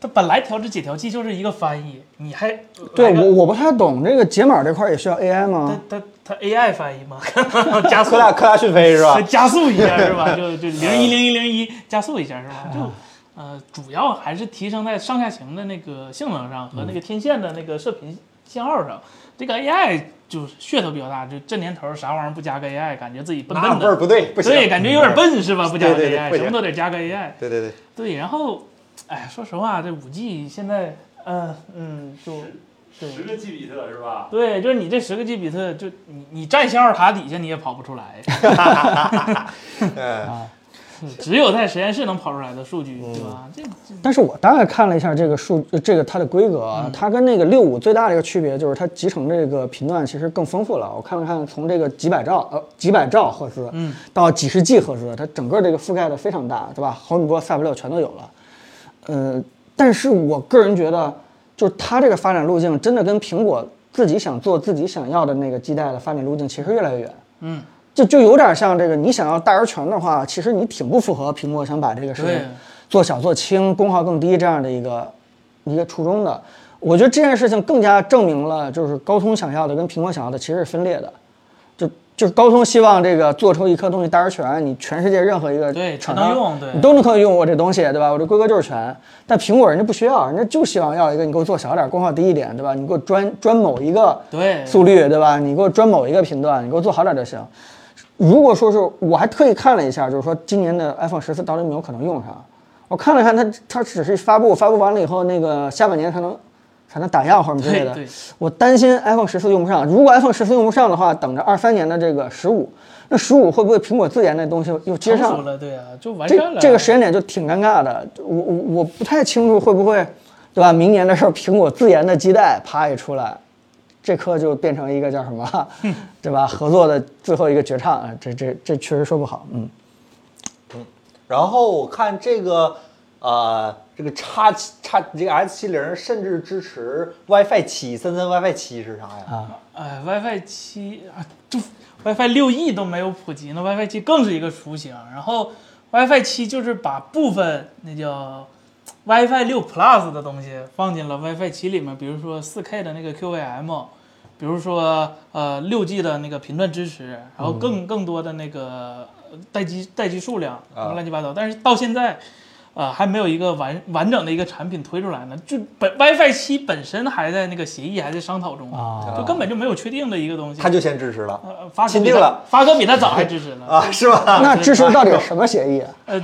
Speaker 2: 它本来调制解调器就是一个翻译，你还
Speaker 3: 对
Speaker 2: 来个
Speaker 3: 我我不太懂这个解码这块儿也需要 AI 吗？
Speaker 2: 它它它 AI 翻译嘛， 加速
Speaker 1: 科大科大讯飞是吧
Speaker 2: 呃？加速一 下是吧？就就零一零一零一加速一下是吧？就呃，主要还是提升在上下行的那个性能上和那
Speaker 1: 嗯
Speaker 2: 个天线的那个射频信号上。这个 AI 就是噱头比较大，就这年头啥玩意儿不加个 AI，感觉自己笨
Speaker 1: 那
Speaker 2: 笨
Speaker 1: 味儿
Speaker 2: 的，
Speaker 1: 不对，不行。
Speaker 2: 对，感觉有点。笨是吧？不加个
Speaker 1: 对对对
Speaker 2: AI，
Speaker 1: 不
Speaker 2: 什么
Speaker 1: 行
Speaker 2: 都得加个 AI。
Speaker 1: 对对对，
Speaker 2: 对，然后，哎，说实话，这五 G 现在，呃，嗯，就。对
Speaker 4: 十个 G 比特是吧？
Speaker 2: 对，就是你这十个 G 比特，就你你站信号塔底下你也跑不出来，
Speaker 1: 嗯，
Speaker 2: 只有在实验室能跑出来的数据，对
Speaker 3: 嗯
Speaker 2: 吧？这这
Speaker 3: 但是我大概看了一下这个数，呃这个它的规格
Speaker 2: 嗯
Speaker 3: 啊，它跟那个六五最大的一个区别就是它集成这个频段其实更丰富了。我看了看，从这个几百兆呃几百兆赫兹，嗯，到几十 G 赫兹，它整个这个覆盖的非常大，对吧？毫米波、赛波六全都有了。呃，但是我个人觉得，就是它这个发展路径真的跟苹果自己想做自己想要的那个基带的发展路径其实越来越远。嗯，就就有点像这个，你想要大而全的话，其实你挺不符合苹果想把这个事情
Speaker 2: 对
Speaker 3: 做小做轻、功耗更低这样的一个一个初衷的。我觉得这件事情更加证明了，就是高通想要的跟苹果想要的其实是分裂的。就就是高通希望这个做出一颗东西大而全，你全世界任何一个
Speaker 2: 对
Speaker 3: 厂
Speaker 2: 全能
Speaker 3: 商
Speaker 2: 用对
Speaker 3: 你都能可以用我这东西，对吧？我这规格就是全。但苹果人家不需要，人家就希望要一个你给我做小点儿，功耗低一点，对吧？你给我专专某一个
Speaker 2: 对
Speaker 3: 速率，对吧？你给我专某一个频段，你给我做好点儿就行。如果说是我还特意看了一下，就是说今年的 iPhone 十四到底有没有可能用上？我看了看它，它只是发布，发布完了以后，那个下半年才能才能打样或者什么之类的
Speaker 2: 对对。
Speaker 3: 我担心 iPhone 十四用不上。如果 iPhone 十四用不上的话，等着二三年的这个十五，那十五会不会苹果自研那东西又接
Speaker 2: 成
Speaker 3: 上
Speaker 2: 熟了，对啊，就完善
Speaker 3: 这
Speaker 2: 了。
Speaker 3: 这个时间点就挺尴尬的，我我我不太清楚会不会，对吧？明年的时候，苹果自研的基带啪一出来，这颗就变成一个叫什么，
Speaker 2: 嗯
Speaker 3: 对吧？合作的最后一个绝唱，啊，这这这确实说不好，嗯，
Speaker 1: 然后我看这个，呃，这个叉七叉这个 S 七零甚至支持 WiFi 七，三三 WiFi 七是啥呀？
Speaker 2: 哎，WiFi 七啊，就 WiFi 六 E 都没有普及，那 WiFi 七更是一个雏形。然后 WiFi 七就是把部分那叫 WiFi 六 Plus 的东西放进了 WiFi 七里面，比如说 4K 的那个 QVM，比如说呃六 G 的那个频段支持，然后更更多的那个呃待机待机数量，什么乱七八糟。但是到现在。呃，还没有一个完完整的一个产品推出来呢，就本 WiFi 七本身还在那个协议还在商讨中
Speaker 3: 啊
Speaker 2: 就根本就没有确定的一个东西。
Speaker 1: 它就先支持了
Speaker 2: 呃，发哥
Speaker 1: 钦
Speaker 2: 比
Speaker 1: 定
Speaker 2: 他
Speaker 1: 了，
Speaker 2: 发哥比他早还支持呢。
Speaker 1: 啊，是吧？
Speaker 3: 那支持到底是什么协议啊？
Speaker 2: 呃，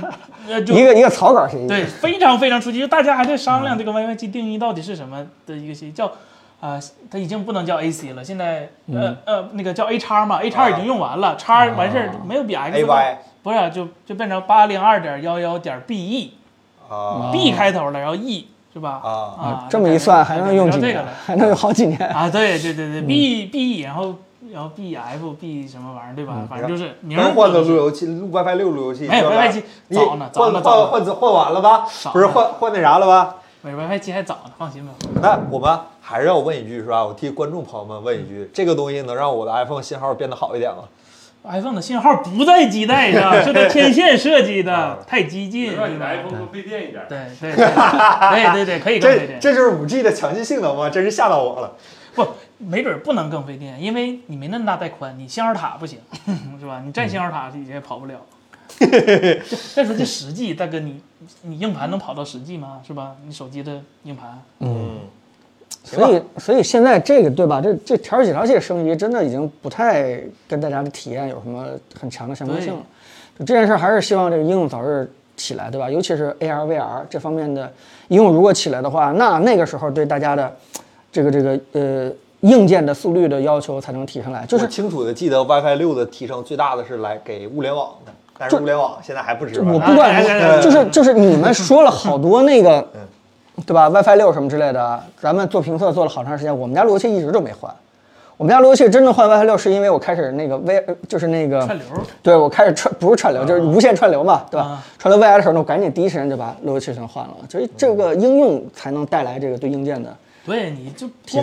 Speaker 2: 呃，就
Speaker 3: 一个一个草稿协议，
Speaker 2: 对，非常非常初级，就大家还在商
Speaker 1: 嗯
Speaker 2: 量这个 WiFi 七定义到底是什么的一个协议，叫啊、它已经不能叫 AC 了，现在
Speaker 1: 嗯
Speaker 2: 呃呃那个叫 A 叉嘛，A 叉
Speaker 1: 啊
Speaker 2: 已经用完了，叉完事儿没有比 X 大
Speaker 1: AY
Speaker 2: 不是啊就就变成八零二点幺幺点 BE，B
Speaker 1: 啊，
Speaker 2: 开头的，然后 E 是吧？
Speaker 1: 啊
Speaker 2: 啊，
Speaker 3: 这么一算还能用
Speaker 2: 改
Speaker 3: 几
Speaker 2: 成这
Speaker 3: 年
Speaker 2: 个了，
Speaker 3: 还能用好几年。
Speaker 2: 啊？对对对
Speaker 1: 嗯
Speaker 2: 对，B B 然后然后 B F B 什么玩意儿对
Speaker 1: 嗯
Speaker 2: 吧？反正就是名儿
Speaker 1: 刚啊换的
Speaker 2: 就是
Speaker 1: 路由器录 WiFi 六路由器，
Speaker 2: 没有
Speaker 1: 是吧
Speaker 2: WiFi 7
Speaker 1: 你
Speaker 2: 早呢早
Speaker 1: 换
Speaker 2: 呢
Speaker 1: 换
Speaker 2: 早呢
Speaker 1: 换换完了吧？
Speaker 2: 呢
Speaker 1: 不是换换那啥了吧？
Speaker 2: 没 WiFi 七还早呢，放心吧。
Speaker 1: 那我们还是要问一句，是吧？我替观众朋友们问一
Speaker 2: 嗯
Speaker 1: 句，这个东西能让我的 iPhone 信号变得好一点吗？
Speaker 2: iPhone 的信号不在基带上， 是在天线设计
Speaker 1: 啊
Speaker 2: 的，太激进。
Speaker 4: 让你的
Speaker 2: 对
Speaker 4: iPhone 多费电一点。
Speaker 2: 对对对对对，可以更费
Speaker 1: 这
Speaker 2: 电。
Speaker 1: 这就是五 G 的强劲性能吗？真是吓到我了。
Speaker 2: 不，没准不能更费电，因为你没那么大带宽，你信号塔不行， 是吧？你占信号塔
Speaker 1: 嗯
Speaker 2: 你也跑 不了。这再说这十 G，大哥你你硬盘能跑到十 G 吗？是吧？你手机的硬盘，
Speaker 1: 嗯，
Speaker 3: 所以，所以现在这个对吧？这这调制解调器的升级真的已经不太跟大家的体验有什么很强的相关性了。就这件事，还是希望这个应用早日起来，对吧？尤其是 AR、VR 这方面的应用，如果起来的话，那那个时候对大家的这个这个呃硬件的速率的要求才能提上来。
Speaker 1: 就
Speaker 3: 就
Speaker 1: 是是清楚的记得 WiFi 六的提升最大的是来给物联网的，但是物联网现在还不止
Speaker 3: 我
Speaker 1: WiFi
Speaker 3: 不
Speaker 2: 哎
Speaker 3: 管
Speaker 2: 哎哎哎，嗯
Speaker 3: 就是就是你们说了好多那个，对吧？WiFi 六什么之类的，咱们做评测做了好长时间，我们家路由器一直都没换。我们家路由器真的换 WiFi 六，是因为我开始那个 V，就是那
Speaker 1: 啊
Speaker 3: 个
Speaker 2: 串流
Speaker 3: 对我开始串不是串流，就是无线串流嘛，对吧
Speaker 2: 啊？
Speaker 3: 串流 VI 的时候呢，我赶紧第一时间就把路由器全换了，所以这个应用才能带来这个对硬件的
Speaker 2: 对，你就
Speaker 3: 提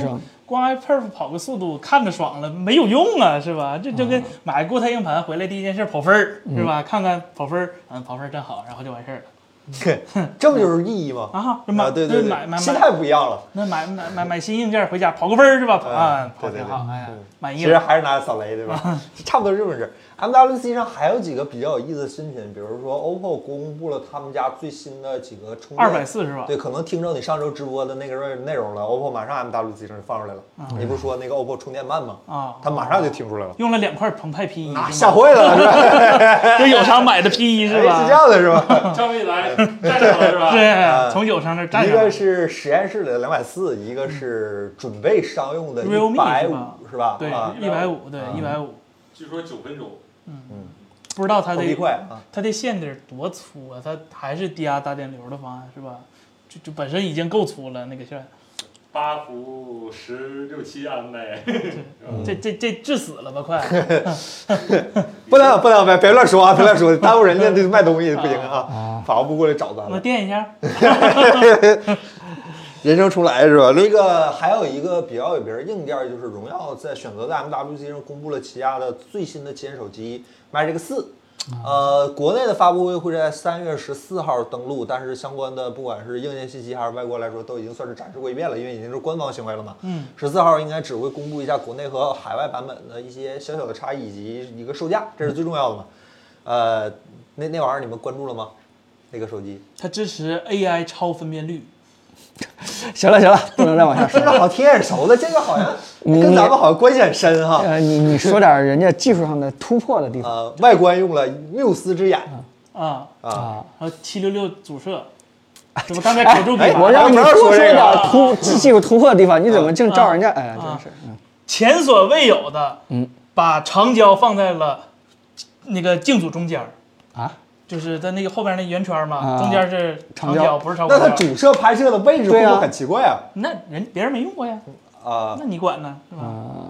Speaker 2: 光
Speaker 1: 啊
Speaker 3: 升
Speaker 2: 光 iPerf 跑个速度看着爽了没有用啊，是吧？这就跟买个固态硬盘回来第一件事跑分儿，是
Speaker 1: 嗯
Speaker 2: 吧？看看跑分儿，嗯，跑分儿真好，然后就完事儿了
Speaker 1: 这不就是意义吗？
Speaker 2: 啊。这买
Speaker 1: 啊，对对
Speaker 2: 买买
Speaker 1: 对，心
Speaker 2: 买
Speaker 1: 态不一样了。
Speaker 2: 那买买买买新硬件回家跑个分儿是吧？跑啊，跑
Speaker 1: 对对
Speaker 2: 挺
Speaker 1: 对嗯
Speaker 2: 好，哎呀，满
Speaker 1: 其
Speaker 2: 意
Speaker 1: 实
Speaker 2: 了。
Speaker 1: 还是拿扫雷对 吧？差不多这么回事。MWC 上还有几个比较有意思的新品，比如说 OPPO 公布了他们家最新的几个充电
Speaker 2: 二百四是吧？
Speaker 1: 对，可能听着你上周直播的那个内容了，OPPO 马上 MWC 上就放出来了。你不是说那个 OPPO 充电慢吗？
Speaker 2: 啊
Speaker 1: 它马上就听出来了，
Speaker 2: 用了两块澎湃 P 一，
Speaker 1: 啊，吓坏 了是吧？
Speaker 2: 就友商买的 P 一
Speaker 1: 哎
Speaker 2: 是
Speaker 1: 是这
Speaker 2: 吧？
Speaker 1: 样的是 吧？
Speaker 4: 张未来站上了是吧？
Speaker 2: 对，从友商那儿占
Speaker 1: 一
Speaker 2: 上来
Speaker 1: 个
Speaker 2: 了。
Speaker 1: 是实验室里的两百四，一个是准备商用的一
Speaker 2: Realme
Speaker 1: 百
Speaker 2: 是
Speaker 1: 五
Speaker 2: 吧，
Speaker 1: 是吧？
Speaker 2: 对
Speaker 1: 啊，，
Speaker 2: 一百五，对，一百五，
Speaker 4: 据说九分钟，
Speaker 2: 不知道它
Speaker 1: 特
Speaker 2: 的
Speaker 1: 别快啊！
Speaker 2: 它的线得多粗啊？它还是低压大电流的方案是吧？就就本身已经够粗了那个线，
Speaker 4: 八伏十六七安呗。
Speaker 2: 这这这致死了吧快！
Speaker 1: 不能不能，别别乱说啊，别乱说，耽误人家这卖东西不行啊！法务部过来找咱
Speaker 2: 我
Speaker 1: 了。
Speaker 2: 垫一下。
Speaker 1: 人生重来是吧？那个还有一个比较有名儿硬件儿就是荣耀在选择在 MWC 上公布了旗下的最新的旗舰手机 Magic 四。呃，国内的发布会会在三月十四号登陆，但是相关的不管是硬件信息还是外观来说，都已经算是展示过一遍了，因为已经是官方行为了嘛。嗯，十四号应该只会公布一下国内和海外版本的一些小小的差异以及一个售价，这是最重要的嘛。呃，那那玩意儿你们关注了吗？那个手机？
Speaker 2: 它支持 AI 超分辨率，
Speaker 3: 行了行了，不能再往下说
Speaker 1: 这
Speaker 3: 了。
Speaker 1: 个好听眼熟的，这个好像
Speaker 2: 嗯
Speaker 1: 跟咱们好像关系很深哈。
Speaker 3: 呃，你你说点人家技术上的突破的地方
Speaker 1: 呃，外观用了缪斯之眼
Speaker 2: 啊，
Speaker 1: 啊，
Speaker 3: 啊。
Speaker 2: 还有七六六阻射，这不刚才口诛笔
Speaker 1: 哎
Speaker 2: 伐
Speaker 3: 我让你
Speaker 1: 不
Speaker 3: 多
Speaker 1: 要说
Speaker 3: 说
Speaker 1: 这个
Speaker 3: 点
Speaker 2: 啊
Speaker 3: 突技术突破的地方，你
Speaker 2: 嗯
Speaker 3: 怎么净照人家？哎，
Speaker 2: 啊
Speaker 3: 真是，嗯
Speaker 2: 前所未有的，
Speaker 3: 嗯，
Speaker 2: 把长焦放在了那个镜组中间儿，
Speaker 3: 啊，
Speaker 2: 就是在那个后边那圆圈嘛，
Speaker 3: 啊
Speaker 2: 中间是长
Speaker 3: 长焦
Speaker 2: 不是超
Speaker 1: 那
Speaker 2: 广
Speaker 1: 它
Speaker 2: 角。
Speaker 1: 主摄拍摄的位置会
Speaker 3: 对
Speaker 1: 不
Speaker 3: 啊
Speaker 1: 会很奇怪啊？
Speaker 2: 那人别人没用过呀，
Speaker 1: 啊，
Speaker 2: 那你管呢？是吧？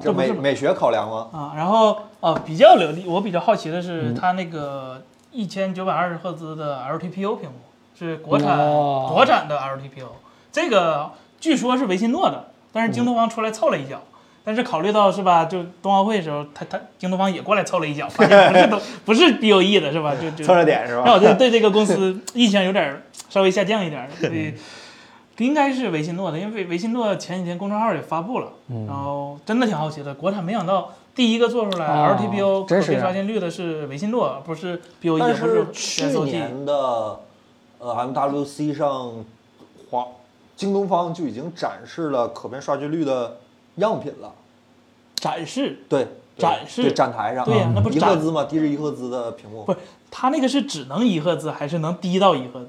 Speaker 1: 这
Speaker 2: 这
Speaker 3: 嗯
Speaker 2: 不
Speaker 1: 美
Speaker 2: 是
Speaker 1: 美学考量吗？
Speaker 2: 啊，然后啊，比较流利，我比较好奇的是它那个一千九百二十赫兹的 LTPO 屏幕是国产、
Speaker 3: 哦
Speaker 2: 国产的 LTPO，这个据说是维信诺的，但是京东方出来凑了一脚。但是考虑到是吧，就冬奥会的时候，他他京东方也过来凑了一脚，发现不是都不是 BOE 的是吧？就就
Speaker 1: 侧着点是
Speaker 2: 让
Speaker 1: 吧？
Speaker 2: 我对对这个公司印象有点儿稍微下降一点儿，所以应该是维信诺的，因为维维信诺前几天公众号也发布了，
Speaker 3: 嗯
Speaker 2: 然后真的挺好奇的，国产没想到第一个做出来
Speaker 3: 哦
Speaker 2: LTPO 可
Speaker 3: 真是
Speaker 2: 变刷新率的是维信诺，不是 E BOE，
Speaker 1: 但
Speaker 2: 也不
Speaker 1: 是去
Speaker 2: SOT。
Speaker 1: 年的呃 MWC 上，华京东方就已经展示了可变刷新率的样品了。
Speaker 2: 展示
Speaker 1: 对，对
Speaker 2: 展示
Speaker 1: 对展台上，
Speaker 2: 对呀那不
Speaker 1: 一
Speaker 2: 展
Speaker 1: 赫兹嘛，低至一赫兹的屏幕
Speaker 2: 不，是它那个是只能一赫兹还是能低到一赫兹？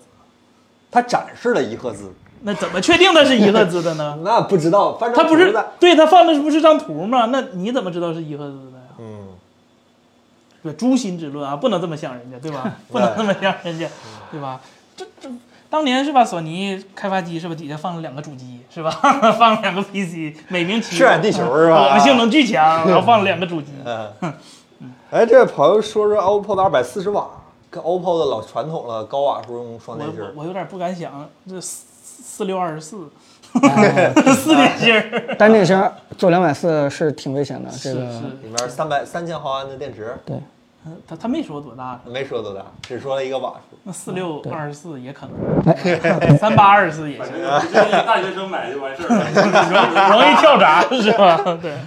Speaker 1: 它展示了一赫兹，
Speaker 2: 那怎么确定它是一赫兹的 呢？
Speaker 1: 那不知道，反正
Speaker 2: 它不是
Speaker 1: 在
Speaker 2: 对它放的不是张图吗？那你怎么知道是一赫兹的呀？
Speaker 1: 嗯。
Speaker 2: 对，诛心之论啊，不能这么想人家，对 吧？不能这么想人家，
Speaker 1: 嗯
Speaker 2: 对吧？这这当年是吧？索尼开发机是吧？底下放了两个主机是吧？ 放了两个 PC，美名其
Speaker 1: 血染地球是吧
Speaker 2: 我们性能 巨强，然后放了两个主机。
Speaker 1: 嗯， 哎，这位朋友说说 OPPO 的二百四十瓦，跟 OPPO 的老传统了，高瓦数用双
Speaker 2: 我
Speaker 1: 电芯
Speaker 2: 我
Speaker 1: 儿。
Speaker 2: 我有点不敢想，这四四六二十四，
Speaker 3: 哎
Speaker 1: 哦
Speaker 2: 四点芯儿，
Speaker 3: 单电芯做两百四是挺危险的，这
Speaker 2: 是
Speaker 3: 个
Speaker 2: 是，
Speaker 1: 里面三百三千毫安的电池，
Speaker 3: 对，
Speaker 2: 他他没说多大，
Speaker 1: 没说多大，只说了一个瓦数。
Speaker 2: 那四六二十四也可
Speaker 3: 哎
Speaker 2: 能，三八二十四也行，
Speaker 4: 大学生买就完事儿了。
Speaker 2: 容易跳闸是吧？ 对，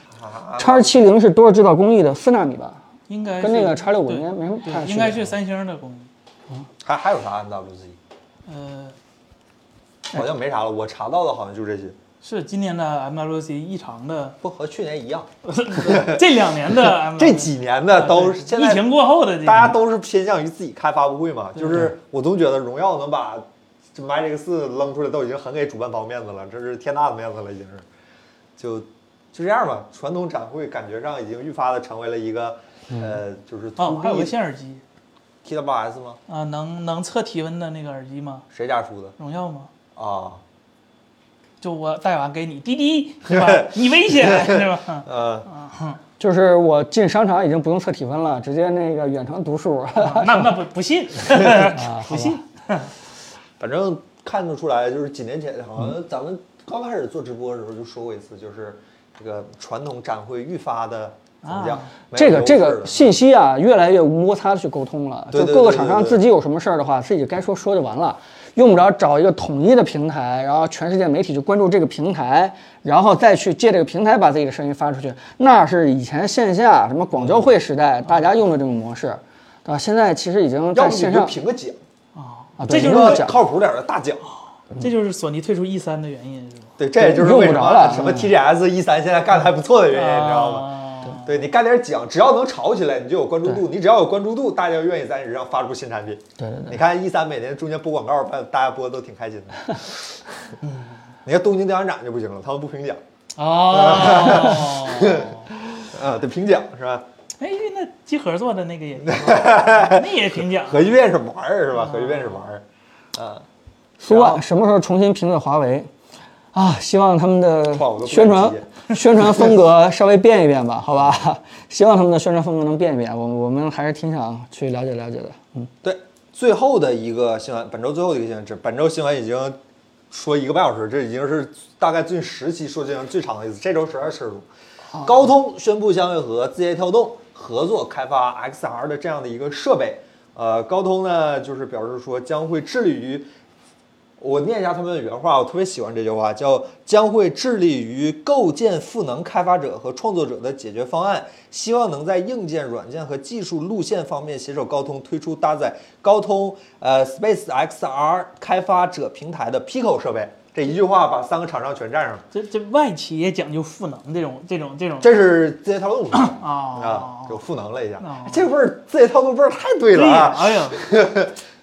Speaker 3: 叉七零是多少制造工艺的四纳米吧？
Speaker 2: 应该是
Speaker 3: 跟那个叉六五
Speaker 2: 对
Speaker 3: 应该没什么太大
Speaker 2: 对，
Speaker 3: 区
Speaker 2: 应该
Speaker 3: 别。
Speaker 2: 是三星的工艺。
Speaker 1: 还还有啥 MWC？
Speaker 2: 呃，
Speaker 1: 好像没啥了，我查到的好像就这些，
Speaker 2: 是今年的 MWC 异常的，
Speaker 1: 不和去年一样。
Speaker 2: 嗯这两年的 MWC
Speaker 1: 这几年的都是现
Speaker 2: 嗯疫
Speaker 1: 在
Speaker 2: 情过后的这个，
Speaker 1: 大家都是偏向于自己开发布会嘛，就是我总觉得荣耀能把这 Magic 四扔出来，都已经很给主办方面子了，这是天大的面子了，已经是。就就这样吧，传统展会感觉上已经愈发的成为了一个。
Speaker 3: 嗯
Speaker 1: 呃，就是
Speaker 2: 哦
Speaker 1: to，
Speaker 2: 还有个
Speaker 1: B
Speaker 2: 线耳机
Speaker 1: T W S 吗？
Speaker 2: 啊，能能测体温的那个耳机吗？
Speaker 1: 谁家出的
Speaker 2: 荣耀吗？
Speaker 3: 哦
Speaker 1: 啊？
Speaker 2: 就我戴完给你滴 滴，是吧？你危险是吧？啊
Speaker 1: 呃，
Speaker 3: 就是我进商场已经不用测体温了，直接那个远程读数。
Speaker 2: 啊那那不不信，不信
Speaker 1: 反正看得出来，就是几年前好像咱们刚开始做直播的时候就说过一次，就是这个传统展会愈发的怎么讲
Speaker 2: 啊？
Speaker 1: 没有
Speaker 3: 这个
Speaker 1: 优势
Speaker 3: 这个
Speaker 1: 了
Speaker 3: 信息啊，越来越无摩擦的去沟通了。
Speaker 1: 对
Speaker 3: 就
Speaker 1: 对
Speaker 3: 各个
Speaker 1: 对
Speaker 3: 厂
Speaker 1: 对
Speaker 3: 商
Speaker 1: 对
Speaker 3: 自己有什么事儿的话，自己该说说就完了，用不着找一个统一的平台，然后全世界媒体去关注这个平台，然后再去借这个平台把自己的声音发出去。那是以前线下什么广交会时代大家用的这种模式，对吧？现在其实已经
Speaker 1: 要
Speaker 3: 在
Speaker 1: 不你
Speaker 3: 线
Speaker 1: 就
Speaker 3: 上
Speaker 1: 评个奖，
Speaker 2: 啊，
Speaker 3: 啊，
Speaker 2: 这
Speaker 3: 对
Speaker 2: 就是
Speaker 3: 用
Speaker 1: 个
Speaker 3: 得讲
Speaker 1: 靠谱点儿的大奖。
Speaker 2: 这就是索尼退出 E 3的原因是吧？
Speaker 1: 对，这也就是
Speaker 3: 用
Speaker 1: 为
Speaker 3: 不
Speaker 1: 什
Speaker 3: 着
Speaker 1: 么
Speaker 3: 了嗯
Speaker 1: 什么 TGS 一三现在干的还不错的原因，你哎知道吗？
Speaker 2: 吗？
Speaker 1: 对你干点奖，只要能炒起来，你就有关注度。你只要有关注度，大家就愿意在你上发布新产品。
Speaker 3: 对对对，
Speaker 1: 你看一三每年中间播广告，把大家播的都挺开心的。
Speaker 3: 嗯
Speaker 1: 你看东京电玩展就不行了，他们不评奖
Speaker 2: 哦，
Speaker 1: 啊，得评奖是吧？
Speaker 2: 哎，那集合做的那个也挺 好，那也挺讲
Speaker 1: 核聚变是玩儿是吧？核聚变是玩儿，啊，
Speaker 3: 苏
Speaker 1: 然后
Speaker 3: 万什么时候重新评测华为？啊，希望他们的
Speaker 1: 话我都不敢
Speaker 3: 宣传
Speaker 1: 接
Speaker 3: 宣传风格稍微变一变吧， 好吧？希望他们的宣传风格能变一变，我我们还是挺想去了解了解的。嗯，
Speaker 1: 对。最后的一个新闻，本周最后的一个新闻，这本周新闻已经说一个半小时，这已经是大概近十期说这样最长的一次，这周十二深入。高通宣布将和字节跳动合作开发 XR 的这样的一个设备。呃，高通呢就是表示说将会致力于，我念一下他们的原话，我特别喜欢这句话，叫将会致力于构建赋能开发者和创作者的解决方案，希望能在硬件、软件和技术路线方面携手高通推出搭载高通呃 Space XR 开发者平台的 Pico 设备。这一句话把三个厂商全占上了，
Speaker 2: 这这外企也讲究赋能这种这种这种
Speaker 1: 这是字节跳动说的。啊
Speaker 2: 啊，，
Speaker 1: 就赋能了一下
Speaker 2: 哦。
Speaker 1: 这味儿字节跳动味儿太对
Speaker 2: 对
Speaker 1: 了
Speaker 2: 呀，
Speaker 1: 啊！
Speaker 2: 哎呀，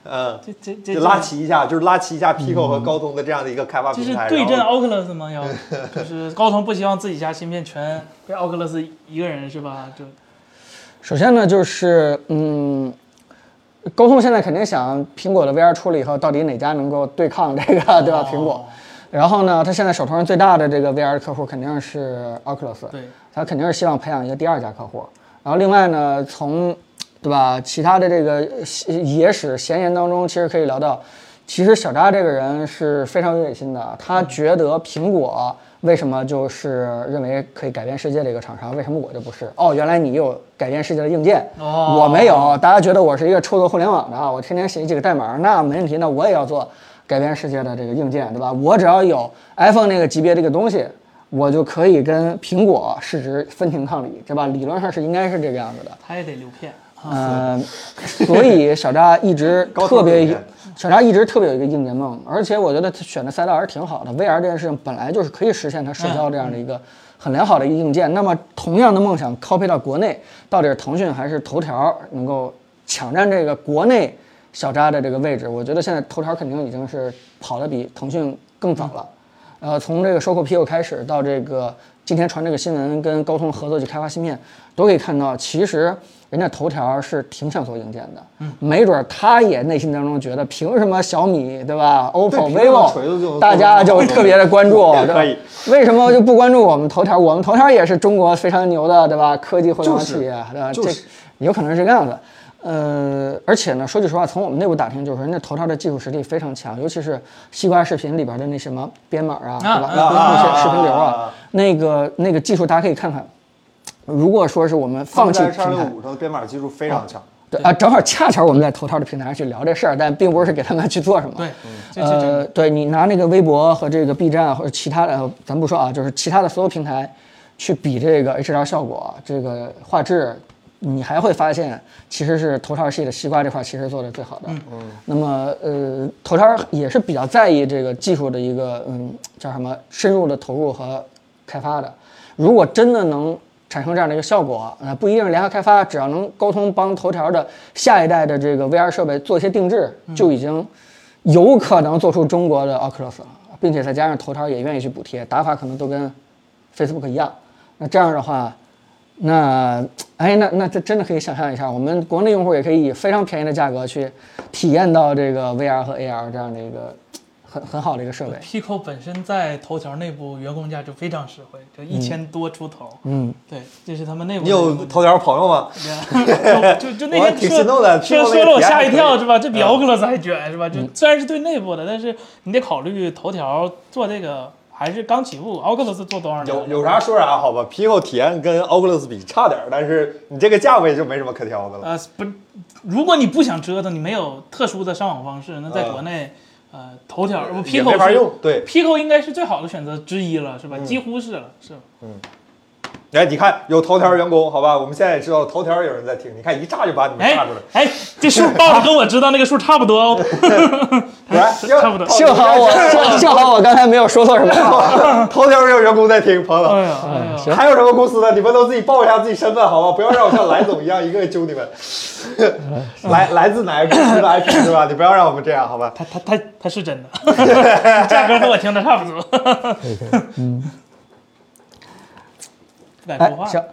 Speaker 1: 嗯，
Speaker 2: 这这这嗯
Speaker 1: 就拉齐一下，就是拉齐一下 Pico 和高通的这样的一个开发
Speaker 2: 这
Speaker 1: 平
Speaker 2: 是
Speaker 1: 台。
Speaker 2: 对阵
Speaker 1: 然后
Speaker 2: Oculus 吗？要就是高通不希望自己家芯片全被 Oculus 一个人是吧？就
Speaker 3: 首先呢，就是嗯，高通现在肯定想苹果的 VR 出了以后，到底哪家能够对抗这个，对
Speaker 1: 哦
Speaker 3: 吧？苹果。然后呢，他现在手头上最大的这个 VR 客户肯定是 Oculus，
Speaker 2: 对，
Speaker 3: 他肯定是希望培养一个第二家客户。然后另外呢，从对吧，其他的这个呃野史闲言当中，其实可以聊到，其实小扎这个人是非常有野心的，他觉得苹果为什么就是认为可以改变世界的一个厂商，为什么我就不是？哦，原来你有改变世界的硬件，
Speaker 2: 哦
Speaker 3: 我没有，大家觉得我是一个臭做互联网的啊，我天天写几个代码，那没问题，那我也要做改变世界的这个硬件，对吧？我只要有 iPhone 那个级别这个东西，我就可以跟苹果市值分庭抗礼，对吧？理论上是应该是这个样子的。
Speaker 2: 他也得留片。
Speaker 3: 嗯， 所以小扎一直
Speaker 1: 高
Speaker 3: 特
Speaker 1: 通
Speaker 3: 别
Speaker 1: 硬件
Speaker 3: 小扎一直特别有一个硬件梦，而且我觉得他选的赛道还是挺好的。VR 这件事情本来就是可以实现它社交这样的一个很良好的一个硬件。那么同样的梦想 copy 到国内，到底是腾讯还是头条能够抢占这个国内小扎的这个位置？我觉得现在头条肯定已经是跑得比腾讯更早了。呃，从这个收购 Pico 开始到这个今天传这个新闻跟高通合作去开发芯片，都可以看到，其实人家头条是挺想做硬件的，嗯，没准儿他也内心当中觉得，凭什么小米对吧，OPPO、
Speaker 1: 凭什么锤子就
Speaker 3: vivo，
Speaker 1: 能
Speaker 3: 大家就特别的关注，
Speaker 1: 也
Speaker 3: 对
Speaker 1: 可以
Speaker 3: 吧为什么就不关注我们头条？我们头条也是中国非常牛的，对吧？科技互联网
Speaker 1: 就是
Speaker 3: 企业，对吧？
Speaker 1: 就是
Speaker 3: 这有可能是这个样子。呃，而且呢，说句实话，从我们内部打听，就是人家头条的技术实力非常强，尤其是西瓜视频里边的那什么编码啊，对吧？
Speaker 2: 啊
Speaker 3: 那
Speaker 1: 啊
Speaker 3: 些视频流
Speaker 1: 啊啊
Speaker 3: 啊
Speaker 1: 啊，
Speaker 3: 那个那个技术大家可以看看。如果说是我们
Speaker 1: 他
Speaker 3: 放
Speaker 1: 们
Speaker 3: 弃
Speaker 1: 在
Speaker 3: 平
Speaker 1: 三六
Speaker 3: 台，
Speaker 1: 五上的编码技术非常强，
Speaker 3: 对啊，正好恰巧我们在头条的平台上去聊这事儿，但并不是给他们去做什么。
Speaker 2: 对，
Speaker 1: 嗯
Speaker 2: 这这这
Speaker 3: 呃，对你拿那个微博和这个 B 站或者其他的，呃咱不说啊，就是其他的所有平台去比这个 HDR 效果、这个画质，你还会发现其实是头条系的西瓜这块其实做的最好的。嗯那么呃，头条也是比较在意这个技术的一个嗯叫什么深入的投入和开发的。如果真的能产生这样的一个效果，呃，不一定是联合开发，只要能沟通帮头条的下一代的这个 VR 设备做一些定制，
Speaker 2: 嗯
Speaker 3: 就已经有可能做出中国的 Oculus 了，并且再加上头条也愿意去补贴，打法可能都跟 Facebook 一样。那这样的话，那哎，那那这真的可以想象一下，我们国内用户也可以以非常便宜的价格去体验到这个 VR 和 AR 这样的一个很很好的一个设备。
Speaker 2: Pico 本身在头条内部员工价就非常实惠，就一千多出头。
Speaker 3: 嗯，
Speaker 2: 对，这是他们内部
Speaker 1: 你
Speaker 2: 的员
Speaker 1: 有
Speaker 2: 工价。
Speaker 1: 头条朋友吗？
Speaker 2: 就就就
Speaker 1: 我
Speaker 2: 那
Speaker 1: 还
Speaker 2: 天
Speaker 1: 挺
Speaker 2: 说
Speaker 1: 心动的
Speaker 2: 说
Speaker 1: 听
Speaker 2: 说
Speaker 1: 了
Speaker 2: 了我
Speaker 1: 也
Speaker 2: 吓一
Speaker 1: 可以
Speaker 2: 跳是吧？这比
Speaker 1: 嗯
Speaker 2: Oculus 还卷是吧？就虽然是对内部的，但是你得考虑头条做这个还是刚起步，Oculus 做多少年了
Speaker 1: 有有啥说啥，好吧？Pico 体验跟 Oculus 比差点儿，但是你这个价位就没什么可挑的了。
Speaker 2: 呃，不，如果你不想折腾，你没有特殊的上网方式，那在国内，呃，头条不
Speaker 1: 也没
Speaker 2: Pico
Speaker 1: 法
Speaker 2: 是
Speaker 1: 用，对，
Speaker 2: Pico 应该是最好的选择之一了，是吧？几乎是了，是吧。
Speaker 1: 哎，你看有头条员工，好吧，我们现在也知道头条有人在听，你看一炸就把你们
Speaker 2: 哎
Speaker 1: 炸出来。
Speaker 2: 哎，这数报的跟我知道那个数差不多哦。
Speaker 1: 来，
Speaker 2: 哎差不多
Speaker 3: 幸好我幸好我刚才没有说错什么话。
Speaker 1: 头条也有员工在听，朋友
Speaker 2: 哎
Speaker 1: 们。
Speaker 2: 呀，哎呀，
Speaker 3: 行
Speaker 1: 还有什么公司的？你们都自己报一下自己身份，好吧？不要让我像莱总一样一个个揪你们。
Speaker 2: 哎
Speaker 1: 来来自哪个公司的 IP 是吧？你不要让我们这样，好吧？
Speaker 2: 他他他他是真的， 价格跟我听的差不多。 不敢
Speaker 3: 哎
Speaker 2: 说，话
Speaker 3: 行，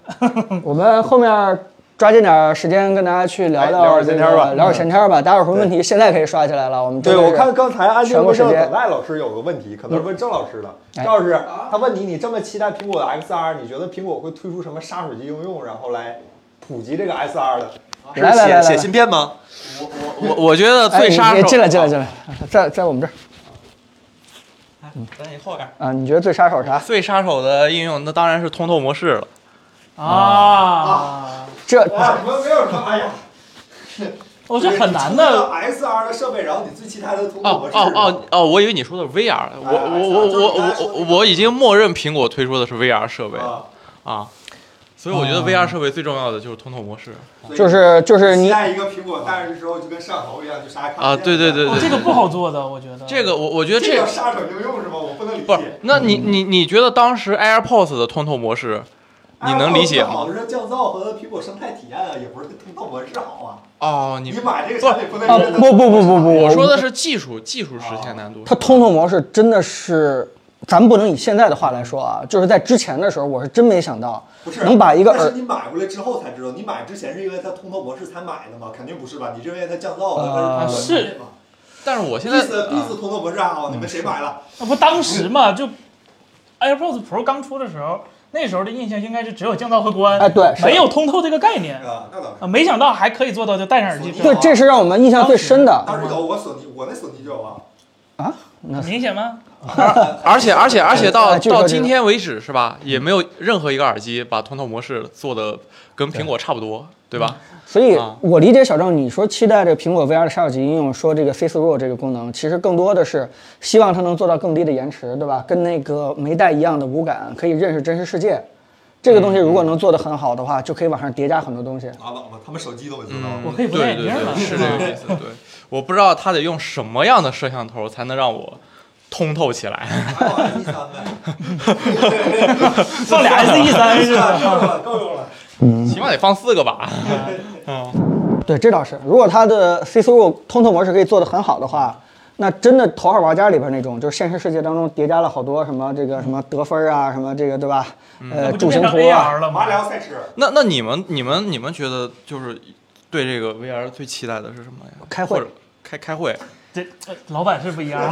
Speaker 3: 我们后面抓紧点时间跟大家去聊
Speaker 1: 哎聊会
Speaker 3: 聊
Speaker 1: 儿
Speaker 3: 这
Speaker 1: 闲
Speaker 3: 个
Speaker 1: 天儿吧
Speaker 3: 聊会儿闲天儿吧。大家有什么问题，现在可以刷起来了。我们
Speaker 1: 对，
Speaker 3: 真的
Speaker 1: 我
Speaker 3: 是
Speaker 1: 看刚才安静
Speaker 3: 全国
Speaker 1: 问
Speaker 3: 时
Speaker 1: 郑
Speaker 3: 间
Speaker 1: 等待老师有个问题，可能是问郑老师的。郑老师，他问你，你这么期待苹果的 XR，你觉得苹果会推出什么杀手级应用，然后来普及这个 XR 的？是
Speaker 3: 来来来来
Speaker 1: 写
Speaker 3: 来
Speaker 1: 写芯片吗？
Speaker 5: 我我我觉得
Speaker 3: 哎
Speaker 5: 最
Speaker 3: 你
Speaker 5: 杀
Speaker 3: 你
Speaker 5: 手
Speaker 3: 进来进来进来，在在我们这儿。
Speaker 5: 咱你后边。
Speaker 3: 啊，你觉得最杀手啥？
Speaker 5: 最杀手的应用，那当然是通透模式了。
Speaker 2: 啊，
Speaker 3: 这
Speaker 1: 哇，你们没有什么，哎呀，
Speaker 2: 我哦这很难
Speaker 1: 你
Speaker 2: 的。
Speaker 1: 出一个 SR 的设备，然后你最其他的通过
Speaker 5: 哦
Speaker 1: 模式
Speaker 5: 哦哦哦，我以为你说的 VR，我我我我我我我已经默认苹果推出的是 VR 设备
Speaker 1: 啊，
Speaker 5: 啊，所以我觉得 VR 设备最重要的就是通透模式
Speaker 1: 所以
Speaker 3: 就是就是
Speaker 1: 期
Speaker 3: 你啊
Speaker 1: 待一个苹果诞生之后就跟上头一样，就啥也看不见
Speaker 5: 啊，对对对
Speaker 2: 哦，这
Speaker 5: 对，
Speaker 2: 个不好做的，我觉得。
Speaker 5: 这个我我觉得
Speaker 1: 这
Speaker 5: 这
Speaker 1: 叫
Speaker 5: 个
Speaker 1: 杀手应用是吗？我不能理
Speaker 5: 不是
Speaker 1: 解。，
Speaker 5: 那你你你觉得当时 AirPods 的通透模式，你能理解
Speaker 1: Apple
Speaker 5: 吗？
Speaker 1: 啊好是降噪和苹果生态体验啊，也不是通透模式好啊。
Speaker 5: 哦，你
Speaker 1: 你买这个产品不能
Speaker 3: 啊
Speaker 1: 觉得
Speaker 3: 不不不不不，
Speaker 5: 我说的是技术技术实现难度
Speaker 3: 哦它通透模式真的是，咱们不能以现在的话来说啊，就是在之前的时候，我是真没想到
Speaker 1: 不是
Speaker 3: 能把一个
Speaker 1: 但
Speaker 3: 耳
Speaker 1: 是你买回来之后才知道，你买之前是因为它通透模式才买的吗？肯定不是吧？你认为它降噪
Speaker 3: 呃
Speaker 1: 了，它是通透模式吗
Speaker 5: 但是我现在
Speaker 1: Beats Beats 通透模式还好，你们
Speaker 2: 嗯
Speaker 1: 谁买了？
Speaker 2: 那不当时嘛，就 AirPods Pro 刚出的时候，那时候的印象应该是只有降噪和关，
Speaker 3: 哎对是
Speaker 2: 没有通透这个概念
Speaker 1: 啊，那倒是。
Speaker 2: 啊。没想到还可以做到，就戴上耳机之后
Speaker 3: 对，这是让我们印象最深的。
Speaker 1: 当时有我索尼，我那索尼就有啊。
Speaker 3: 那
Speaker 2: 明显吗？
Speaker 5: 而且而且而且到
Speaker 3: 哎据说
Speaker 5: 到
Speaker 3: 这个
Speaker 5: 今天为止是吧，也没有任何一个耳机把通透模式做的跟苹果差不多，对吧？
Speaker 3: 所以
Speaker 5: 啊，
Speaker 3: 我理解小郑你说期待这苹果 VR 的杀手级应用，说这个 Face Rule 这个功能，其实更多的是希望它能做到更低的延迟，对吧？跟那个没戴一样的无感，可以认识真实世界。这个东西如果能做得很好的话，就可以往上叠加很多东西。
Speaker 1: 拉倒啊吧，他们手机都没啊做到。
Speaker 2: 嗯我可以不戴
Speaker 5: 对
Speaker 2: 眼
Speaker 5: 对
Speaker 2: 镜了，
Speaker 5: 嗯对，是
Speaker 2: 吗
Speaker 5: 这个意思。对，我不知道它得用什么样的摄像头才能让我通透起来。
Speaker 1: 还好 S 一三呗，
Speaker 2: 放俩 SE 三是
Speaker 1: 够
Speaker 2: 吧？
Speaker 1: 用了，够用了。
Speaker 5: 起码得放四个吧。
Speaker 3: 对，这倒是。如果它的 Face Rule 通透模式可以做得很好的话，那真的《头号玩家》里边那种，就是现实世界当中叠加了好多什么这个什么得分啊，什么这个对吧？呃，
Speaker 2: 不就
Speaker 3: 柱
Speaker 2: 变
Speaker 3: 形
Speaker 2: 成
Speaker 3: 图啊，
Speaker 2: AR 了吗
Speaker 1: 马里？奥赛车，
Speaker 5: 那那你们你们你们觉得就是对这个 VR 最期待的是什么呀？
Speaker 3: 开会
Speaker 5: 或者开开会。
Speaker 2: 这呃老板是不一样，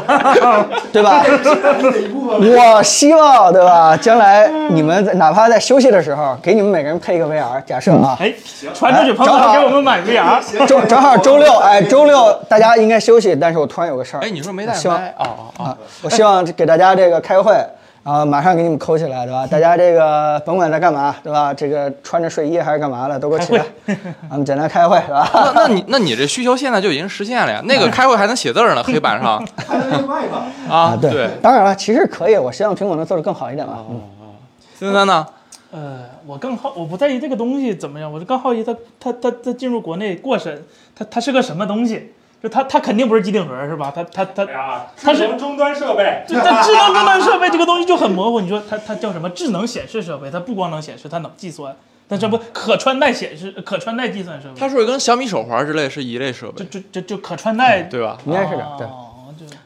Speaker 3: 对吧？
Speaker 1: 这是一部分。
Speaker 3: 我希望对吧？将来你们在哪怕在休息的时候，给你们每个人配一个 VR。假设啊，
Speaker 2: 哎，传出去朋友
Speaker 3: 正好
Speaker 2: 给我们买 VR，
Speaker 3: 周正好周六，哎，周六大家应该休息，但是我突然有个事儿。
Speaker 5: 哎，你说
Speaker 2: 啊
Speaker 5: 没带
Speaker 3: 希望
Speaker 5: 麦？哦哦哦，
Speaker 3: 我希望给大家这个开个会，啊，马上给你们抠起来，对吧？大家这个甭管在干嘛，对吧？这个穿着睡衣还是干嘛的，都给我起来， 咱们简单开会，对吧？
Speaker 2: 啊
Speaker 5: 那那你那你这需求现在就已经实现了呀？那个开会还能写字儿呢，黑板上
Speaker 1: 还能用麦吧？
Speaker 5: 啊。
Speaker 3: 对，
Speaker 5: 对，
Speaker 3: 当然了，其实可以，我希望苹果能做得更好一点吧。嗯
Speaker 5: 森森呢？
Speaker 2: 呃，我更好，我不在意这个东西怎么样，我就更好奇它它它它进入国内过审，它它是个什么东西？就它它肯定不是机顶盒是吧？它它它
Speaker 4: 哎呀，
Speaker 2: 它是
Speaker 4: 智能终端设备，
Speaker 2: 就它智能终端设备这个东西就很模糊，你说它它叫什么智能显示设备？它不光能显示，它能计算，但这不可穿戴显示、可穿戴计算设备，
Speaker 5: 它是不是跟小米手环之类是一类设
Speaker 2: 就
Speaker 5: 备，
Speaker 2: 就就就可穿戴，
Speaker 5: 嗯对吧？
Speaker 3: 应该是的，对。
Speaker 2: 哦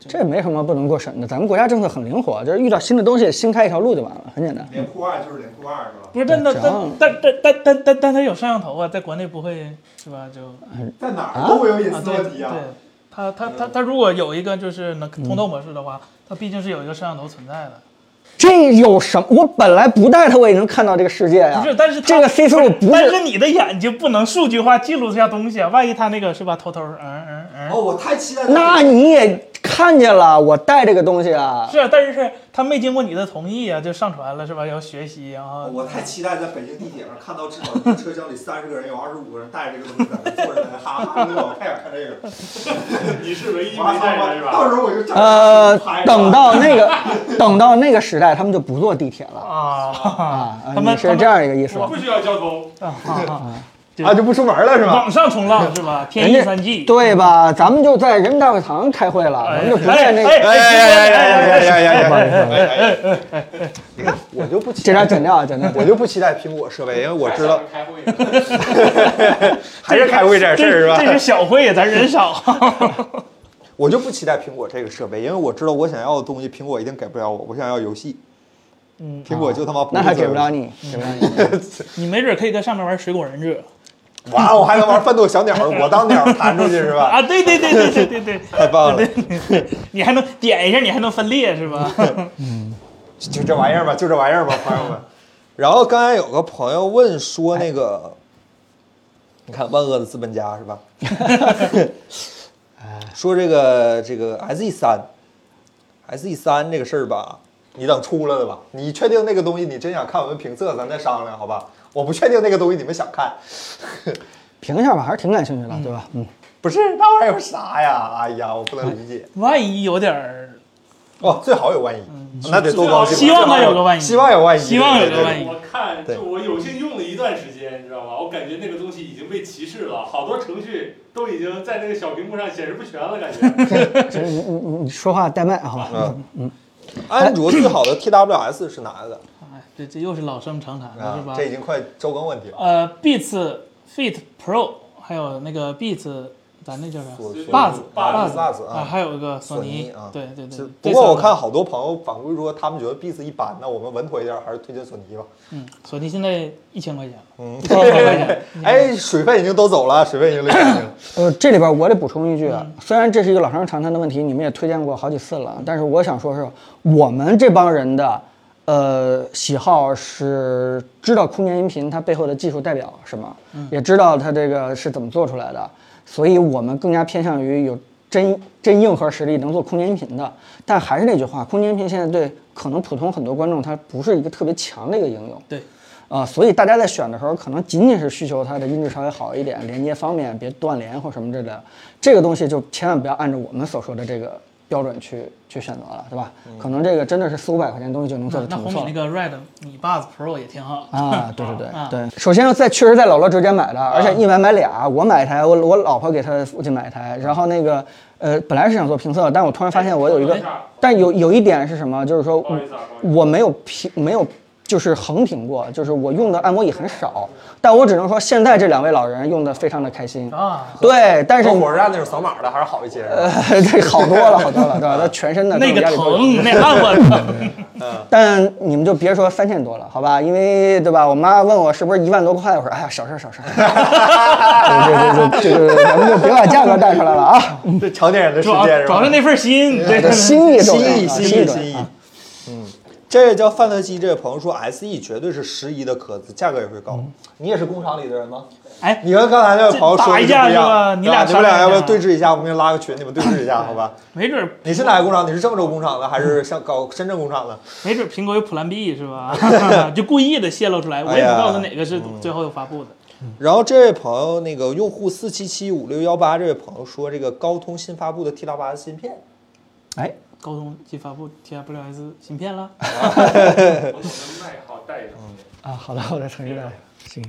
Speaker 2: 就
Speaker 3: 这没什么不能过审的，咱们国家政策很灵活，就是遇到新的东西，新开一条路就完了，很简单。
Speaker 1: 连裤袜就是连裤袜是吧？
Speaker 2: 不是，但但
Speaker 3: 这样
Speaker 2: 但但但但但但但它有摄像头啊，在国内不会是吧？就
Speaker 1: 在哪儿都会有隐
Speaker 2: 啊，
Speaker 1: 私
Speaker 2: 对
Speaker 1: 问题啊嗯
Speaker 2: 对。，它它它它如果有一个就是能
Speaker 3: 嗯
Speaker 2: 通透模式的话，它毕竟是有一个摄像头存在的。
Speaker 3: 这有什么？我本来不戴它，我也能看到这个世界哎呀、
Speaker 2: 不是，但是它
Speaker 3: 这个 C
Speaker 2: 不
Speaker 3: through 不
Speaker 2: 但
Speaker 3: 是
Speaker 2: 是你的眼睛不能数据化记录下东西啊，万一它那个是吧，偷偷嗯嗯嗯。
Speaker 1: 哦，我太期待它
Speaker 3: 那你也看见了，我戴这个东西啊。
Speaker 2: 是啊，但是他没经过你的同意啊，就上传了是吧？要学习，啊然后
Speaker 1: 哦我太期待在北京地铁上看到至少一个车厢里三十个人，有二十五个人带着这个东西在那坐着，在那哈哈乐，我太想看这个 了。
Speaker 4: 你是唯一
Speaker 1: 我
Speaker 4: 没带的是
Speaker 1: 操！
Speaker 4: 吧？
Speaker 1: 到时候我就站
Speaker 3: 呃
Speaker 1: 着拍，着
Speaker 3: 等到 那个，等到那个时代，他们就不坐地铁了
Speaker 2: 啊，
Speaker 3: 啊。
Speaker 2: 他们
Speaker 3: 你是这样一个意思
Speaker 4: 我
Speaker 3: 吧？
Speaker 4: 不需要交通，
Speaker 2: 啊啊
Speaker 1: 啊就不出门了是
Speaker 2: 啊
Speaker 1: 吧？
Speaker 2: 网上冲浪是吧？天
Speaker 3: 人
Speaker 2: 翼
Speaker 3: 家
Speaker 2: 三 G，
Speaker 3: 对吧？咱们就在人民大会堂开会了，咱
Speaker 2: 哎
Speaker 3: 们就不在那
Speaker 2: 哎
Speaker 3: 个。
Speaker 2: 哎哎哎，
Speaker 1: 呀呀呀呀呀！ 你看，我就不期
Speaker 3: 这点剪掉，剪掉。
Speaker 1: 我 就不期待苹果设备，因为我知道
Speaker 2: 哎
Speaker 4: 还想着开 会呢。
Speaker 1: 还是开会这事儿是
Speaker 2: 这是
Speaker 1: 吧？
Speaker 2: 小会呀，咱人少。
Speaker 1: 我就不期待苹果这个设备，因为我知道我想要的东西苹果一定给不了我，我想要游戏，
Speaker 2: 嗯，
Speaker 1: 苹果就他妈
Speaker 3: 那还给
Speaker 1: 给
Speaker 3: 不了。你，给不了你。
Speaker 2: 你没准可以在上面玩水果忍者
Speaker 1: 哇，我还能玩翻斗小鸟，我当鸟弹出去是吧？
Speaker 2: 啊！对对对对对对对，
Speaker 1: 太棒了！
Speaker 2: 你还能点一下，你还能分裂是吧？
Speaker 1: 就这玩意儿吧，就这玩意儿吧，朋友们。然后刚才有个朋友问说那个，你看万恶的资本家是吧？ 说这个这个 S E 三 SE 三这个事儿吧，你等出了的吧。你确定那个东西你真想看我们评测，咱再商量，好吧？我不确定那个东西你们想看，
Speaker 3: 评一下吧，还是挺感兴趣的，对吧？嗯，
Speaker 1: 不是那玩意儿有啥呀？哎呀，我不能理解。
Speaker 2: 万一有点儿，
Speaker 1: 哦，最好有万一，那得多高兴啊。
Speaker 2: 希望它有个万一
Speaker 1: 希望有万一，
Speaker 2: 希望有
Speaker 1: 对
Speaker 2: 个
Speaker 1: 对
Speaker 2: 万一
Speaker 4: 我看
Speaker 1: 对
Speaker 4: 就我有幸用了一段时间，你知道吧？我感觉那个东西已经被歧视了，好多程序都已经在那个小屏幕上显示不全了，感觉。
Speaker 3: 这你你你你说话带麦，好吧？
Speaker 1: 嗯安卓最好的 TWS 是哪个？
Speaker 2: 哎，这这又是老生常谈了，
Speaker 1: 啊
Speaker 2: 是吧？
Speaker 1: 这已经快周更问题了。
Speaker 2: 呃，Beats Fit Pro，还有那个 Beats，咱那叫啥
Speaker 1: 索索
Speaker 2: ？Buds
Speaker 1: Buds
Speaker 2: Buds
Speaker 1: Buds 啊
Speaker 2: 啊，还有一个
Speaker 1: 索尼
Speaker 2: 尼
Speaker 1: 啊，
Speaker 2: 对对对
Speaker 1: 是。
Speaker 2: 这
Speaker 1: 不过
Speaker 2: 三
Speaker 1: 我
Speaker 2: 个
Speaker 1: 看，好多朋友反馈说他们觉得 Beats 一般，那我们稳妥一点，还是推荐索 尼吧。
Speaker 2: 嗯，索尼现在一千块钱了，
Speaker 1: 嗯，
Speaker 2: 嗯
Speaker 1: 哎，水分已经都走了，水分已经流干净 了。
Speaker 3: 呃，这里边我得补充一句，啊，虽然这是一个老生常谈的问题，你们也推荐过好几次了，但是我想说是，我们这帮人的，呃，喜好是知道空间音频它背后的技术代表是吗？也知道它这个是怎么做出来的，所以我们更加偏向于有真真硬核实力能做空间音频的。但还是那句话，空间音频现在对可能普通很多观众它不是一个特别强的一个应用。
Speaker 2: 对，
Speaker 3: 啊、所以大家在选的时候，可能仅仅是需求它的音质稍微好一点，连接方便，别断连或什么之类的。这个东西就千万不要按照我们所说的这个标准去去选择了，对吧？可能这个真的是四五百块钱的东西就能做
Speaker 2: 嗯那那
Speaker 3: 的挺不
Speaker 2: 红
Speaker 3: 错
Speaker 2: 米那。
Speaker 3: 了
Speaker 2: 个 Red 米 Buds Pro 也挺好的。
Speaker 3: 啊，对对对
Speaker 2: 啊
Speaker 3: 对，首先在确实在姥姥直接买
Speaker 4: 啊
Speaker 3: 的，而且一买买俩，我买一台，我我老婆给她父亲买一
Speaker 4: 啊
Speaker 3: 台，然后那个呃，本来是想做评测，但我突然发现我有一个
Speaker 4: 哎等一下，
Speaker 3: 但有有一点是什么，就是说
Speaker 4: 不好意思啊不好意
Speaker 3: 我没有评没有。就是横评过，就是我用的按摩椅很少，但我只能说现在这两位老人用的非常的开心
Speaker 2: 啊。
Speaker 3: 对，但是
Speaker 1: 跟 火车站那种扫码的还是好 一些。是吧
Speaker 3: 呃，这好多了，好多了，对
Speaker 4: 啊
Speaker 3: 吧？它全身的
Speaker 2: 那
Speaker 3: 各
Speaker 2: 个
Speaker 3: 种压力都有
Speaker 2: 疼，那按我疼。
Speaker 3: 但你们就别说三千多了，好吧？因为对吧？我妈问我是不是一万多块，我说哎呀，小事儿 小事儿。对对对对对对，咱们就别把价格带出来了啊！
Speaker 1: 这成年人的世
Speaker 2: 主要
Speaker 1: 界是
Speaker 2: 主要
Speaker 1: 吧
Speaker 2: 是？那份心，对
Speaker 3: 这心意重要啊，
Speaker 1: 心意，
Speaker 3: 心
Speaker 1: 心意，
Speaker 3: 重要
Speaker 1: 心意
Speaker 3: 啊。
Speaker 1: 嗯，这位叫范特西这位朋友说，SE 绝对是十一的壳子，价格也会高。你也是工厂里的人吗？
Speaker 2: 嗯哎，
Speaker 1: 你跟刚才那位朋友说的就不
Speaker 2: 打一架
Speaker 1: 一
Speaker 2: 是吧
Speaker 1: 样，
Speaker 2: 你俩
Speaker 1: 对吧你们俩
Speaker 2: 商量一下
Speaker 1: 要不要对峙一下？我们拉个群，你们对峙一下，好 吧？
Speaker 2: 没准儿
Speaker 1: 你是哪个工厂？你是郑州工厂的还是像搞深圳工厂的？
Speaker 2: 没准儿苹果有 Plan B 是吧？ 就故意的泄露出来，我也
Speaker 1: 哎
Speaker 2: 不
Speaker 1: 呀
Speaker 2: 告诉哪个是最后发布的。
Speaker 1: 然后这位朋友，那个用户四七七五六幺八这位朋友说，这个高通新发布的 T 8 8芯片，
Speaker 3: 哎，
Speaker 2: 高通即发布 TWS 芯片了，
Speaker 4: 思，我总能卖好带一
Speaker 1: 嗯
Speaker 4: 点。
Speaker 3: 啊，好的，我再重新来。行，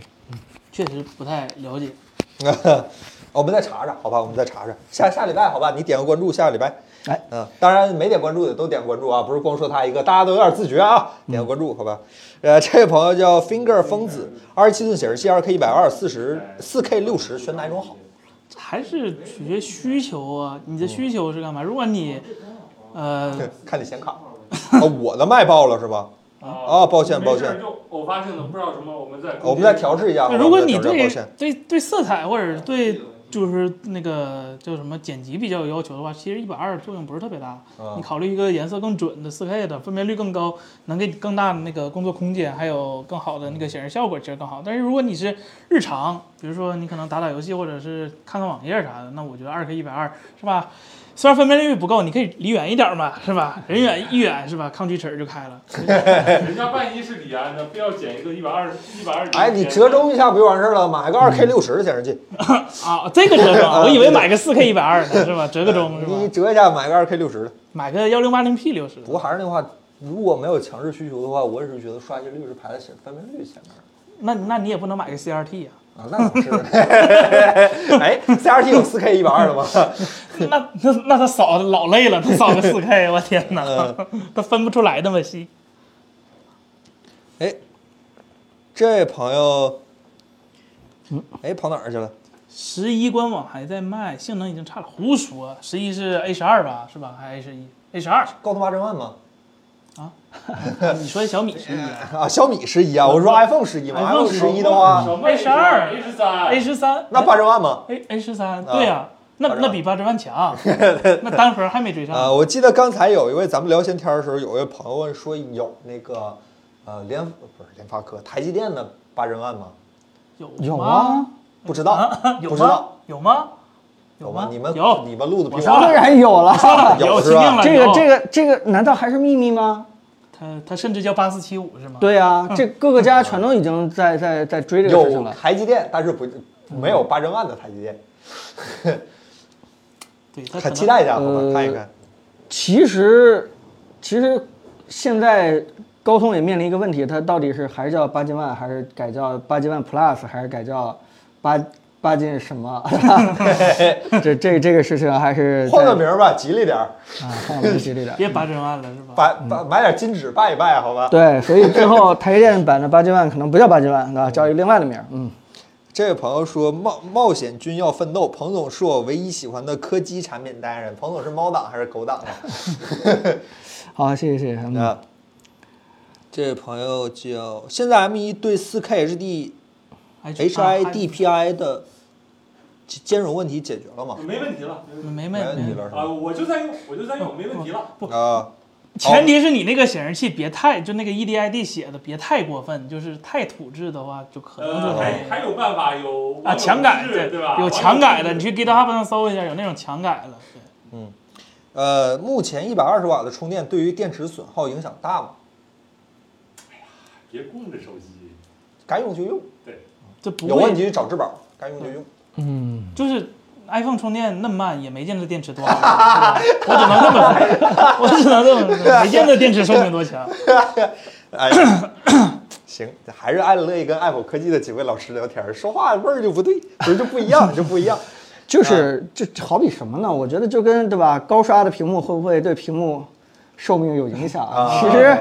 Speaker 2: 确实不太了解。
Speaker 1: 哦我们再查查，好吧？我们再查查，下下礼拜好吧？你点个关注，下个礼拜。
Speaker 3: 哎，
Speaker 1: 嗯，当然没点关注的都点关注啊，不是光说他一个，大家都有点自觉啊，点个关注好吧？呃，这位朋友叫 Finger 疯子，二十七寸显示器，二 K 一百二，四十四 K 六十，选哪一种好？
Speaker 2: 还是取决需求啊，你的需求是干嘛？如果你，呃，
Speaker 1: 看你显卡。啊，我的麦爆了是吧？啊抱歉抱歉
Speaker 4: 没事就偶发性的，不知道什么，我们再
Speaker 1: 哦我们再调试一下。好吧
Speaker 2: 如果你
Speaker 1: 我们再调
Speaker 2: 对
Speaker 1: 试抱歉
Speaker 2: 对对色彩或者对就是那个叫什么剪辑比较有要求的话，其实一百二作用不是特别
Speaker 1: 啊
Speaker 2: 大。
Speaker 1: 嗯
Speaker 2: 你考虑一个颜色更准的四 K 的，分辨率更高，能给你更大的那个工作空间，还有更好的那个显示效果，其实更好。但是如果你是日常，比如说你可能打打游戏或者是看看网页啥的，那我觉得二 K 一百二是吧？虽然分辨率不够，你可以离远一点嘛，是吧？人远一远是吧？抗锯齿儿就开了。
Speaker 4: 人家万一是李安的，非要剪一个一百二一百二。
Speaker 1: 哎，你折中一下不就完事儿了？买个二 K 六十的显示器，
Speaker 2: 啊，这个折中啊，我以为买个四 K 一百二呢，是吧？折个中是
Speaker 1: 你
Speaker 2: 吧？
Speaker 1: 折一下买个二 K 六十的。
Speaker 2: 买个幺零八零 P 六十
Speaker 1: 不，过还是那话，如果没有强制需求的话，我也是觉得刷新率是排在显分辨率前面。
Speaker 2: 那那你也不能买个 CRT 呀、
Speaker 1: 啊，那倒是。 哎，CRT 有 4K 一百二的吗？
Speaker 2: 那那那他扫的老累了，他扫个四 K，我天哪， 他分不出来那么细。
Speaker 1: 哎，这位朋友，哎，跑哪儿去了？
Speaker 2: 十一官网还在卖，性能已经差了，胡说。十一是 A 十二吧，是吧？还 A 十一？A 十二？
Speaker 1: 高通八千万吗？
Speaker 2: 你说的小米十一啊
Speaker 1: 啊，小米十一啊，我说 iPhone 十一嘛
Speaker 2: iPhone
Speaker 1: ，iPhone 十一哎的
Speaker 2: 啊
Speaker 1: 话，
Speaker 4: A
Speaker 2: 12
Speaker 4: A 十三
Speaker 2: ？A 十三？哎
Speaker 1: 那八千啊万吗？
Speaker 2: A A 十三？对呀、那
Speaker 1: 80
Speaker 2: 那比八十 万强，那单核还没追
Speaker 1: 啊，
Speaker 2: 上。
Speaker 1: 我记得刚才有一位咱们聊闲天儿的时候，有一位朋友问说有那个呃联不是联发科，台积电的八千万吗？
Speaker 2: 有
Speaker 3: 有
Speaker 2: 吗
Speaker 3: 啊？，
Speaker 1: 不知道，
Speaker 2: 有
Speaker 1: 不知道
Speaker 2: 吗？有吗？
Speaker 1: 有吗？
Speaker 2: 吗
Speaker 1: 你们
Speaker 2: 有
Speaker 1: 你们路子比
Speaker 2: 我
Speaker 1: 我
Speaker 2: 说
Speaker 3: 当
Speaker 1: 大
Speaker 2: 了
Speaker 3: 然有了，
Speaker 1: 有
Speaker 2: 提
Speaker 1: 是
Speaker 2: 定
Speaker 1: 吧
Speaker 2: 了
Speaker 3: 这个
Speaker 2: 有
Speaker 3: 这个这个难道还是秘密吗？
Speaker 2: 它它甚至叫八四七五是吗？，
Speaker 3: 对呀、这各个家全都已经在在在追这个事情
Speaker 1: 有
Speaker 3: 了。
Speaker 1: 台积电，但是不没有八珍万的台积电，
Speaker 2: 对，它可
Speaker 1: 很
Speaker 2: 能
Speaker 1: 期待一下，好吧，
Speaker 3: 呃
Speaker 1: 看一看。
Speaker 3: 其实，其实现在高通也面临一个问题，它到底是还是叫八千万，还是改叫八千万 Plus，还是改叫八八斤什么？ 这这这个事情还是在
Speaker 1: 换个名儿吧，吉利点儿，
Speaker 3: 啊，换个名吉利点。
Speaker 2: 别八珍万了是吧？
Speaker 1: 把把买点金纸拜一拜，好吧。
Speaker 3: 对，所以最后台积电版的八千万可能不叫八千万，那叫一个另外的名儿。嗯，
Speaker 1: 这位朋友说冒冒险军要奋斗，彭总是我唯一喜欢的科技产品代言人。彭总是猫党还是狗党啊？
Speaker 3: 好，谢谢谢谢。嗯，
Speaker 1: 啊，这位朋友叫现在 M 1对 4K HD
Speaker 2: 还去啊还
Speaker 1: HIDPI 的兼兼容问题解决了吗？
Speaker 4: 没问题了，没问题
Speaker 2: 没
Speaker 1: 没
Speaker 2: 问
Speaker 1: 问题
Speaker 2: 题。
Speaker 1: 了是
Speaker 4: 啊，
Speaker 1: 吧？
Speaker 4: 我就在用，我就在用，没问题了。
Speaker 1: 啊，
Speaker 2: 前提是你那个显示器别太，就那个 E EDID 写的别太过分，就是太土质的话，就可能
Speaker 4: 呃，
Speaker 2: 就
Speaker 4: 还还有办法有网
Speaker 2: 啊
Speaker 4: 友
Speaker 2: 强改
Speaker 4: 制对吧？
Speaker 2: 有强改的，
Speaker 4: 网友
Speaker 2: 你
Speaker 4: 制
Speaker 2: 去 GitHub 上搜一下，有那种强改的。对
Speaker 1: 呃，目前一百二十瓦的充电对于电池损耗影响大吗？
Speaker 4: 别供着手机。
Speaker 1: 该用就用，
Speaker 4: 对，
Speaker 2: 这不
Speaker 1: 有问
Speaker 2: 会，
Speaker 1: 题就找质保，该用就用。
Speaker 2: 就是 iPhone 充电那么慢，也没见这电池多好，是吧我只能这么说，我只能这么说，没见这电池寿命多强。
Speaker 1: 哎，行，还是爱乐意跟爱普科技的几位老师聊天儿，说话味儿就不对，不是就不一样，就不一样。
Speaker 3: 就是这这好比什么呢？我觉得就跟对吧，高刷的屏幕会不会对屏幕寿命有影响？
Speaker 1: 啊，
Speaker 3: 其实。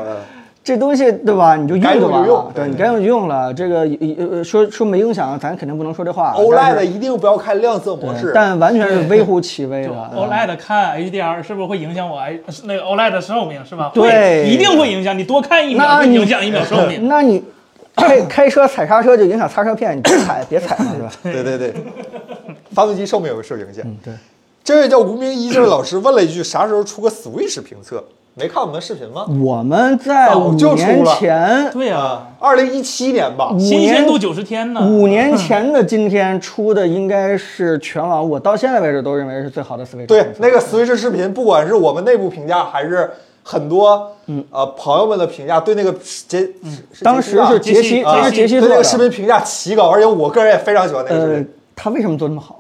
Speaker 3: 这东西对吧？你就用
Speaker 1: 该用就
Speaker 3: 完了
Speaker 1: 用，
Speaker 3: 对
Speaker 1: 对
Speaker 3: 你该用就用了。这个呃说说没影响，咱肯定不能说这话。
Speaker 1: OLED E 一定不要开亮色模
Speaker 3: 但
Speaker 1: 式
Speaker 3: 是，但完全是微乎其微
Speaker 2: 就
Speaker 3: 的。
Speaker 2: OLED E 看 HDR 是不是会影响我 I 那个 OLED 的寿命是吧？
Speaker 3: 对
Speaker 2: 会一定会影响。你多看一秒
Speaker 3: 那
Speaker 2: 就
Speaker 3: 你
Speaker 2: 影响一秒寿 命。
Speaker 3: 那你开开车踩刹车就影响刹车片，你别踩别踩嘛，是吧？
Speaker 1: 对对 对，发动机寿命也会受影响。
Speaker 3: 嗯，对。
Speaker 1: 这位叫吴明一这位老师问了一句：啥时候出个 Switch 评测？没看我们视频吗？
Speaker 3: 我们在
Speaker 1: 早
Speaker 3: 五
Speaker 1: 就出
Speaker 3: 年
Speaker 1: 了
Speaker 3: 前，
Speaker 2: 对呀、
Speaker 1: 啊，二零一七年吧。
Speaker 2: 新鲜度九十天呢。啊
Speaker 3: 五年前的今天出的应该是全网我到现在为止都认为是最好的 Switch。
Speaker 1: 对，那个 Switch 视频，不管是我们内部评价，还是很多嗯呃朋友们的评价，对那个杰是是
Speaker 3: 嗯当
Speaker 1: 杰西
Speaker 3: 时
Speaker 1: 吧
Speaker 3: 是
Speaker 2: 杰
Speaker 3: 杰
Speaker 2: 西
Speaker 3: 西，
Speaker 1: 啊
Speaker 3: 当时杰西
Speaker 1: 对
Speaker 3: 做
Speaker 1: 那
Speaker 3: 的
Speaker 1: 个视频评价奇高，而且我个人也非常喜欢那个视
Speaker 3: 呃
Speaker 1: 频。，
Speaker 3: 他为什么做那么好？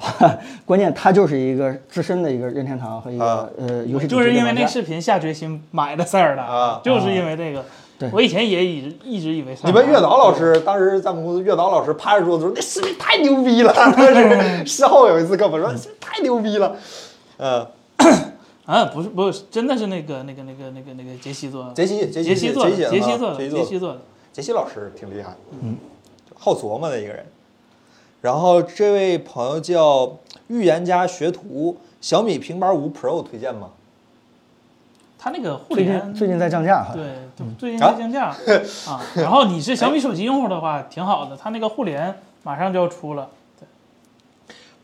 Speaker 3: 关键他就是一个自身的一个任天堂和一个、
Speaker 1: 啊
Speaker 3: 呃游戏主机的玩家，
Speaker 2: 就是因为那视频下决心买的塞尔达，
Speaker 1: 啊
Speaker 2: 就是因为这个。
Speaker 3: 对
Speaker 2: 我以前也一直一直以为塞
Speaker 1: 你
Speaker 2: 尔达
Speaker 1: 们月岛老师当时在我们公司，月岛老师拍着桌子说：“那视频太牛逼 了。”当时事后有一次跟我们说：“这太牛逼了。”嗯，
Speaker 2: 啊，不是不是，真的是那个那个那个那个那个杰西做的，
Speaker 1: 杰西杰西
Speaker 2: 杰西做的，
Speaker 1: 杰
Speaker 2: 杰西
Speaker 1: 西
Speaker 2: 做
Speaker 1: 啊
Speaker 2: 的，
Speaker 1: 杰西做的
Speaker 2: 杰西做的。
Speaker 1: 杰西老师挺厉害，嗯，好琢磨的一个人。然后这位朋友叫预言家学徒，小米平板五 Pro 推荐吗？
Speaker 2: 他那个互
Speaker 3: 最
Speaker 2: 联
Speaker 3: 近最近在降
Speaker 1: 啊
Speaker 3: 价哈。
Speaker 2: 对，就
Speaker 1: 嗯
Speaker 2: 最近在降价啊。然后你是小
Speaker 1: 哎
Speaker 2: 米手机用户的话，挺好的，它那个互联马上就要出了。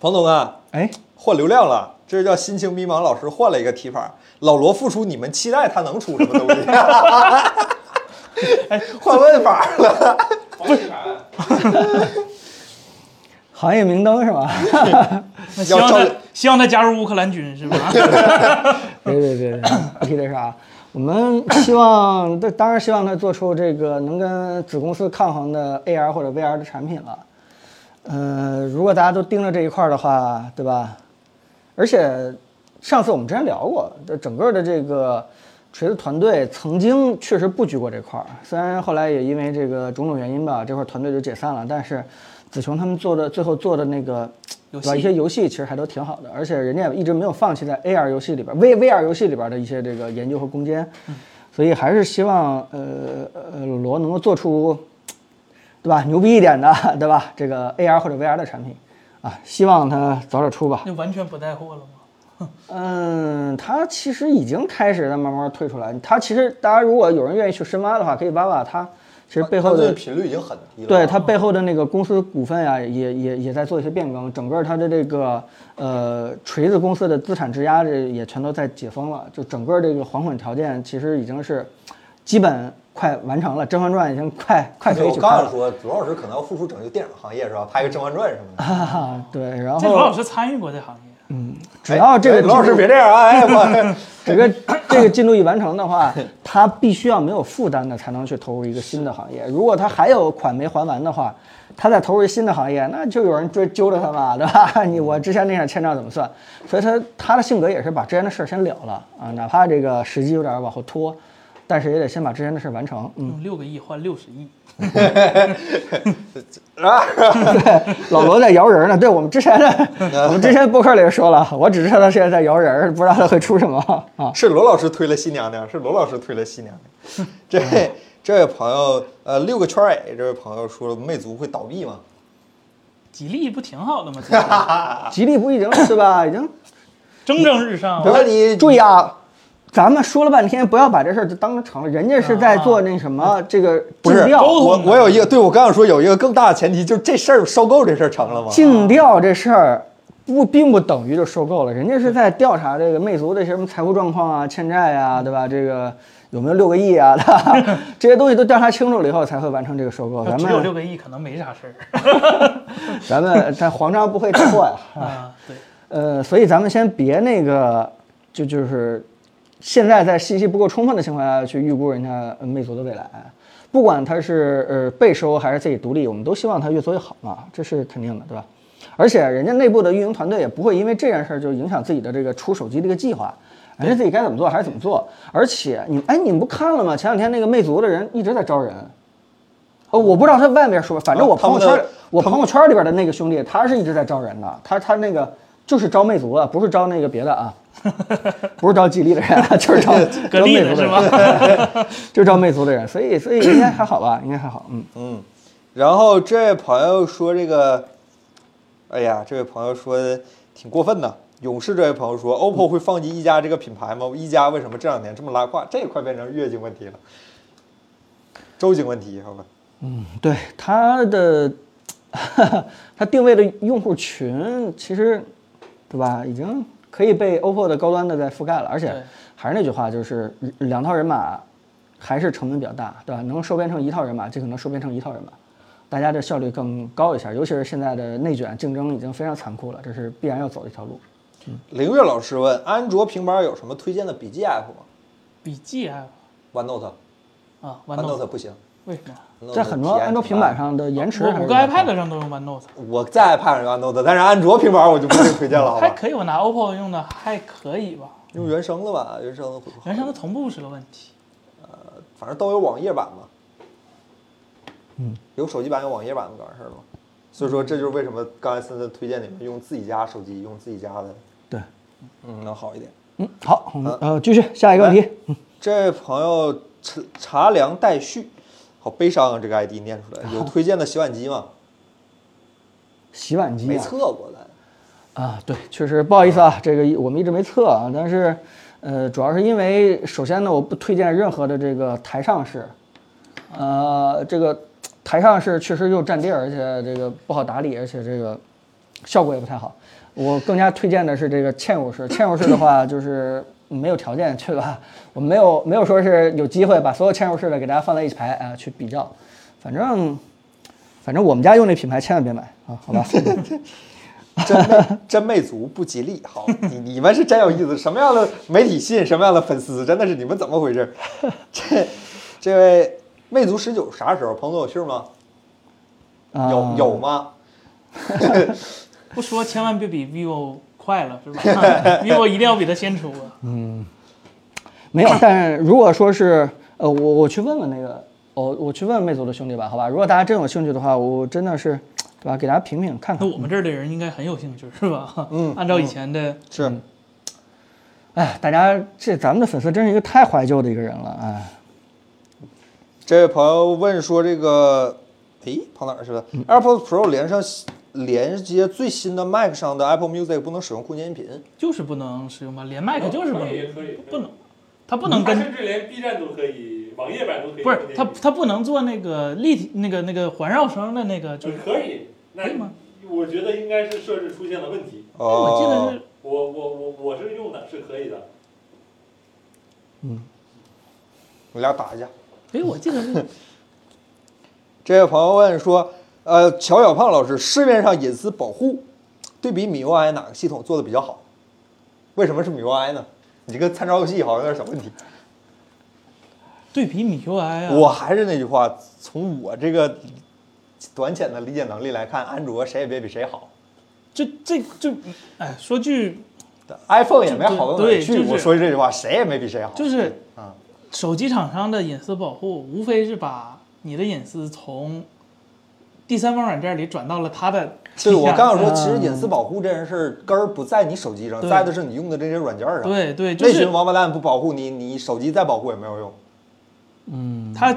Speaker 1: 彭总啊，
Speaker 3: 哎，
Speaker 1: 换流量了，这叫心情迷茫老师换了一个提法。老罗复出，你们期待他能出什么东 西？
Speaker 3: 哎
Speaker 1: 换问法了。
Speaker 3: 行业明灯是吧？
Speaker 2: 那希望
Speaker 1: 要
Speaker 2: 他
Speaker 1: 照
Speaker 2: 希望他加入乌克兰军是吧？
Speaker 3: 别别 别，别不提这事儿啊。我们希望，对，当然希望他做出这个能跟子公司抗衡的 AR 或者 VR 的产品了。呃，如果大家都盯着这一块儿的话，对吧？而且上次我们之前聊过，这整个的这个锤子团队曾经确实布局过这块儿，虽然后来也因为这个种种原因吧，这块儿团队就解散了，但是子琼他们做的最后做的那个。
Speaker 2: 游
Speaker 3: 对吧？一
Speaker 2: 戏
Speaker 3: 些游戏其实还都挺好的，而且人家也一直没有放弃在 AR 游戏里边、V VR 游戏里边的一些这个研究和攻坚，
Speaker 2: 嗯
Speaker 3: 所以还是希望呃呃罗能够做出，对吧？牛逼一点的，对吧？这个 AR 或者 VR 的产品啊，希望它早点出吧。
Speaker 2: 那完全不带货了吗？
Speaker 3: 嗯，它其实已经开始在慢慢退出来。它其实大家如果有人愿意去深挖的话，可以挖挖它其实背后
Speaker 1: 他最
Speaker 3: 的
Speaker 1: 近频率已经很低了。啊
Speaker 3: 对它背后的那个公司股份呀、也也也在做一些变更，整个它的这个呃锤子公司的资产质押这也全都在解封了，就整个这个还款条件其实已经是基本快完成了，《甄嬛传》已经快快可以
Speaker 1: 我
Speaker 3: 去
Speaker 1: 刚
Speaker 3: 看
Speaker 1: 想
Speaker 3: 了。
Speaker 1: 说，罗老师可能要复出整个电影行业是吧？拍个《甄嬛传》什么的。
Speaker 3: 啊，对，然
Speaker 2: 这罗老
Speaker 3: 后
Speaker 2: 师参与过这行业，
Speaker 3: 只要这个
Speaker 1: 哎
Speaker 3: 进
Speaker 1: 罗老师
Speaker 3: 度
Speaker 1: 别这样啊！哎， 我
Speaker 3: 整个这个进度一完成的话，它必须要没有负担的才能去投入一个新的行业。如果他还有款没还完的话，他再投入新的行业，那就有人追揪着他嘛，对吧？ 你我之前那点欠账怎么算？所以他他的性格也是把之前的事儿先了了啊，哪怕这个时机有点往后拖，但是也得先把之前的事儿完成。嗯，
Speaker 2: 用六个亿换六十亿，
Speaker 3: 老罗在摇人儿呢，对我们之前的我们之前播客里也说了，我只知道他现在在摇人儿，不知道他会出什么啊。
Speaker 1: 是罗老师推了新娘娘，是罗老师推了新娘 娘。这位这位朋友，呃，六个圈儿 A 这位朋友说，魅族会倒闭吗？
Speaker 2: 吉利不挺好的吗？最近
Speaker 3: 吉利不已经对吧？已经
Speaker 2: 蒸蒸日上啊
Speaker 1: 不，是你
Speaker 3: 注意啊，咱们说了半天，不要把这事儿就当成了，人家是在做那什么这个
Speaker 1: 嗯不
Speaker 3: 尽
Speaker 1: 是
Speaker 3: 调。
Speaker 1: 我，我有一个，对我刚想说有一个更大的前提，就是这事儿收购这事儿成了吗？
Speaker 3: 尽调这事儿不并不等于就收购了，人家是在调查这个魅族的什么财务状况啊、欠债啊，对吧？这个有没有六个亿啊？ 对吧这些东西都调查清楚了以后才会完成这个收 购。咱
Speaker 2: 只有
Speaker 3: 们
Speaker 2: 六个亿，可能没啥事儿。
Speaker 3: 咱们咱皇上不会错呀、
Speaker 2: 啊，对，
Speaker 3: 呃，所以咱们先别那个，就就是现在在信息不够充分的情况下去预估人家呃魅族的未来，不管它是呃被收还是自己独立，我们都希望它越做越好嘛，这是肯定的，对吧？而且人家内部的运营团队也不会因为这件事儿就影响自己的这个出手机这个计划，人家自己该怎么做还是怎么做。而且你们哎，你们不看了吗？前两天那个魅族的人一直在招人。哦，我不知道他外面说，反正
Speaker 1: 啊
Speaker 3: 我
Speaker 1: 他
Speaker 3: 朋友
Speaker 1: 们
Speaker 3: 圈
Speaker 1: 的
Speaker 3: 里，我朋友圈里边的那个兄弟，他是一直在招人的，他他那个就是招魅族啊，不是招那个别的啊， 不是招吉利的人啊，就是招
Speaker 2: 格
Speaker 3: 招
Speaker 2: 力
Speaker 3: 魅
Speaker 2: 的
Speaker 3: 族
Speaker 2: 是
Speaker 3: 人，
Speaker 2: 吧？
Speaker 3: 就是招魅族的人，所以所以应该还好吧，应该还好，嗯，
Speaker 1: 嗯，然后这位朋友说这个，哎呀，这位朋友说挺过分的。勇士这位朋友说，OPPO 会放弃一加这个品牌吗？一加为什么这两年这么拉胯？这快变成月经问题了，周经问题，好吧？
Speaker 3: 对，他的 他定位的用户群其实对吧，已经可以被 OPPO 的高端的在覆盖了，而且
Speaker 2: 对
Speaker 3: 还是那句话，就是两套人马还是成本比较大，对吧？能收编成一套人马，尽可能收编成一套人马。大家的效率更高一些，尤其是现在的内卷竞争已经非常残酷了，这是必然要走的一条路。
Speaker 1: 凌月老师问，安卓平板有什么推荐的笔记 app 吗
Speaker 2: 笔记 app
Speaker 1: ？OneNote，OneNote
Speaker 2: 啊，OneNote
Speaker 1: 不行，
Speaker 2: 为什么呀？
Speaker 1: OneNote
Speaker 3: 在很多
Speaker 1: 体验
Speaker 3: 安卓
Speaker 1: 挺
Speaker 3: 平
Speaker 1: 慢
Speaker 3: 板上的延迟
Speaker 2: 我
Speaker 3: 还
Speaker 2: 我
Speaker 3: 是
Speaker 2: 跟
Speaker 3: 比较大
Speaker 2: iPad 上都用 OneNote，
Speaker 1: 我在 iPad 上用 OneNote，但是安卓平板我就不给推荐了，好
Speaker 2: 还
Speaker 1: 吧？
Speaker 2: 可以，我拿 OPPO 用的还可以吧。
Speaker 1: 用原生的吧，原生的会不会
Speaker 2: 原生的同步是个问题，
Speaker 1: 反正都有网页版嘛。嗯，有手机版有网页版的完事儿了。所以说这就是为什么刚才森森推荐你们用自己家手机，用自己家的，
Speaker 3: 对，
Speaker 1: 嗯，能好一点。
Speaker 3: 嗯，好，我们呃继续下一个问题。
Speaker 1: 这位朋友茶茶凉待续，好悲伤啊！这个 ID 念出 来，有推荐的洗碗机吗？
Speaker 3: 洗碗机、啊、
Speaker 1: 没测过的，
Speaker 3: 啊，对，确实不好意思啊，这个一我们一直没测啊，但是，呃，主要是因为首先呢，我不推荐任何的这个台上式，呃，这个台上式确实又占地儿，而且这个不好打理，而且这个效果也不太好。我更加推荐的是这个嵌入式，嵌入式的话就是没有条件，对吧？我没有没有说是有机会把所有嵌入式的给大家放在一起排啊、去比较，反正反正我们家用那品牌千万别买啊，好吧？
Speaker 1: 真魅真魅族不吉利。好，你你们是真有意思，什么样的媒体吸引什么样的粉丝，真的是你们怎么回事？ 这这位魅族十九啥时候？彭总有信儿吗？
Speaker 3: 啊
Speaker 1: 有有吗？
Speaker 2: 不说千万别比 vivo 快了，是吧？vivo 一定要比它先出啊。
Speaker 3: 没有，但如果说是呃，我我去问问那个，我、我去问问魅族的兄弟吧，好吧？如果大家真有兴趣的话，我真的是，对吧？给大家评评看
Speaker 2: 那
Speaker 3: 看。
Speaker 2: 我们这儿的人应该很有兴趣，是吧？嗯，按照以前的，
Speaker 1: 是，
Speaker 3: 哎，大家这咱们的粉丝真是一个太怀旧的一个人了，哎。
Speaker 1: 这位朋友问说这个，诶，跑哪儿去了？AirPods
Speaker 2: 嗯
Speaker 1: Pro 连上连接最新的 Mac 上的 Apple Music 不能使用空间音频，
Speaker 2: 就是不能使用吧，连麦克就是不能
Speaker 4: 哦可以可以，
Speaker 2: 不能，它不能
Speaker 4: 它
Speaker 2: 跟
Speaker 4: 甚至连 B 站都可以，网页版都可 以。
Speaker 2: 不是它它不能做那个立体那个那个环绕声的那个，就是
Speaker 4: 可以，那
Speaker 2: 可以吗
Speaker 4: 我觉得应该是设置出现了问题。
Speaker 2: 哎我记
Speaker 1: 哦
Speaker 2: 得是
Speaker 4: 我我我我是用的，是可以的。
Speaker 1: 你俩打一架。
Speaker 2: 哎，我记得是
Speaker 1: 这位朋友问说，呃，乔小胖老师，市面上隐私保护对比米 UI 哪个系统做的比较好？为什么是米 UI 呢？你这个参照系好像有点小问题。
Speaker 2: 对比米 UI 啊，
Speaker 1: 我还是那句话，从我这个短浅的理解能力来看，安卓谁也别比谁好
Speaker 2: 这这这，哎，说句
Speaker 1: ，iPhone 也没好到哪儿
Speaker 2: 对
Speaker 1: 去。
Speaker 2: 就是
Speaker 1: 我说句这句话，谁也没比谁好。
Speaker 2: 就是
Speaker 1: 啊，
Speaker 2: 手机厂商的隐私保护，无非是把你的隐私从第三方软件里转到了他的旗
Speaker 1: 对
Speaker 2: 下。
Speaker 1: 我刚想说，其实
Speaker 3: 嗯
Speaker 1: 隐私保护这件事儿根儿不在你手机上，
Speaker 2: 对
Speaker 1: 在的是你用的这些软件儿上。
Speaker 2: 对对，就
Speaker 1: 那群
Speaker 2: 是
Speaker 1: 王八蛋不保护你，你手机再保护也没有用。
Speaker 2: 他，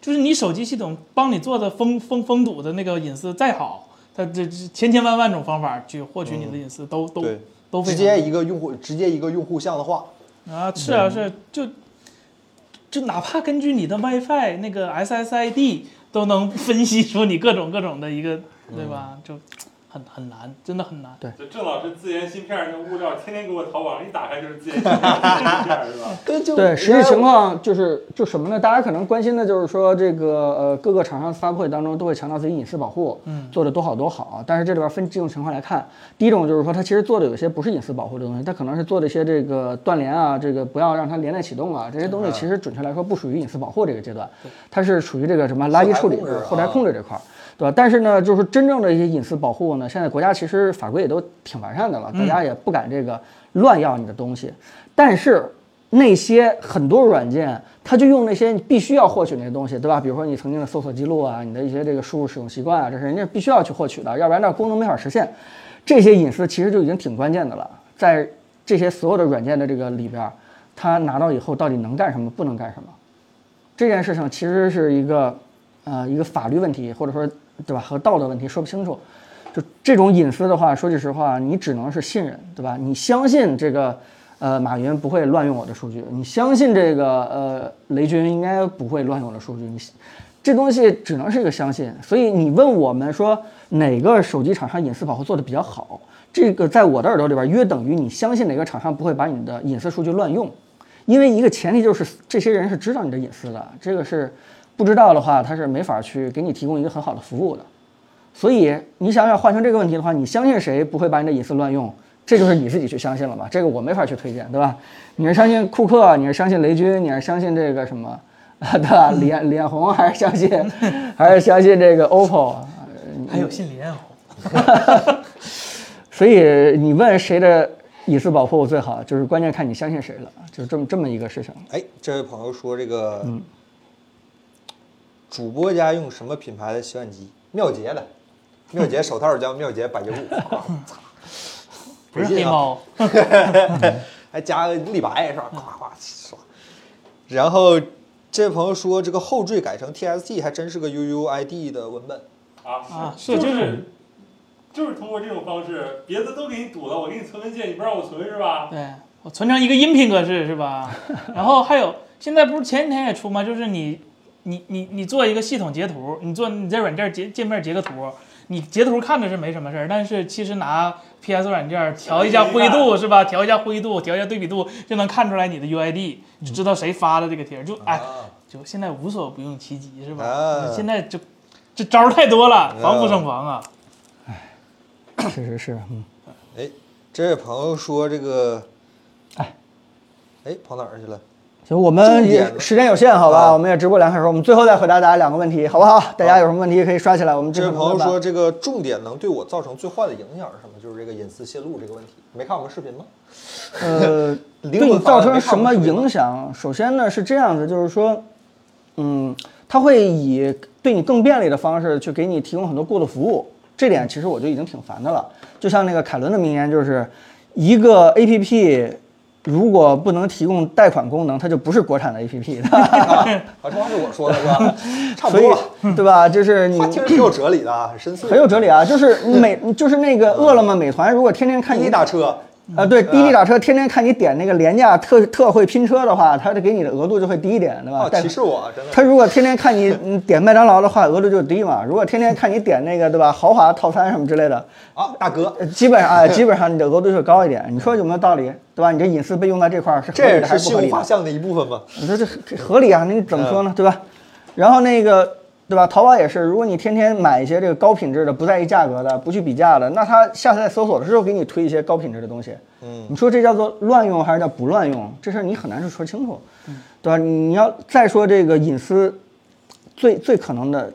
Speaker 2: 就是你手机系统帮你做的封封封堵的那个隐私再好，它这这千千万万种方法去获取你的隐私都都
Speaker 1: 嗯对，
Speaker 2: 都非
Speaker 1: 直
Speaker 2: 常
Speaker 1: 接一个用户直接一个用户像的话，
Speaker 2: 啊，是啊，是啊就就哪怕根据你的 WiFi 那个 SSID 都能分析出你各种各种的一个，对吧？就很很难，真的很难。
Speaker 4: 这郑老师自研芯片儿那物料，天天给我淘宝上一打开就是自研芯片儿，是吧？
Speaker 1: 对就
Speaker 3: 对，实际情况就是就什么呢？大家可能关心的就是说，这个呃各个厂商发布会当中都会强调自己隐私保护，
Speaker 2: 嗯
Speaker 3: 做的多好多好。但是这里边分几种情况来看，第一种就是说它其实做的有些不是隐私保护的东西，它可能是做的一些这个断联啊，这个不要让它连带启动啊，这些
Speaker 1: 嗯
Speaker 3: 东西其实准确来说不属于隐私保护这个阶段，它是属于这个什么垃圾处理
Speaker 1: 后台控制啊
Speaker 3: 后台控制这块儿。对吧？但是呢，就是真正的一些隐私保护呢，现在国家其实法规也都挺完善的了，大家也不敢这个乱要你的东西。但是那些很多软件，它就用那些你必须要获取那些东西，对吧？比如说你曾经的搜索记录啊，你的一些这个输入使用习惯啊，这是人家必须要去获取的，要不然那功能没法实现。这些隐私其实就已经挺关键的了，在这些所有的软件的这个里边儿，它拿到以后到底能干什么，不能干什么？这件事情其实是一个，呃，一个法律问题，或者说对吧和道德问题说不清楚。就这种隐私的话，说句实话，你只能是信任，对吧？你相信这个，呃，马云不会乱用我的数据，你相信这个，呃，雷军应该不会乱用我的数据，你这东西只能是一个相信。所以你问我们说哪个手机厂商隐私保护做得比较好，这个在我的耳朵里边约等于你相信哪个厂商不会把你的隐私数据乱用。因为一个前提就是这些人是知道你的隐私的，这个是不知道的话，他是没法去给你提供一个很好的服务的。所以你想想换成这个问题的话，你相信谁不会把你的隐私乱用？这就是你自己去相信了吧？这个我没法去推荐，对吧？你是相信库克，你是相信雷军，你是相信这个什么， 对吧？脸脸红还是相信， 还是相信这个 OPPO？
Speaker 2: 还有信李彦宏，
Speaker 3: 所以你问谁的隐私保护最好，就是关键看你相信谁了，就这么这么一个事 情。
Speaker 1: 哎，这位朋友说这个，
Speaker 2: 嗯
Speaker 1: 主播家用什么品牌的洗碗机？妙洁的，妙 洁手套叫妙洁百洁布，啊
Speaker 2: 不是黑，猫，
Speaker 1: 还加个立白是吧？夸夸刷。然后这位朋友说这个后缀改成 TST 还真是个 UUID 的文本。
Speaker 4: 啊
Speaker 2: 啊是就是
Speaker 4: 是就是通过这种方式，别的都给你堵了，我给你存文件，你不让我存是吧？
Speaker 2: 对我存成一个音频格式是吧？然后还有现在不是前几天也出吗？就是你你你你做一个系统截图，你做你在软件截界面截个图，你截图看着是没什么事儿，但是其实拿 PS 软件调一下灰度是吧？调一下灰度，调一下对比度，就能看出来你的 UID，就知道谁发的这个帖儿，就哎，
Speaker 1: 啊，
Speaker 2: 就现在无所不用其极是吧？
Speaker 1: 啊
Speaker 2: 现在就这招儿太多了，防不胜防啊！
Speaker 3: 确实是，嗯，
Speaker 1: 哎，这位朋友说这个，哎，哎，跑哪儿去了？
Speaker 3: 行，我们
Speaker 1: 重
Speaker 3: 也
Speaker 1: 点
Speaker 3: 时间有限，好吧，
Speaker 1: 啊
Speaker 3: 我们也直播两小时，我们最后再回答大家两个问题，好不好？大家有什么问题可以刷起来，我们
Speaker 1: 这位
Speaker 3: 个
Speaker 1: 朋友说，这个重点能对我造成最坏的影响是什么？就是这个隐私泄露这个问题。没看我们视频吗？
Speaker 3: 呃，
Speaker 1: 灵
Speaker 3: 对你
Speaker 1: 魂
Speaker 3: 造
Speaker 1: 拷问
Speaker 3: 成
Speaker 1: 没
Speaker 3: 什
Speaker 1: 看
Speaker 3: 么
Speaker 1: 过视频吗
Speaker 3: 影响？首先呢是这样子，就是说，嗯，它会以对你更便利的方式去给你提供很多过渡服务，这点其实我就已经挺烦的了。就像那个凯伦的名言，就是一个 A P P 如果不能提供贷款功能，它就不是国产的 A P P
Speaker 1: 啊，这话是我说的是吧？ 差不
Speaker 3: 所
Speaker 1: 多了。
Speaker 3: 以对吧？就是你
Speaker 1: 话听着挺有哲理的啊，很深邃，
Speaker 3: 很有哲理啊，就是美，就是那个饿了么、美团，如果天天看
Speaker 1: 滴
Speaker 3: 你
Speaker 1: 滴打车，
Speaker 3: 啊，对，滴滴打车天天看你点那个廉价特特惠拼车的话，它的给你的额度就会低一点，对吧
Speaker 1: 哦，？
Speaker 3: 但
Speaker 1: 歧视我啊真
Speaker 3: 他
Speaker 1: 的。
Speaker 3: 如果天天看你嗯点麦当劳的话，额度就低嘛。如果天天看你点那个对吧豪华套餐什么之类的，
Speaker 1: 啊，大哥，
Speaker 3: 呃基本上啊，基本上你的额度就高一点。你说有没有道理？对吧？你这隐私被用在这块儿是合
Speaker 1: 这
Speaker 3: 理
Speaker 1: 也
Speaker 3: 的还
Speaker 1: 是
Speaker 3: 是
Speaker 1: 信
Speaker 3: 不合
Speaker 1: 用
Speaker 3: 理的
Speaker 1: 画？像的一部分吗？
Speaker 3: 你说这合合理啊？那你怎么说呢？对吧？然后那个对吧？淘宝也是，如果你天天买一些这个高品质的、不在意价格的、不去比价的，那它下次在搜索的时候给你推一些高品质的东西。嗯，你说这叫做乱用还是叫不乱用？这事儿你很难是说清楚，对吧？你要再说这个隐私，最最可能的，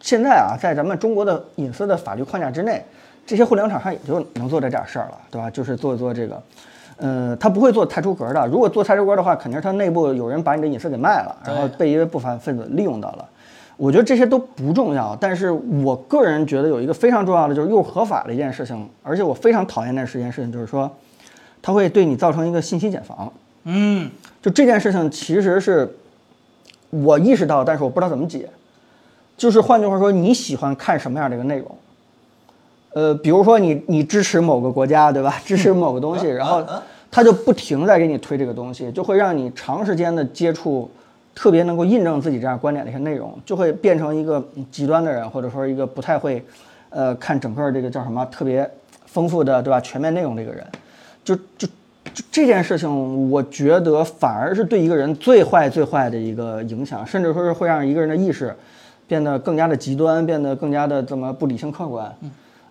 Speaker 3: 现在啊，在咱们中国的隐私的法律框架之内，这些互联网厂商也就能做这点事儿了，对吧？就是做一做这个。嗯，他不会做太出格的。如果做太出格的话，肯定是他内部有人把你的隐私给卖了，然后被一些不法分子利用到了。我觉得这些都不重要，但是我个人觉得有一个非常重要的，就是又合法的一件事情，而且我非常讨厌的是一件事情，就是说，它会对你造成一个信息茧房。
Speaker 2: 嗯，
Speaker 3: 就这件事情其实是我意识到，但是我不知道怎么解。就是换句话说，你喜欢看什么样的一个内容？呃，比如说你你支持某个国家，对吧？支持某个东西，然后他就不停在给你推这个东西，就会让你长时间的接触特别能够印证自己这样观点的一些内容，就会变成一个极端的人，或者说一个不太会呃看整个这个叫什么特别丰富的对吧全面内容的一个人，就就就这件事情，我觉得反而是对一个人最坏最坏的一个影响，甚至说是会让一个人的意识变得更加的极端，变得更加的这么不理性客观。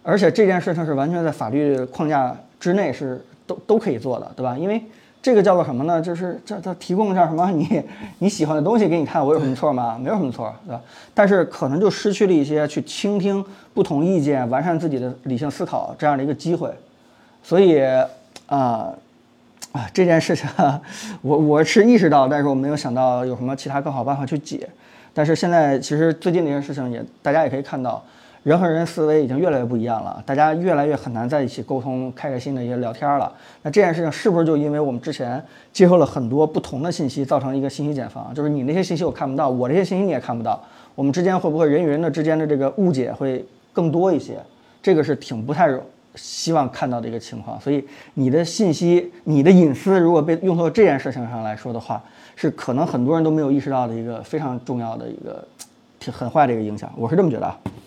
Speaker 3: 而且这件事情是完全在法律框架之内是都都可以做的，对吧？因为这个叫做什么呢？就是叫叫提供叫什么你 你喜欢的东西给你看，我有什么错吗？没有什么错，对吧？但是可能就失去了一些去倾听不同意见、完善自己的理性思考这样的一个机会。所以啊、啊，这件事情我我是意识到，但是我没有想到有什么其他更好办法去解。但是现在其实最近的一件事情也，大家也可以看到，人和人思维已经越来越不一样了，大家越来越很难在一起沟通、开开心的一些聊天了。那这件事情是不是就因为我们之前接受了很多不同的信息，造成一个信息茧房？就是你那些信息我看不到，我这些信息你也看不到，我们之间会不会人与人的之间的这个误解会更多一些？这个是挺不太希望看到的一个情况。所以你的信息、你的隐私，如果被用到这件事情上来说的话，是可能很多人都没有意识到的一个非常重要的一个挺很坏的一个影响。我是这么觉得啊。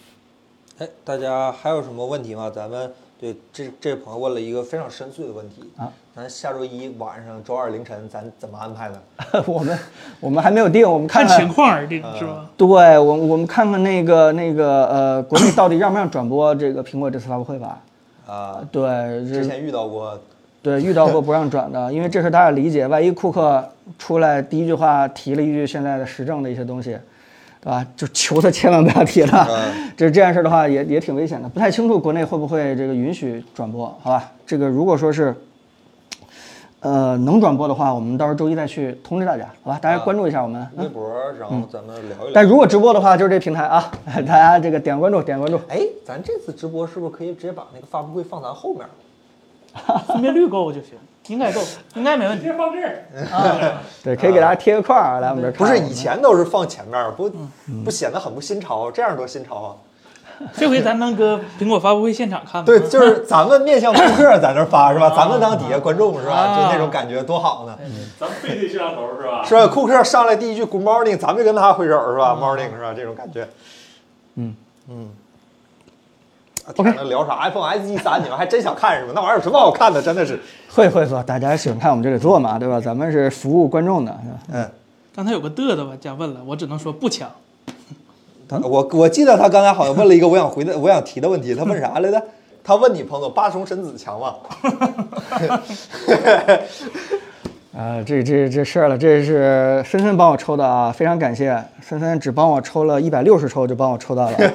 Speaker 1: 哎，大家还有什么问题吗？咱们对这这位朋友问了一个非常深邃的问题
Speaker 3: 啊，
Speaker 1: 咱下周一晚上、周二凌晨咱怎么安排呢？
Speaker 3: 我们我们还没有定，我们
Speaker 2: 看
Speaker 3: 看
Speaker 2: 情况而定，是吧？
Speaker 3: 对我，我们看看那个那个呃，国内到底让不让转播这个苹果这次发布会吧？
Speaker 1: 啊，
Speaker 3: 对，
Speaker 1: 之
Speaker 3: 这
Speaker 1: 前遇到过，
Speaker 3: 对遇到过不让 转的，因为这事儿大家理解，万一库克出来第一句话提了一句现在的时政的一些东西，对吧？就求他千万不要提了。
Speaker 1: 嗯
Speaker 3: 这这件事的话也也挺危险的，不太清楚国内会不会这个允许转播，好吧？这个如果说是，呃，能转播的话，我们到时候周一再去通知大家，
Speaker 1: 嗯
Speaker 3: 好吧？大家关注一下我们。
Speaker 1: 微博，然后咱们聊一聊。
Speaker 3: 但如果直播的话，就是这平台啊， 大家这个点关注，点关注。
Speaker 1: 哎，咱这次直播是不是可以直接把那个发布会放咱后面？
Speaker 2: 分辨率够就行，应该够，应该没问题。
Speaker 4: 放这儿，
Speaker 3: 对，可以给大家贴个块儿来我们这儿
Speaker 1: 不
Speaker 3: 看。
Speaker 1: 是，以前都是放前面，不不显得很不新潮，这样多新潮啊！
Speaker 2: 这回咱能搁苹果发布会现场看吗？
Speaker 1: 嗯对， 就是咱们面向顾客在那儿发是吧？咱们当底下观众是吧？
Speaker 2: 啊
Speaker 1: 就那种感觉多好呢！
Speaker 4: 咱们背对摄像头是吧？
Speaker 1: 是吧？库克上来第一句 “Good morning”，咱们就跟他挥手是吧？“Morning” 是吧？这种感觉。
Speaker 3: 嗯
Speaker 1: 嗯。OK，那聊啥？iPhone SE 三，你们还真想看是吧？那玩意儿有什么好看的？真的是，
Speaker 3: 会会做，大家喜欢看我们这里做嘛，对吧？咱们是服务观众的。是吧
Speaker 1: 嗯，
Speaker 2: 刚才有个嘚的玩家问了，我只能说不抢。
Speaker 1: 我我记得他刚才好像问了一个我想回的、我想提的问题，他问啥来着？他问你彭总，八重神子强吗？
Speaker 3: 啊、这这这事儿了，这是森森帮我抽的啊，非常感谢森森，只帮我抽了一百六十抽就帮我抽到了，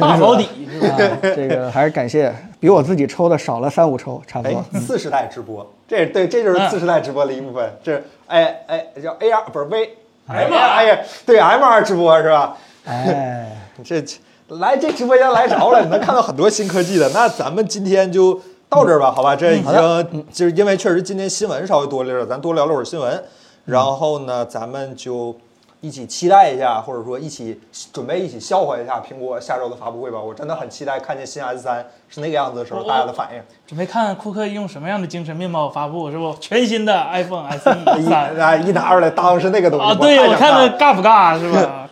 Speaker 3: 大保底啊，这个还是感谢，比我自己抽的少了三五抽，差不
Speaker 1: 哎
Speaker 3: 多。，
Speaker 1: 次时代直播，这对，这就是次时代直播的一部分。这哎哎叫 AR 不是 V M 哎呀，对 M 二直播是吧？
Speaker 3: 哎，
Speaker 1: 这来这直播间来着了，你能看到很多新科技的。那咱们今天就到这儿吧，好吧？这已经就是因为确实今天新闻稍微多了点儿，咱多聊了会儿新闻。然后呢，咱们就一起期待一下，或者说一起准备一起笑话一下苹果下周的发布会吧。我真的很期待看见新 S 三是那个样子
Speaker 2: 哦
Speaker 1: 的时候大家的反应。
Speaker 2: 准备看库克用什么样的精神面貌发布，是不？全新的 iPhone SE
Speaker 1: 一
Speaker 2: 三
Speaker 1: 拿一拿出来，当是那个东西。
Speaker 2: 啊，对，
Speaker 1: 太
Speaker 2: 我
Speaker 1: 想
Speaker 2: 看
Speaker 1: 了
Speaker 2: 看尬不尬，是吧？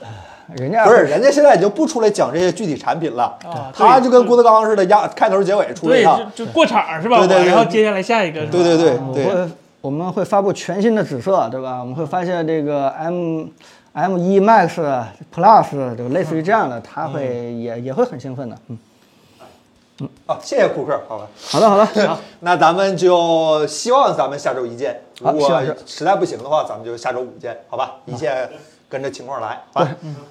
Speaker 3: 人家
Speaker 1: 不是，人家现在已经不出来讲这些具体产品了，
Speaker 2: 啊
Speaker 1: 他
Speaker 2: 对
Speaker 1: 就跟郭德纲似的，压开头结尾出来一
Speaker 2: 对，
Speaker 1: 趟。
Speaker 2: 就就过场儿是吧？
Speaker 1: 对对对
Speaker 2: 然后接下来下一个是吧？
Speaker 1: 对对对
Speaker 3: 我
Speaker 1: 对
Speaker 3: 会我们会发布全新的紫色，对吧？我们会发现这个 M M 一 M，M E Max Plus 就类似于这样的，他会也也会很兴奋的。嗯，
Speaker 1: 啊，谢谢库克，好吧，
Speaker 3: 好的好的，
Speaker 1: 那咱们就希望咱们下周一见，如
Speaker 3: 好希
Speaker 1: 果
Speaker 3: 望是
Speaker 1: 实在不行的话，咱们就下周五见，好吧，一切跟着情况来，好吧，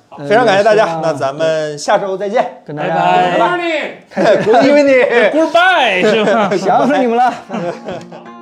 Speaker 1: 好
Speaker 3: 嗯
Speaker 1: 非常感谢大家，
Speaker 3: 嗯
Speaker 1: 那咱们下周再见
Speaker 3: 跟大
Speaker 2: 拜拜拜
Speaker 3: 家
Speaker 4: 哎你。
Speaker 1: ，Good evening。
Speaker 2: ，Goodbye 是吧？
Speaker 3: 想死你们了。
Speaker 1: 拜拜。